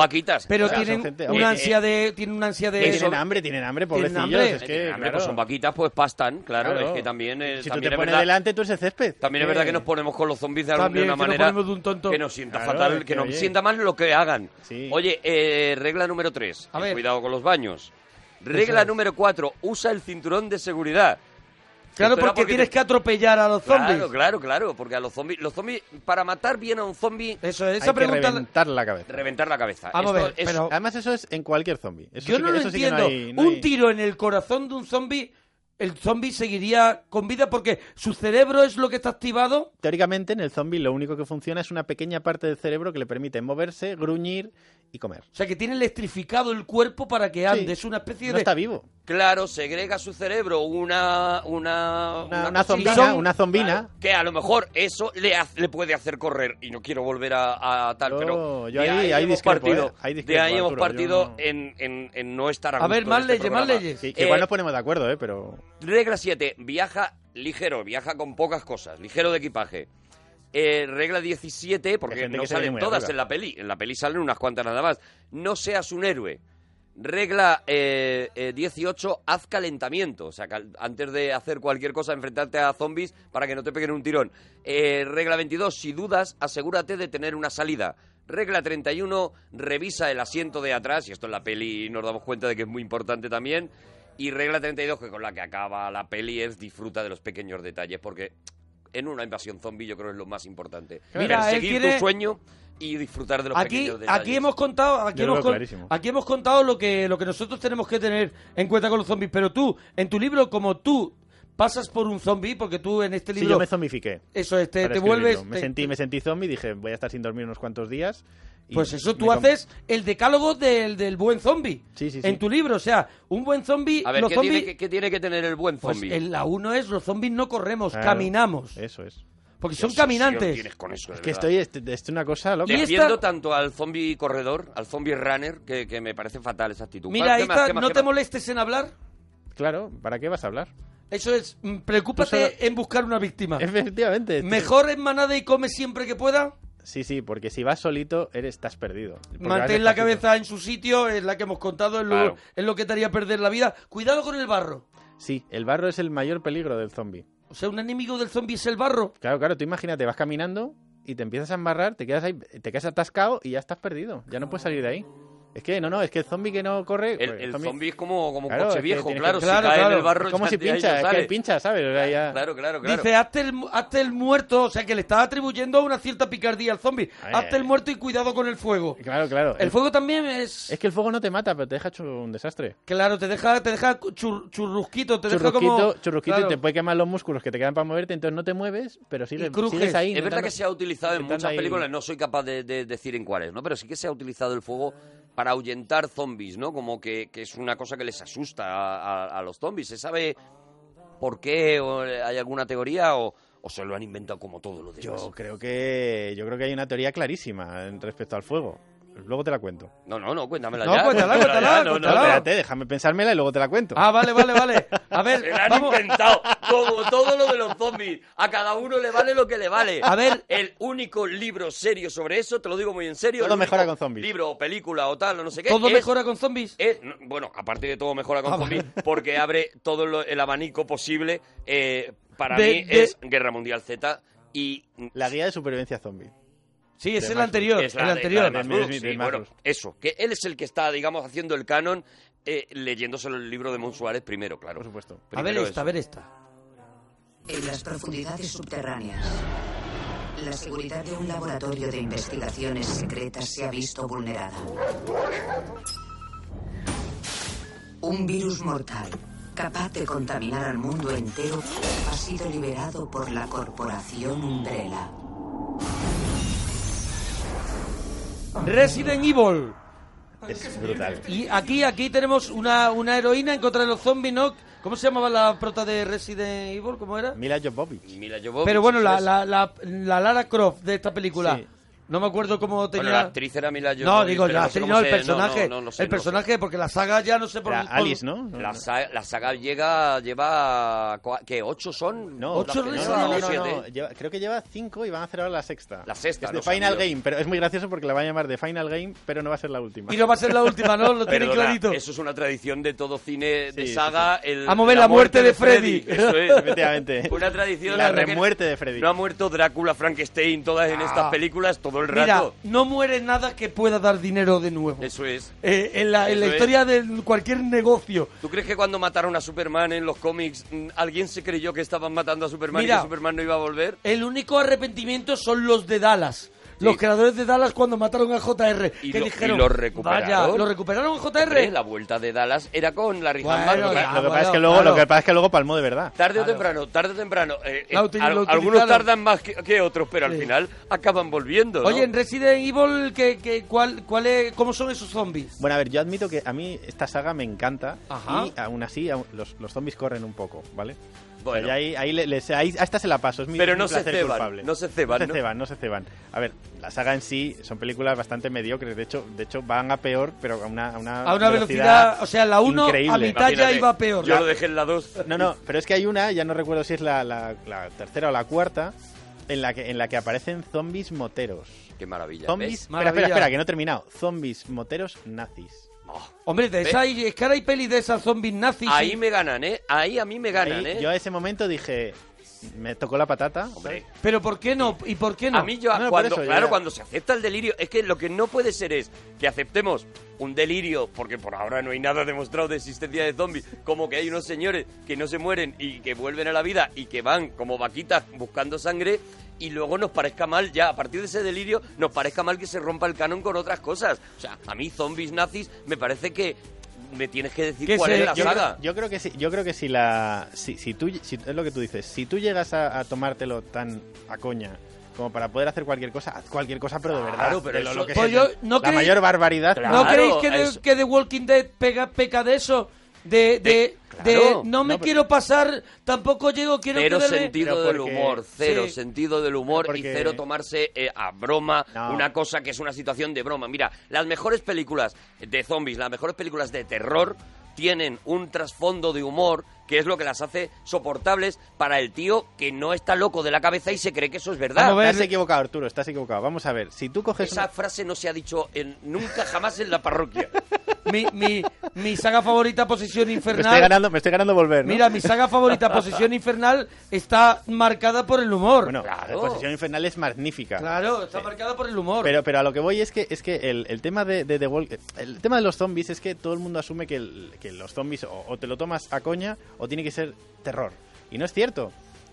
pero O sea, son tienen gente- una Eh, ansia eh, de, tienen una ansia de, tienen hambre, tienen hambre, Tienen pobrecillos, hambre. es que, Tienen hambre, claro. pues son vaquitas, pues pastan, claro. Claro. Es que también, eh, Si tú también te es pones verdad. delante, tú eres el césped. También es verdad Eh, que nos ponemos con los zombies de, alguna- También, de una que nos manera ponemos de un tonto. que nos sienta Claro, fatal, es que que nos oye. sienta mal lo que hagan. Oye, eh, regla número 3, ver. cuidado con los baños. Regla Eso es. número 4, usa el cinturón de seguridad. Claro, Esto era porque, tienes que atropellar a los Claro, zombies. claro, claro, porque a los zombies, los zombies para matar bien a un zombie, Eso, esa Hay que pregunta... reventar. Tar la cabeza. reventar la cabeza. Vamos a Esto ver, es- pero- Además, eso es en cualquier zombie. Eso Yo sí no que- lo eso sí que entiendo. hay- no un hay- tiro en el corazón de un zombie, el zombie seguiría con vida porque su cerebro es lo que está activado. Teóricamente, en el zombie lo único que funciona es una pequeña parte del cerebro que le permite moverse, gruñir y comer. O sea, que tiene electrificado el cuerpo para que ande. Es una especie No de... está vivo. Claro, segrega su cerebro una una Una, cosita zombina, una zombina. que a lo mejor eso le hace- le puede hacer correr y no quiero volver a, a tal, Yo- pero yo de ahí- ahí hemos discrepo, partido, ¿eh? Ahí de discrepo, ahí hemos Arturo, yo partido no- en, en- en no estar a, A gusto ver, en más este leyes, más programa. leyes. Que- que Eh, igual nos ponemos de acuerdo, ¿eh? Pero... Regla 7, viaja ligero, viaja con pocas cosas, ligero de equipaje. Eh, regla 17, Hay porque gente no que se viene salen muy todas arriba. en la peli, en la peli salen unas cuantas nada más. No seas un héroe. Regla eh, eh, 18, haz calentamiento. O sea, cal- antes de hacer cualquier cosa, enfrentarte a zombies para que no te peguen un tirón. Eh, regla 22, si dudas, asegúrate de tener una salida. Regla 31, revisa el asiento de atrás. Y esto en la peli nos damos cuenta de que es muy importante también. Y regla 32, que con la que acaba la peli, es disfruta de los pequeños detalles. Porque en una invasión zombie yo creo que es lo más importante. Mira, Perseguir él tiene- tu sueño y disfrutar de los Aquí, pequeños detalles. aquí hemos contado, aquí Yo lo hemos, veo con- clarísimo. aquí hemos contado lo que, lo que nosotros tenemos que tener en cuenta con los zombies. Pero tú, en tu libro, como tú pasas por un zombie, porque tú en este Sí, libro yo me zombifiqué. Eso es, te- para te escribirlo. vuelves- Me te- sentí, me sentí zombie, dije, voy a estar sin dormir unos cuantos días. y Pues eso, me tú com- haces el decálogo del, del buen zombie. sí, sí. En tu libro, o sea, un buen zombie. A ver, los ¿qué, zombies, tiene que, qué tiene que tener el buen pues zombie? en la uno es los zombies no corremos, Claro, pues caminamos. Eso es. Porque Qué son obsesión caminantes. tienes con eso, de Es que verdad. estoy, es, es una cosa loca. Defiendo tanto al zombie corredor, al zombie runner, que, que me parece fatal esa actitud. Mira, Va, ahí ¿qué más, está, qué más, no qué te más? molestes en hablar. Claro, ¿para qué vas a hablar? Eso es, mm, preocúpate Tú Pues solo- en buscar una víctima. <laughs> Efectivamente. Ah. Mejor en manada y come siempre que pueda. Sí, sí, porque si vas solito, eres, estás perdido. Porque vas Mantén la despacito. cabeza en su sitio, es la que hemos contado, es lo, Claro. es lo que te haría perder la vida. Cuidado con el barro. Sí, el barro es el mayor peligro del zombie. O sea, un enemigo del zombie es el barro. Claro, claro, tú imagínate, vas caminando y te empiezas a embarrar, te quedas ahí, te quedas atascado y ya estás perdido. Ya no puedes salir de ahí. Es que no, no, es que el zombie que no corre. El, pues, el zombi- zombi es como, como un Claro, coche es que viejo, tienes que- claro. claro, si cae en claro. el barro, Es como ya- si ya- ya pincha, es que sale. él pincha, ¿sabes? O sea, ya- Claro, claro, claro. Dice, hazte el, mu- hazte el muerto, o sea que le estás atribuyendo una cierta picardía al zombie. Hazte el muerto y cuidado con el fuego. Claro, claro. El fuego también es... Es que el fuego no te mata, pero te deja hecho un desastre. Claro, te deja, te deja chur- churrusquito, te churrusquito, deja como... churrusquito Claro. y te puede quemar los músculos que te quedan para moverte, entonces no te mueves, pero sigues, sigues ahí. es verdad intentando- que se ha utilizado en intentando muchas ahí- películas, no soy capaz de, de decir en cuáles, ¿no? Pero sí que se ha utilizado el fuego para ahuyentar zombies, ¿no? Como que, que es una cosa que les asusta a, a- a los zombies. ¿Se sabe por qué? ¿O ¿Hay alguna teoría? ¿O, o se lo han inventado como todo lo demás? Yo creo que yo creo que hay una teoría clarísima en respecto al fuego. Luego te la cuento. No, no, no, cuéntamela No, ya. cuéntala, cuéntamela ya, cuéntala, no, no, cuéntala. espérate. Espérate, déjame pensármela y luego te la cuento. Ah, vale, vale, vale. A ver, <laughs> Se la han inventado, como todo lo de los zombies. A cada uno le vale lo que le vale. <laughs> A ver. El único libro serio sobre eso, te lo digo muy en serio. Todo el único mejora con zombies. Libro o película o tal, o no sé qué. ¿Todo es- mejora con zombies? es- no, bueno, aparte de todo mejora Ah, con zombies, porque abre todo lo- el abanico posible. eh, para De- mí de- es Guerra Mundial Z y... La guía de supervivencia zombie. Sí, de Max Brooks. Es la de- la de Max Brooks, De- de- sí, de Max bueno, Brooks. eso, que él es el que está, digamos, haciendo el canon, eh, leyéndoselo el libro de Monsuárez primero, claro. Por supuesto. A ver esta, a ver esta. En las profundidades subterráneas, la seguridad de un laboratorio de investigaciones secretas se ha visto vulnerada. Un virus mortal, capaz de contaminar al mundo entero, ha sido liberado por la corporación Umbrella. Resident Evil. Ah, Es brutal. Y aquí, aquí tenemos una, una heroína en contra de los zombies, ¿no? ¿Cómo se llamaba la prota de Resident Evil? ¿Cómo era? Mila Jovovich. Mila Jovovich, Pero bueno, la, eso es. la, la, la Lara Croft de esta película. Sí. No me acuerdo cómo tenía... Bueno, la actriz era Mila Jovovich. no, digo, la pero no sé actriz, cómo no, el se- personaje. no, no, no sé, el no sé. personaje, porque la saga ya no sé por... por- La, sa- la saga llega, lleva... cua- ¿Qué? ¿Ocho son? No, ¿Ocho no, Resident no, no, Evil? no, ¿Siete? no, lleva- creo que lleva cinco y van a hacer ahora la sexta. La sexta, Es no de Final sabía. Game, pero es muy gracioso porque la van a llamar de Final Game, pero no va a ser la última. Y no va a ser la última, ¿no? Lo tienen Perdona, clarito. Eso es una tradición de todo cine de Sí, sí, saga. sí. el- A mover la muerte de Freddy. <laughs> Eso es. Efectivamente. Una tradición. La verdad que remuerte de Freddy. No ha muerto Drácula, Frankenstein, todas en Ah. estas películas todo el Mira, rato. no muere nada que pueda dar dinero de nuevo. Eso es. Eh, en la, en la Eso es. historia de cualquier negocio. ¿Tú crees que cuando mataron a Superman en los cómics, mm, alguien se creyó que estaban matando a Superman y Mira. que Superman no iba a volver? El único arrepentimiento son los de Dallas. Los creadores de Dallas cuando mataron a JR. Y, que lo, dijeron, y lo recuperaron. Vaya, lo recuperaron en JR. Hombre, la vuelta de Dallas era con Larry Bueno, Hama. Lo que- ya, Lo que pasa es que Ah, bueno, luego, claro. lo que pasa es que luego palmó de verdad. Tarde o temprano, tarde o temprano. eh, eh, La util- al- lo algunos utilizaron. tardan más que, que otros, pero al Sí. final acaban volviendo. ¿no? Oye, en Resident Evil, ¿qué, qué, cuál, cuál es, ¿cómo son esos zombies? Bueno, a ver, yo admito que a mí esta saga me encanta Ajá. y aún así aún- los, los zombies corren un poco, ¿vale? Bueno. O sea, ya ahí, ahí le- les- ahí- a esta se la paso, es mi, Pero es mi no se placer ceban, culpable. no se ceban, No <laughs> se ¿no? ceban, no se ceban. A ver, la saga en sí son películas bastante mediocres, de hecho, de hecho van a peor, pero a una, a una, A una velocidad, o sea, la uno a increíble. mitad ya iba peor. Yo lo dejé en la 2. No, no, pero es que hay una, ya no recuerdo si es la, la- la tercera o la cuarta, en la que, en la que aparecen zombies moteros. Qué maravilla. Zombies, ¿ves? espera, espera, espera, que no he terminado. Zombies moteros nazis. Hombre, de Ve. esa, hay- es que ahora hay pelis de esas zombies nazis. Ahí me ganan, ¿eh? Ahí a mí me ganan, Ahí, ¿eh? Yo a ese momento dije, me tocó la patata. Hombre, Pero ¿por qué no? ¿Y por qué no? A mí yo, No, no, cuando, por eso, ya, claro, ya. cuando se acepta el delirio, es que lo que no puede ser es que aceptemos un delirio, porque por ahora no hay nada demostrado de existencia de zombies, como que hay unos señores que no se mueren y que vuelven a la vida y que van como vaquitas buscando sangre. Y luego nos parezca mal, ya a partir de ese delirio, nos parezca mal que se rompa el canon con otras cosas. O sea, a mí, zombies nazis, me parece que me tienes que decir cuál es la yo, saga. Creo, yo creo que sí, yo creo que si la si, si tú si- es lo que tú dices, si tú llegas a, a tomártelo tan a coña como para poder hacer cualquier cosa, haz cualquier cosa pero de verdad, Claro, pero de lo- eso- lo que Pues sea. yo- no la creí- mayor barbaridad. ¿No creéis que, de- que The Walking Dead pega, peca de eso? De, de, claro. de no me No, pero- quiero pasar, tampoco llego, quiero cero quedarme- sentido Pero del porque- humor, cero Sí. sentido del humor Pero y porque- cero tomarse eh, a broma No. una cosa que es una situación de broma. Mira, las mejores películas de zombies, las mejores películas de terror tienen un trasfondo de humor que es lo que las hace soportables para el tío que no está loco de la cabeza y se cree que eso es verdad. Estás equivocado, Arturo, estás equivocado. Vamos a ver, si tú coges... Esa frase no se ha dicho en- nunca jamás en la <laughs> parroquia. Mi, mi, mi saga favorita, Posesión Me Infernal. estoy, ganando, me estoy ganando volver, ¿no? Mira, mi saga favorita, Posesión Infernal, está marcada por el humor. Bueno, la Posesión Infernal es magnífica. Claro, está marcada por el humor. Pero, pero a lo que voy es que es que el, el tema de, de The Walk- el tema de los zombies es que todo el mundo asume que, el- que los zombies o, o te lo tomas a coña o tiene que ser terror. Y no es cierto.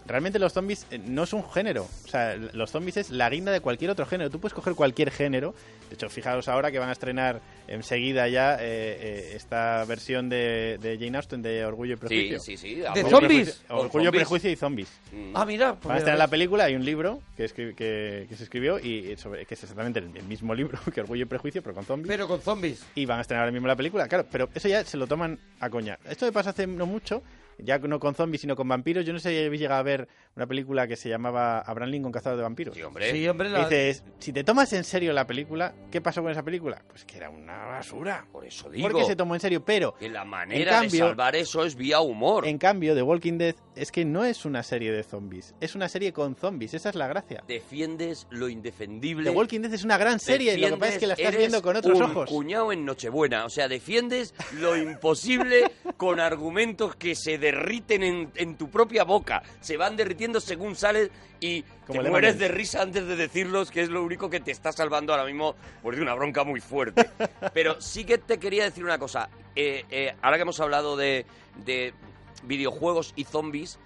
Realmente los zombies eh, no es un género. O sea, l- los zombies es la guinda de cualquier otro género. Tú puedes coger cualquier género. De hecho, fijaos ahora que van a estrenar enseguida ya eh, eh, esta versión de, de Jane Austen de Orgullo y Prejuicio. sí, sí. ¿De zombies? Orgullo, Prejuicio y Zombies. Ah, mira. Van a pues estar en mira, la película, hay un libro que, escri- que- que se escribió y y sobre, que es exactamente el, el mismo libro <laughs> que Orgullo y Prejuicio, pero con zombies. Pero con zombies. Y van a estrenar ahora mismo la película, claro, pero eso ya se lo toman a coña. Esto me pasa hace no mucho, ya no con zombies, sino con vampiros. Yo no sé si habéis llegado a ver una película que se llamaba Abraham Lincoln Cazador de Vampiros. Sí, hombre. Sí, hombre, la- Dices, si te tomas en serio la película, ¿qué pasó con esa película? Pues que era una basura. Por eso digo. Porque se tomó en serio, pero... que la En manera cambio, de salvar eso es vía humor. en cambio, The Walking Dead es que no es una serie de zombies, es una serie con zombies, esa es la gracia. Defiendes lo indefendible. The Walking Dead es una gran serie, lo que pasa es que la estás Defiendes, viendo con otros eres ojos. un cuñado en Nochebuena. O sea, defiendes lo <laughs> imposible con argumentos que se derriten en, en tu propia boca. Se van derritiendo según sales y Como te Lemon mueres Ends. de risa antes de decirlos, que es lo único que te está salvando ahora mismo por de una bronca muy fuerte. Pero sí que te quería decir una cosa. Eh, eh, ahora que hemos hablado de, de videojuegos y zombies,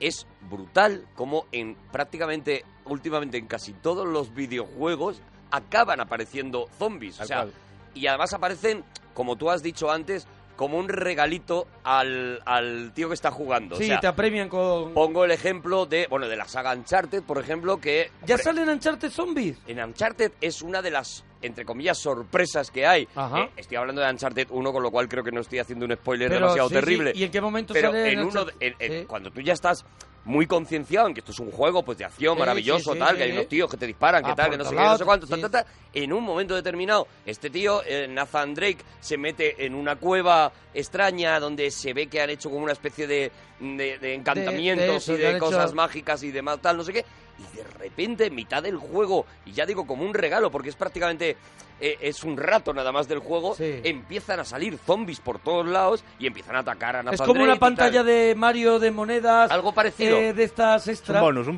es brutal como en prácticamente, últimamente en casi todos los videojuegos acaban apareciendo zombies. Tal o sea, cual. y además aparecen, como tú has dicho antes, como un regalito al, al tío que está jugando. Sí, o sea, te apremian con... pongo el ejemplo de, bueno, de la saga Uncharted, por ejemplo, que... ¿Ya salen Uncharted Zombies? En Uncharted es una de las, entre comillas, sorpresas que hay. Ajá. Eh, estoy hablando de Uncharted 1, con lo cual creo que no estoy haciendo un spoiler Pero demasiado sí, sí, terrible. ¿y en qué momento Pero sale en el uno, Uncharted? de- en- en- Sí. cuando tú ya estás muy concienciado en que esto es un juego pues de acción Sí, maravilloso, sí, sí, tal, sí. que hay unos tíos que te disparan, que Ah, tal, por que no sé todos qué, no lados, sé cuánto, sí. ta, ta, ta. en un momento determinado, este tío, eh, Nathan Drake, se mete en una cueva extraña donde se ve que han hecho como una especie de, de- de encantamientos eso, y que de han cosas hecho- mágicas y demás, tal, no sé qué. Y de repente, en mitad del juego, y ya digo como un regalo, porque es prácticamente. eh, es un rato nada más del juego. Sí. Empiezan a salir zombies por todos lados y empiezan a atacar a Nathan Es como una Drake y tal. pantalla de Mario de monedas. Algo parecido. de estas extra. Es, como un,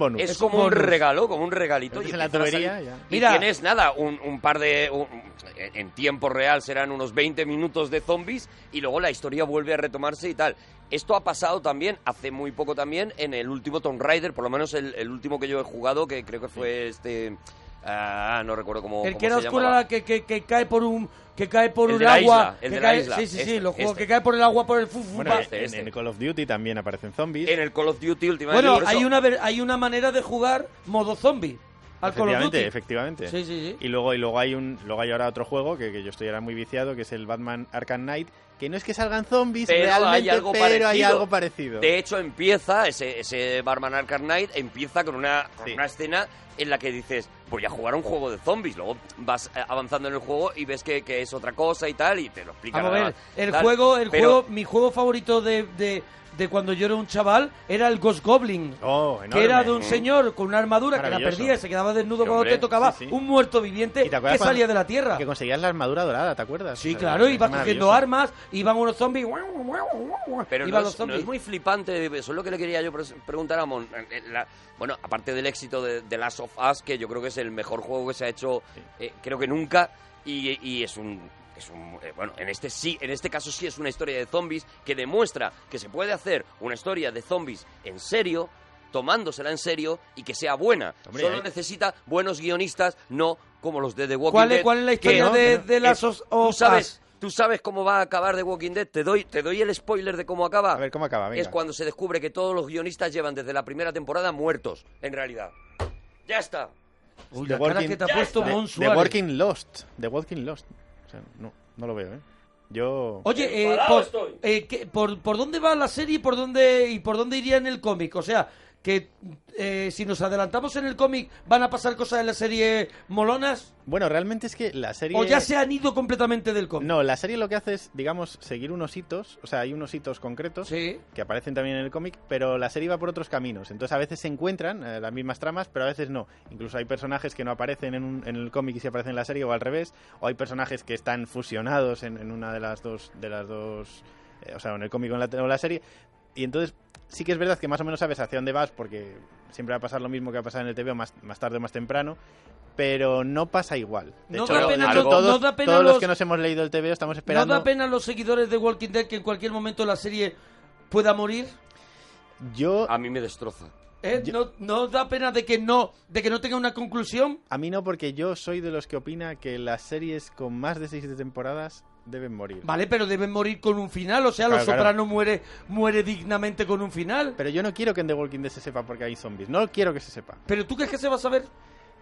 bonus. regalo, como un regalito. Metes y en la empiezan a tubería, salir. ya. Y Mira. tienes nada, un, un par de. un- en en tiempo real serán unos 20 minutos de zombies y luego la historia vuelve a retomarse y tal. Esto ha pasado también, hace muy poco también, en el último Tomb Raider, por lo menos el, el último que yo he jugado, que creo que fue este. Ah, no recuerdo cómo. El cómo que era se oscura llamaba. la que, que, que cae por un que cae por El un de la agua. isla, el que de la cae, isla, Sí, sí, sí, este, los juegos este. que cae por el agua por el fu, fu, Bueno, este, pa. en, en Call of Duty también aparecen zombies. En el Call of Duty este, últimamente. Bueno, por eso- hay una ver- hay una manera de jugar modo zombie. Al Call of Duty. efectivamente, efectivamente. Sí, sí, sí. Y luego, y luego hay un, luego hay ahora otro juego que, que yo estoy ahora muy viciado, que es el Batman Arkham Knight, que no es que salgan zombies pero realmente, hay algo pero parecido. hay algo parecido. De hecho, empieza, ese, ese Barman Arkham Knight empieza con una, con una escena en la que dices, voy a jugar a un juego de zombies. Luego vas eh, avanzando en el juego y ves que, que es otra cosa y tal, y te lo explican. Vamos a ver, además, el tal. juego, el Pero- juego, mi juego favorito de, de, de cuando yo era un chaval era el Ghost Goblin. que enorme. era de un Mm. señor con una armadura que la Maravilloso. perdía, se quedaba desnudo Sí, cuando hombre, te tocaba, sí, sí. un muerto viviente ¿Te acuerdas que salía de cuando- la tierra. Que conseguías la armadura dorada, ¿te acuerdas? Sí, O sea, claro, es ibas cogiendo maravilloso. armas, iban unos zombies. guau, guau, guau, guau, Pero no iban es, los zombies. no es muy flipante, eso es lo que le quería yo pres- preguntar a Mon. eh, eh, la- bueno, aparte del éxito de, de Last of Us, que yo creo que es el mejor juego que se ha hecho, eh, creo que nunca, y, y es un... Es un, eh, bueno, en este sí, en este caso sí es una historia de zombies que demuestra que se puede hacer una historia de zombies en serio, tomándosela en serio y que sea buena. Hombre, Solo hay- necesita buenos guionistas, no como los de The Walking ¿Cuál es- Dead. cuál es la que- historia de- de es- Last of Tú Us? sabes, tú sabes cómo va a acabar The Walking Dead. Te doy, te doy el spoiler de cómo acaba. A ver, ¿cómo acaba? Ah, Venga. Es cuando se descubre que todos los guionistas llevan desde la primera temporada muertos, en realidad. ¡Ya está! Uy, The la cara Walking- que te ha Ya puesto está. Mon The- The Suárez. Walking Lost. The Walking Lost. O sea, no, no lo veo, ¿eh? Yo... Oye, eh, por, eh, ¿qué- por, por dónde va la serie y por dónde, y por dónde iría en el cómic? O sea, que eh, si nos adelantamos en el cómic van a pasar cosas en la serie molonas? Bueno, realmente es que la serie... ¿O ya se han ido completamente del cómic? No, la serie lo que hace es, digamos, seguir unos hitos, o sea, hay unos hitos concretos que aparecen también en el cómic, pero la serie va por otros caminos. Entonces a veces se encuentran eh, las mismas tramas, pero a veces no. Incluso hay personajes que no aparecen en, un- en el cómic y sí aparecen en la serie o al revés, o hay personajes que están fusionados en, en una de las dos, de las dos, eh, o sea, en el cómic o en la, o en la serie. Y entonces sí que es verdad que más o menos sabes hacia dónde vas, porque siempre va a pasar lo mismo que va a pasar en el TV más, más tarde o más temprano. Pero no pasa igual. De No hecho, da pena algo- lo- todos, no da pena todos los los- que nos hemos leído el TV estamos esperando. ¿No da pena a los seguidores de Walking Dead que en cualquier momento la serie pueda morir? Yo... A mí me destroza. ¿Eh? ¿No, no da pena de que no, de que no tenga una conclusión? A mí no, porque yo soy de los que opina que las series con más de seis temporadas deben morir. Vale, pero deben morir con un final, o sea, Claro, Los claro. Soprano muere, muere dignamente con un final. Pero yo no quiero que en The Walking Dead se sepa porque hay zombies. No quiero que se sepa. ¿Pero tú crees que se va a saber?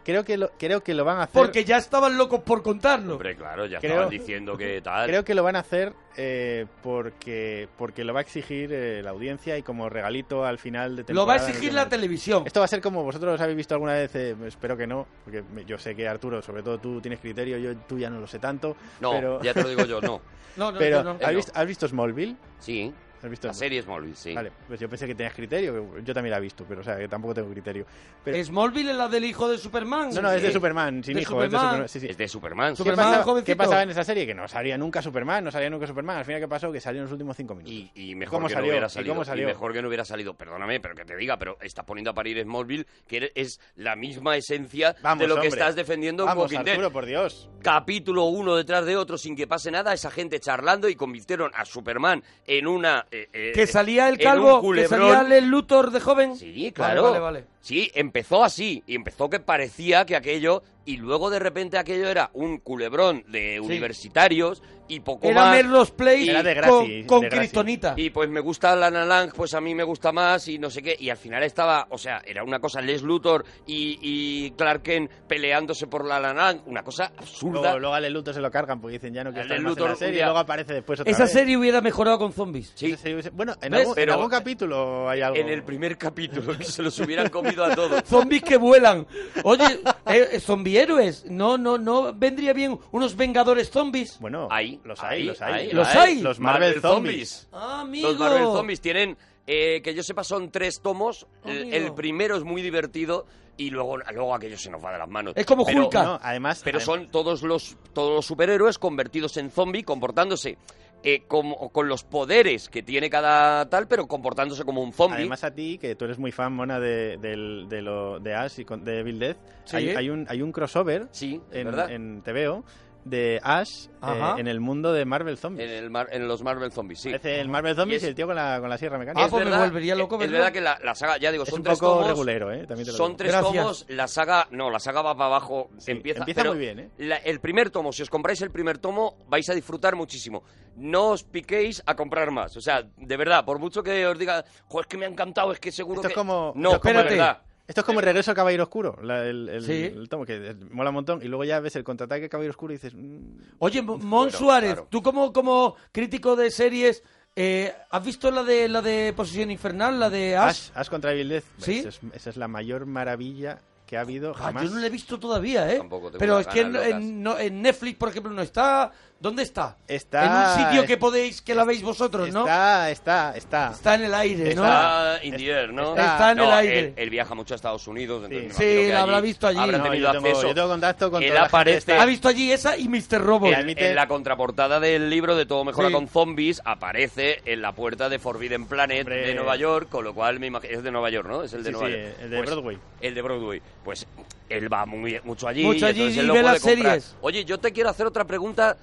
Creo que lo, creo que lo van a hacer. Porque ya estaban locos por contarlo. Hombre, claro, ya Creo- estaban diciendo que tal. Creo que lo van a hacer eh, porque, porque lo va a exigir eh, la audiencia y como regalito al final de temporada. Lo va a exigir la televisión. Esto va a ser como vosotros habéis visto alguna vez, eh, espero que no, porque me- yo sé que Arturo, sobre todo tú tienes criterio, yo tú ya no lo sé tanto. No, pero- ya te lo digo yo, no. No, no, pero, yo no. ¿has, Eh, no. Visto, has visto Smallville? Sí. ¿Has visto La serie Smallville, sí. Vale, pues yo pensé que tenías criterio, que yo también la he visto, pero o sea, que tampoco tengo criterio. Pero, ¿Smallville es la del hijo de Superman? Eh, No, no, es de Sí. Superman, sin De hijo. Superman. Es de Superman. sí, sí. Es de Superman. ¿Qué, Superman, pasaba, jovencito. qué pasaba en esa serie? Que no salía nunca Superman, no salía nunca Superman. Al final, ¿qué pasó? Que salió en los últimos cinco minutos. Y mejor ¿Cómo que salió? no hubiera ¿Y salido. cómo salió? mejor que no hubiera salido. Perdóname, pero que te diga, pero estás poniendo a parir Smallville, que es la misma esencia Vamos, de lo que hombre. estás defendiendo en Vamos, Walking Dead. Arturo, por Dios. Capítulo uno detrás de otro sin que pase nada, esa gente charlando y convirtieron a Superman en una... eh, eh, Que salía el en un calvo, que culebrón. salía el Luthor de joven. Sí, claro. Vale, vale, vale. Sí, empezó así. Y empezó que parecía que aquello. Y luego de repente aquello era un culebrón de universitarios y poco Era más. Merlos Play Y- Era de Gracie, con- con de Gracie. Kryptonita. Y pues me gusta la Nalang, pues a mí me gusta más y no sé qué. Y al final estaba, o sea, era una cosa Les Luthor y, y Clark Kent peleándose por la Nalang. Una cosa absurda. Luego, luego a Lex Luthor se lo cargan porque dicen ya no quiero Lex estar más en Luthor la un serie. día- Y luego aparece después otra Esa vez. serie hubiera mejorado con zombies. Esa serie hubiese- Bueno, en ¿Ves? algún, en Pero- algún capítulo hay algo. En el primer capítulo, que se los hubieran comido a <laughs> todos. Zombies que vuelan. Oye, eh, eh, zombie héroes. No, no, no. Vendría bien unos Vengadores zombies. Bueno, los hay, los hay. Los hay. hay. Los Marvel Zombies. Ah, amigo. Los Marvel Zombies tienen, eh, que yo sepa, son tres tomos. El, Amigo. el primero es muy divertido y luego, luego aquello se nos va de las manos. Es como Pero- Hulka. no, además, pero son todos los, todos los superhéroes convertidos en zombie, comportándose eh, como- con los poderes que tiene cada tal, pero comportándose como un zombie. Además a ti, que tú eres muy fan, Mona, de, del- de lo, de Ash y con- de Bill Dead, Sí. hay, hay un, hay un crossover es en, verdad. en TVO de Ash eh, Ajá. en el mundo de Marvel Zombies. en, el mar- en los Marvel Zombies, Eh, sí. Aparece el Marvel Zombies Y y, es- el tío con la, con la sierra Ah, mecánica. Es pues verdad- Es verdad que la, la saga, ya digo, Es son un tres poco tomos. regulero, ¿eh? También te lo son digo. tres Gracias. tomos. La saga, no, la saga va para abajo. empieza empieza pero muy bien, ¿eh? la- el primer tomo, si os compráis el primer tomo, vais a disfrutar muchísimo. No os piquéis a comprar más. O sea, de verdad, por mucho que os diga, jo, es que me ha encantado, es que seguro Esto que. es como. No, esto es como- de verdad. Esto es como el regreso a Caballero Oscuro, la- el, el- Sí. el tomo que eh, mola un montón. Y luego ya ves el contraataque de Caballero Oscuro y dices. mm, Oye, Mo- Mon Bueno, Suárez, claro. tú como, como crítico de series, eh, ¿has visto la de la de Posición Infernal, la de Ash? Ash, Ash contra Evil Death. Esa, es, esa es la mayor maravilla que ha habido Ah, jamás. yo no la he visto todavía, ¿eh? Tampoco tengo Pero unas es que en, ganas locas. en- no- en Netflix, por ejemplo, no está. ¿Dónde está? Está- En un sitio que es- podéis, que la veis vosotros, ¿no? Está, está, está. Está en el aire, ¿no? Está in the air, ¿no? Está- está en No, el aire. Él, él viaja mucho a Estados Unidos. Entonces Sí, me imagino la que habrá visto allí. Habrá No, tenido yo tengo- acceso. yo tengo contacto con Él toda la gente aparece. Ha visto allí esa y Mr. Robot. En, en la contraportada del libro de Todo Mejora Sí. con Zombies aparece en la puerta de Forbidden Planet de Nueva York, con lo cual me imagino. Es de Nueva York, ¿no? Es el de Sí, Nueva sí, York. Pues el de Broadway. El de Broadway. Pues él va muy, mucho allí. Mucho y allí entonces y él lo ve puede las comprar. series. Oye, yo te quiero hacer otra pregunta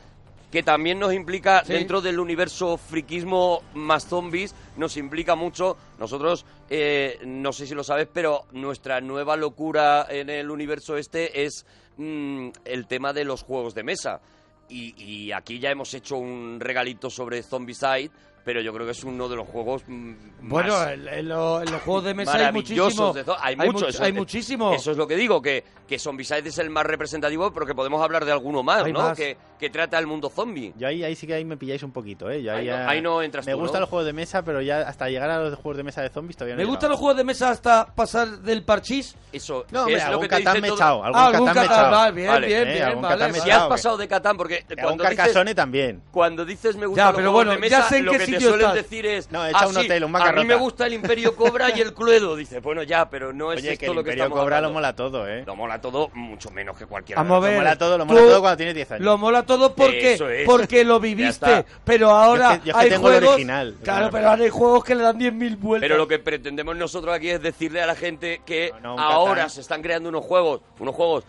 que también nos implica Sí. dentro del universo friquismo más zombies, nos implica mucho. Nosotros, eh, no sé si lo sabes, pero nuestra nueva locura en el universo este es mm, el tema de los juegos de mesa. Y, y aquí ya hemos hecho un regalito sobre Zombicide, pero yo creo que es uno de los juegos mm, Bueno, más en, en lo- en los juegos de mesa hay maravillosos muchísimo. de zo- hay, mucho, mucho, eso, hay eh, muchísimo. Eso es lo que digo, que, que Zombicide es el más representativo, pero que podemos hablar de alguno más, Hay ¿no? más. Que, que trata el mundo zombie. Yo ahí, ahí sí que ahí me pilláis un poquito, ¿eh? Yo Ahí no- ya- ahí no entras Me tú, gustan ¿no? los juegos de mesa, pero ya hasta llegar a los juegos de mesa de zombies todavía no Me he gustan llegado. los juegos de mesa hasta pasar del parchís. Eso, No, que hombre, es lo algún que te Catán dice me he todo- echado, algún Algún Catán me he Catán, echado. vale, bien, bien, bien, algún vale, Catán me he vale. echado, Si has que- pasado de Catán, porque Y algún cuando Carcassonne dices, también. cuando dices me gusta Ya, los pero juegos bueno, de ya mesa, sé en lo qué que te sitio suelen estás. decir es, No, "Ah, echa un sí, hotel, un a mí me macarrota". gusta el Imperio Cobra y el Cluedo. Dice, bueno, ya, pero no es Oye, esto que el lo que Imperio estamos Cobra hablando. lo mola todo, ¿eh? Lo mola todo mucho menos que cualquier Vamos a otro. ver. mola todo, lo tú- mola todo cuando tienes 10 años. Lo mola todo porque, Eso es. porque lo <laughs> Ya viviste. está. Pero ahora Yo es que- yo es que hay tengo el juegos. original. Claro, Claro. pero ahora hay juegos que le dan 10.000 vueltas. Pero lo que pretendemos nosotros aquí es decirle a la gente que un ahora Catán. se están creando unos juegos, unos juegos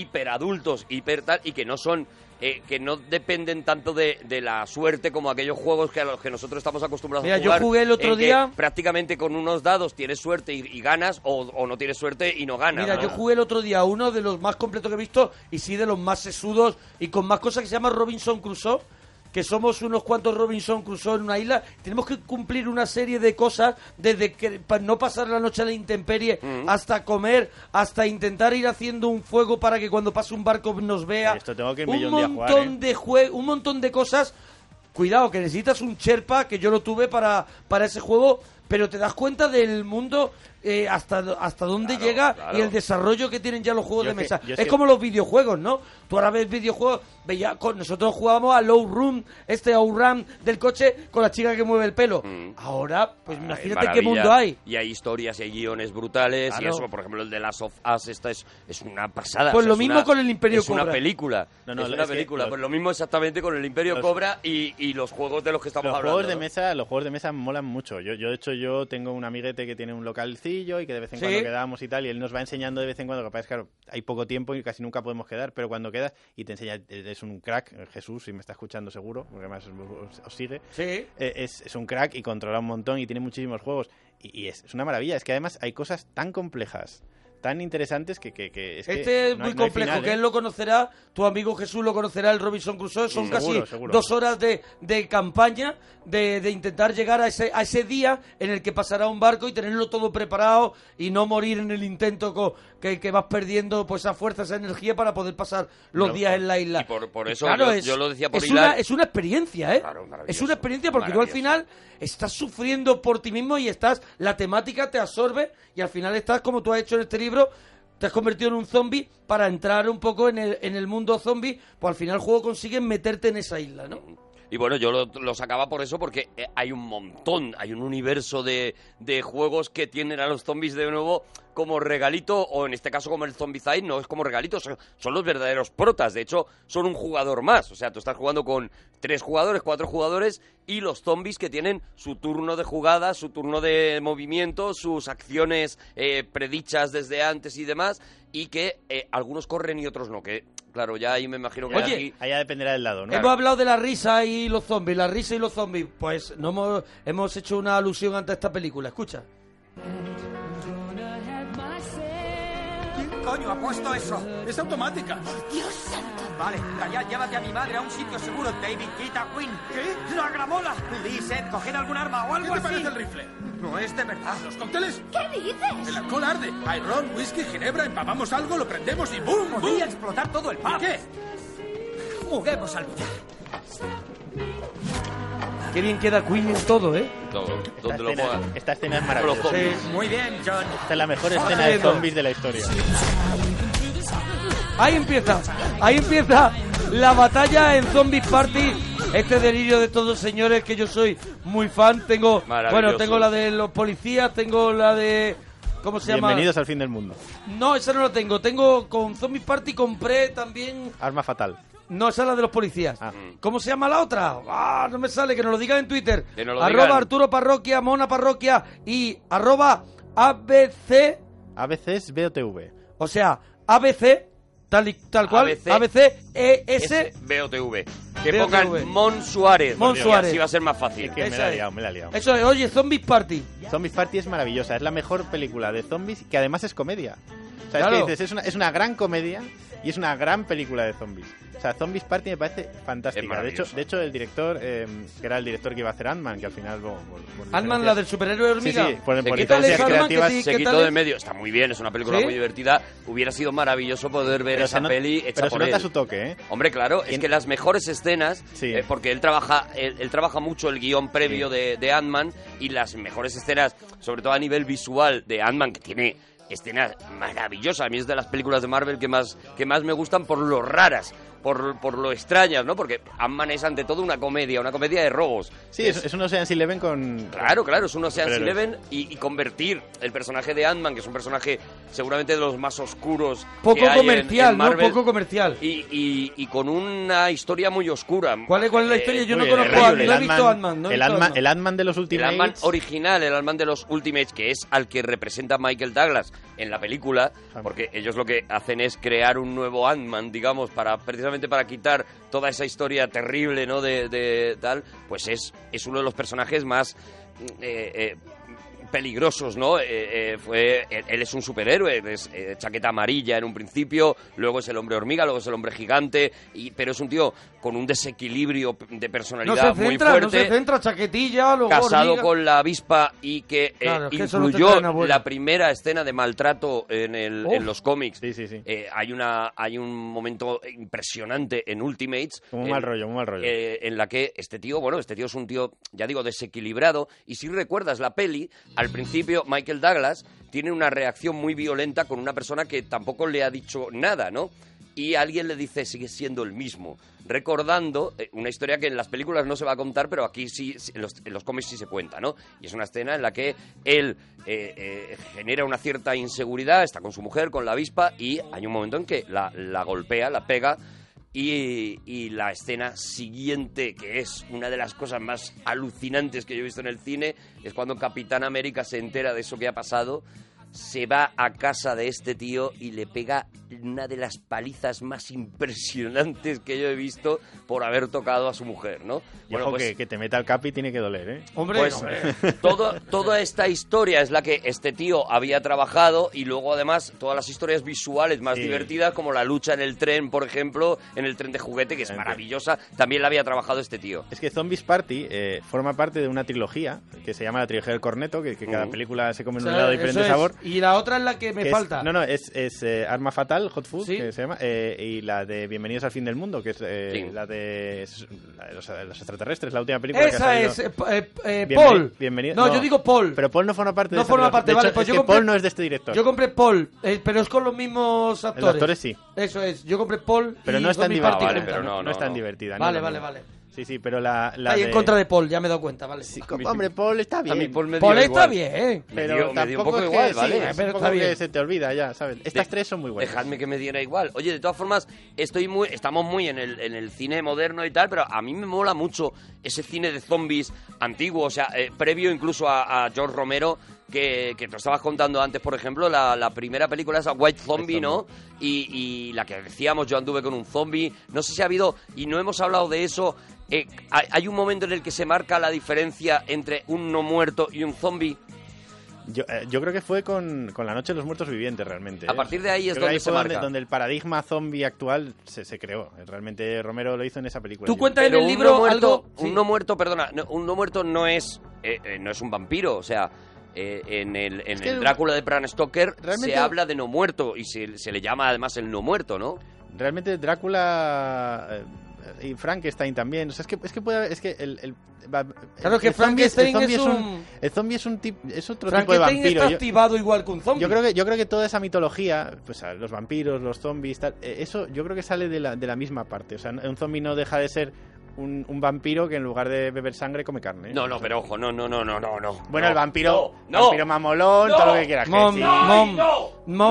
hiperadultos, hiper tal, y que no son, eh, que no dependen tanto de, de la suerte como aquellos juegos que a los que nosotros estamos acostumbrados Mira, a yo jugar. jugué el otro en que día- prácticamente con unos dados tienes suerte y, y ganas, o, o no tienes suerte y no ganas. Mira, ¿no? yo jugué el otro día a uno de los más completos que he visto y sí de los más sesudos y con más cosas que se llama Robinson Crusoe. Que somos unos cuantos Robinson Crusoe en una isla. Tenemos que cumplir una serie de cosas, desde que, pa- no pasar la noche a la intemperie, Mm. hasta comer, hasta intentar ir haciendo un fuego para que cuando pase un barco nos vea. Esto tengo que ir un millón de a jugar, montón ¿eh? de jue- un montón de cosas. Cuidado, que necesitas un Sherpa, que yo lo tuve para, para ese juego, pero te das cuenta del mundo eh, hasta, do- hasta dónde llega claro. y el desarrollo que tienen ya los juegos Yo de es que- mesa. yo es es que- como los videojuegos, ¿no? Tú ahora ves videojuegos, veía, con, nosotros jugábamos a Low Room, este Outrun del coche con la chica que mueve el pelo. Mm. Ahora, pues imagínate qué maravilla. mundo hay. Y hay historias y hay guiones brutales. Y Claro. eso, por ejemplo, el de Last of Us, esta es, es una pasada. Pues o sea, lo es mismo una- con el Imperio es Una Cobra. película. No, no, es lo- una es que película. los- pues lo mismo exactamente con el Imperio los- Cobra y, y los juegos de los que estamos Los hablando. juegos de ¿no? mesa, los juegos de mesa molan mucho. Yo, yo de hecho yo tengo un amiguete que tiene un localcillo y que de vez en Sí. cuando quedamos y tal y él nos va enseñando de vez en cuando, capaz claro, hay poco tiempo y casi nunca podemos quedar, pero cuando quedas y te enseña es un crack, Jesús, si me está escuchando seguro, porque además os, os sigue. Sí. Eh, es, es un crack y controla un montón y tiene muchísimos juegos y, y es, es una maravilla, es que además hay cosas tan complejas, tan interesantes que, que, que es que Este es no muy hay- no hay complejo, final, que ¿eh? él lo conocerá, tu amigo Jesús lo conocerá, el Robinson Crusoe. Son Mm, casi seguro, seguro. dos horas de, de campaña de, de intentar llegar a ese, a ese día en el que pasará un barco y tenerlo todo preparado y no morir en el intento co- que, que vas perdiendo pues esa fuerza, esa energía para poder pasar los Pero- días en la isla. Y por, por eso Claro, yo, es- yo lo decía por es hilar. una, es una experiencia, ¿eh? Claro, maravilloso, es una experiencia porque tú al final estás sufriendo por ti mismo y estás, la temática te absorbe y al final estás como tú has hecho en este libro, te has convertido en un zombie para entrar un poco en el, en el mundo zombie, pues al final el juego consigue meterte en esa isla, ¿no? Y bueno, yo lo, lo sacaba por eso porque eh, hay un montón, hay un universo de, de juegos que tienen a los zombies de nuevo como regalito, o en este caso como el Zombicide, no es como regalito, son, son los verdaderos protas, de hecho son un jugador más, o sea, tú estás jugando con tres jugadores, cuatro jugadores y los zombies que tienen su turno de jugada, su turno de movimiento, sus acciones eh, predichas desde antes y demás, y que eh, algunos corren y otros no, que claro, ya ahí me imagino que Oye, aquí- Allá dependerá del lado, ¿no? Hemos hablado de la risa y los zombies, la risa y los zombies, pues no hemos, hemos hecho una alusión ante esta película, escucha. ¿Quién coño ha puesto eso? Es automática. Dios santo. Vale, Dayal, llévate a mi madre a un sitio seguro. David, quita a Quinn. ¿Qué? ¡La gramola! Liz, Ed, coged algún arma o algo ¿Qué te así. parece el rifle? No es de verdad. ¿Los cócteles? ¿Qué dices? El alcohol arde. Hay ron, whisky, ginebra, empapamos algo, lo prendemos y ¡boom! ¡Boom! Podría explotar todo el pub. ¿Qué? Juguemos al billar. Qué bien queda Queen en todo, ¿eh? Todo, esta, escena, esta escena es maravillosa. Con los zombies. Muy bien, John. Esta es la mejor escena de zombies de la historia. Ahí empieza, ahí empieza la batalla en Zombies Party. Este delirio de estos dos señores que yo soy muy fan. Tengo, Maravilloso. bueno, tengo la de los policías, tengo la de, ¿cómo se llama? Bienvenidos al fin del mundo. No, esa no la tengo. Tengo con Zombies Party compré también. Arma fatal. No, esa es la de los policías. Ah. ¿Cómo se llama la otra? Ah, no me sale, que nos lo digan en Twitter. Que nos lo arroba digan. Arturo Parroquia, Mona Parroquia y arroba ABC. ABC es BOTV. O sea, ABC, tal, y, tal cual. ABC, E ES. BOTV. Que BOTV. pongan Mon Suárez. Mon porque Suárez. Así va a ser más fácil. que me la he liado, me la he liado. Eso es, oye, Zombies Party. Zombies Party es maravillosa, es la mejor película de zombies que además es comedia. O sea, es que Claro. dices, es una, es una gran comedia y es una gran película de zombies. O sea, Zombies Party me parece fantástica. De hecho, maravillosa. de hecho, el director, eh, que era el director que iba a hacer Ant-Man, que al final... Por, por- por Ant-Man, diferencias- la del superhéroe hormiga. Sí, sí, por, se por quitó, diferencias se quitó- creativas... se quitó de medio. Está muy bien, es una película ¿Sí? muy divertida. Hubiera sido maravilloso poder ver Pero esa se no- peli hecha pero se por nota él. su toque, ¿eh? Hombre, claro, es que las mejores escenas, eh, porque él trabaja, él, él trabaja mucho el guión previo de, de Ant-Man y las mejores escenas, sobre todo a nivel visual de Ant-Man, que tiene escenas maravillosas. A mí es de las películas de Marvel que más, que más me gustan por lo raras. Por, por lo extrañas, ¿no? Porque Ant-Man es ante todo una comedia, una comedia de robos. Sí, es, es un Ocean's Eleven con... Claro, claro, es un Ocean's Superhéroes. Eleven y, y convertir el personaje de Ant-Man, que es un personaje seguramente de los más oscuros. que Poco hay en- comercial, en ¿no? Marvel, Poco comercial. Y, y- y con una historia muy oscura. ¿Cuál es, cuál es la Eh, historia? Yo muy no conozco a terrible. no he visto Ant-Man. no he el visto Ant-Man Ant-Man. de los El Ultimates... Ant-Man original, el Ant-Man de los Ultimates, que es al que representa Michael Douglas en la película, porque ellos lo que hacen es crear un nuevo Ant-Man, digamos, para precisamente para quitar toda esa historia terrible, ¿no? De, de tal, pues es, es uno de los personajes más eh, eh, peligrosos, ¿no? Eh, eh, fue, él, él es un superhéroe, es eh, chaqueta amarilla en un principio, luego es el hombre hormiga, luego es el hombre gigante, y, pero es un tío con un desequilibrio de No personalidad se muy centra, fuerte no se centra, chaquetilla, luego casado hormiga. con la avispa y que eh, Claro, es que eso no te incluyó traen a vuelo. la primera escena de maltrato en, el- Uf. en los cómics. Eh, hay una hay un momento impresionante en Ultimates. Un en- mal rollo, un mal rollo. eh, en la que este tío, bueno, este tío es un tío, ya digo, desequilibrado. Y si recuerdas la peli, al principio Michael Douglas tiene una reacción muy violenta con una persona que tampoco le ha dicho nada, ¿no? Y alguien le dice, sigue siendo el mismo. Recordando eh, una historia que en las películas no se va a contar, pero aquí sí, sí, en, los, en los cómics sí se cuenta, ¿no? Y es una escena en la que él eh, eh, genera una cierta inseguridad, está con su mujer, con la avispa, y hay un momento en que la- la golpea, la pega, y, y la escena siguiente, que es una de las cosas más alucinantes que yo he visto en el cine, es cuando Capitán América se entera de eso que ha pasado, se va a casa de este tío y le pega una de las palizas más impresionantes que yo he visto por haber tocado a su mujer, ¿no? Y ojo que, que te meta el capi tiene que doler, ¿eh? pues <laughs> todo- toda esta historia es la que este tío había trabajado y luego además todas las historias visuales más Sí. divertidas como la lucha en el tren, por ejemplo, en el tren de juguete, que es maravillosa, también la había trabajado este tío. Es que Zombies Party eh, forma parte de una trilogía que se llama la trilogía del corneto, que, que cada Ujú. película se come O en sea, un lado eso diferente es. sabor. Y la otra es la que me que es- falta. no, no, es, es, eh, Arma Fatal, Hot Food, que se llama, eh, y la de Bienvenidos al Fin del Mundo, que es eh, Sí. la, de, es la de los, de los extraterrestres, la última película que ha Esa salido. es, eh, pa- eh, eh, Bienveni- Paul. Bienvenido- no, yo digo Paul. Pero Paul no forma parte de No esa forma trilogía. parte, De vale. hecho, pues es yo que compré- Paul no es de este director. Yo compré Paul, eh, pero es con los mismos actores. actores sí. Eso es, yo compré Paul. Pero y no es tan Zombie divertida. Party no, juntas. no, es tan divertida. no Vale, es lo vale, mismo. vale. Sí, sí, pero la, la Está ahí de- en contra de Paul, ya me he dado cuenta, vale. hombre, Paul está bien. A mí Paul me dio Paul está igual. bien. Me dio- me dio un poco es que- igual, sí, ¿vale? es un Pero poco está que bien. se te olvida ya, ¿sabes? Estas De- tres son muy buenas. Dejadme que me diera igual. Oye, de todas formas, estoy muy, estamos muy en el, en el cine moderno y tal, pero a mí me mola mucho ese cine de zombies antiguo, o sea, eh, previo incluso a, a George Romero, que, que te estabas contando antes, por ejemplo, la, la primera película esa White Zombie, ¿no? Y, y la que decíamos, yo anduve con un zombie. No sé si ha habido, y no hemos hablado de eso. eh, hay- hay un momento en el que se marca la diferencia entre un no muerto y un zombie. Yo, eh, yo creo que fue con, con La Noche de los Muertos Vivientes, realmente. A ¿eh? partir de ahí es Creo que donde se fue marca. Donde el paradigma zombie actual se, se creó. Eh, Realmente Romero lo hizo en esa película. Tú Yo- cuentas en Pero el un libro no muerto, algo. Un sí. no muerto, perdona, no, un no muerto no es, eh, eh, no es un vampiro, o sea. eh, en el, en que el Drácula de Bram Stoker realmente- se habla de no muerto y se, se le llama además el no muerto, ¿no? Realmente Drácula eh, y Frankenstein también. O sea, es que, es que puede haber- Es que el. el- va- Claro el que zombie el Frankenstein zombie es un- El zombie es un tipo. Es otro tipo de Frankenstein vampiro. está Yo- activado igual que un zombie. Yo creo que yo creo que toda esa mitología, pues a los vampiros, los zombies, tal, eh, eso yo creo que sale de la, de la misma parte. O sea, un zombie no deja de ser un, un vampiro que en lugar de beber sangre come carne. No, no, pero ojo, no, no, no, no, no, no. Eh, Bueno, No, el vampiro, no, no. vampiro mamolón, No. todo lo que quieras. que Mom, sí. mom, mom.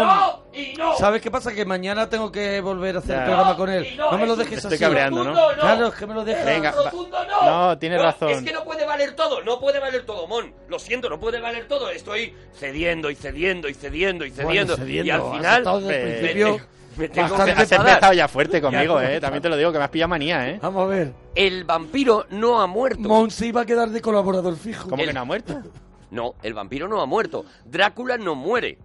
no, y no. ¿Sabes qué pasa? Que mañana tengo que volver a hacer Ya. el programa con él. no, No, me lo es un- dejes Estoy así. cabreando, ¿no? Rotundo, no. Claro, es que me lo dejes. Venga, va- Rotundo, no, tienes razón. Es que no puede valer todo, no puede valer todo, Mon. Lo siento, no puede valer todo. Estoy cediendo y cediendo y cediendo y Bueno, cediendo. cediendo, y al has final. estado desde el me- principio me- me tengo que Bastante has enfadar. empezado ya fuerte conmigo, Ya, eh. También te lo digo, que me has pillado manía, Ah, eh. Vamos a ver. El vampiro no ha muerto. Mon se iba a quedar de colaborador fijo. <laughs> ¿Cómo que no ha muerto? No, el vampiro no ha muerto. Drácula no muere.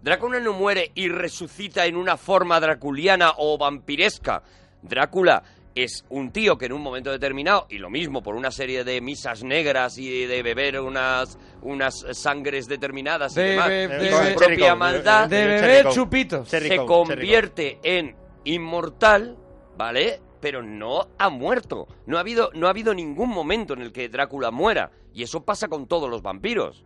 Drácula no muere y resucita en una forma draculiana o vampiresca. Drácula es un tío que en un momento determinado, y lo mismo por una serie de misas negras y de beber unas, unas sangres determinadas y De demás, be- y de su be- propia maldad, de beber chupitos. se convierte en inmortal, ¿vale? Pero no ha muerto. No ha, habido, no ha habido ningún momento en el que Drácula muera. Y eso pasa con todos los vampiros.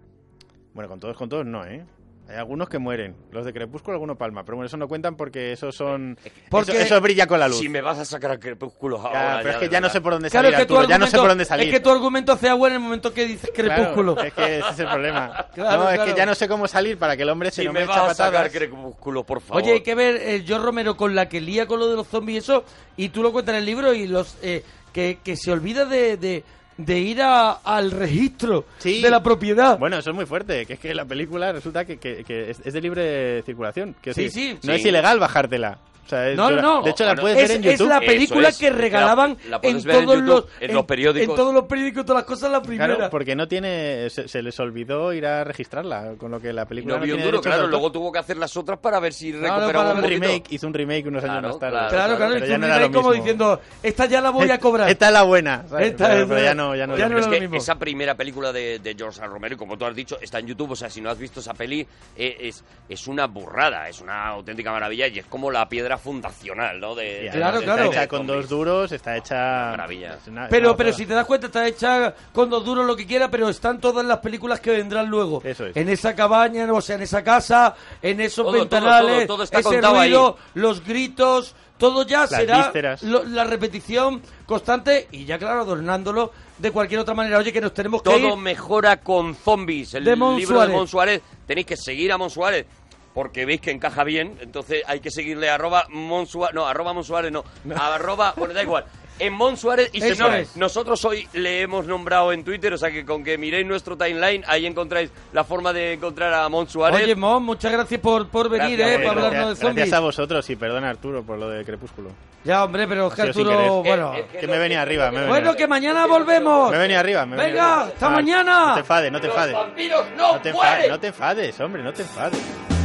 Bueno, con todos, con todos no, ¿eh? Hay algunos que mueren. Los de Crepúsculo, alguno palma. Pero bueno, eso no cuentan porque esos son. Porque- eso, eso brilla con la luz. Si me vas a sacar a Crepúsculo Ya, ahora. pero es que de ya no verdad. sé por dónde Claro, salir, es que, tu Arturo, ya no sé argumento- por dónde salir. es que tu argumento hace agua en el momento que dices Claro, crepúsculo. es que ese es el problema. <laughs> Claro, no, es claro. que ya no sé cómo salir para que el hombre se Si no me echa vas a sacar patadas. Crepúsculo, por favor. Oye, hay que ver eh, George Romero con la que lía con lo de los zombies y eso, y tú lo cuentas en el libro y los eh, que, que se olvida de, de, de ir a- al registro de la propiedad. Bueno, eso es muy fuerte, que es que la película resulta que, que- que es es de libre circulación. Que Sí, sí. No Sí. es ilegal bajártela. O sea, es- No, no, no. De hecho, la Bueno, puedes es- ver en YouTube. Es la película que regalaban en todos los en los periódicos. En todos los periódicos, todas las cosas, la primera. Claro, porque no tiene. Se, se les olvidó ir a registrarla, con lo que la Y película. no vio tiene un duro, derechos de claro. autor. Luego tuvo que hacer las otras para ver si Claro, recuperaba para un el poquito. remake, hizo un remake unos años más tarde. Claro, claro, Pero y ya tú no era lo miras como mismo. diciendo, esta ya la <laughs> voy a cobrar. Esta es la buena. ¿sabes? Esta pero, es pero la- ya no, ya no, ya es no lo mismo. es lo que mismo. esa primera película de, de George R. Romero, como tú has dicho, está en YouTube. O sea, si no has visto esa peli, eh, es, es una burrada, es una auténtica maravilla y es como la piedra fundacional, ¿no? De, de- de- Está de- hecha de- con dos duros, está hecha. Maravilla. Pero, pero si te das cuenta, está hecha con dos duros lo que quiera, pero están todas las películas que vendrán luego. En esa cabaña, o sea, en esa casa, en esos Todo, todo, ventanales, todo, todo está ese contado ruido, los gritos, todo ya Las será vísceras. lo- la repetición constante y ya, claro, adornándolo de cualquier otra manera. Oye, que nos tenemos que Todo ir. mejora con zombies. El De Mon libro de Suárez. Monsuárez. Tenéis que seguir a Monsuárez. Porque veis que encaja bien, entonces hay que seguirle arroba Monsuárez, no, arroba Monsuárez, no, arroba, bueno, da igual, en Monsuárez y Eso señores, es. nosotros hoy le hemos nombrado en Twitter, o sea que con que miréis nuestro timeline, ahí encontráis la forma de encontrar a Eh, Monsuárez. Oye, Mon, muchas gracias por, por venir, Gracias, eh, por hombre, hablarnos de Gracias, zombies. a vosotros y perdona Arturo por lo de Crepúsculo. Ya, hombre, pero es que Ha sido sin Arturo, querer. Eh, bueno. eh, Es que me venía arriba. Me venía Bueno, que mañana volvemos. Me venía arriba. me venía Venga, arriba. hasta Ah, mañana. No te enfades, no te enfades. vampiros no, te enfades, mueren. no te enfades, hombre, no te enfades.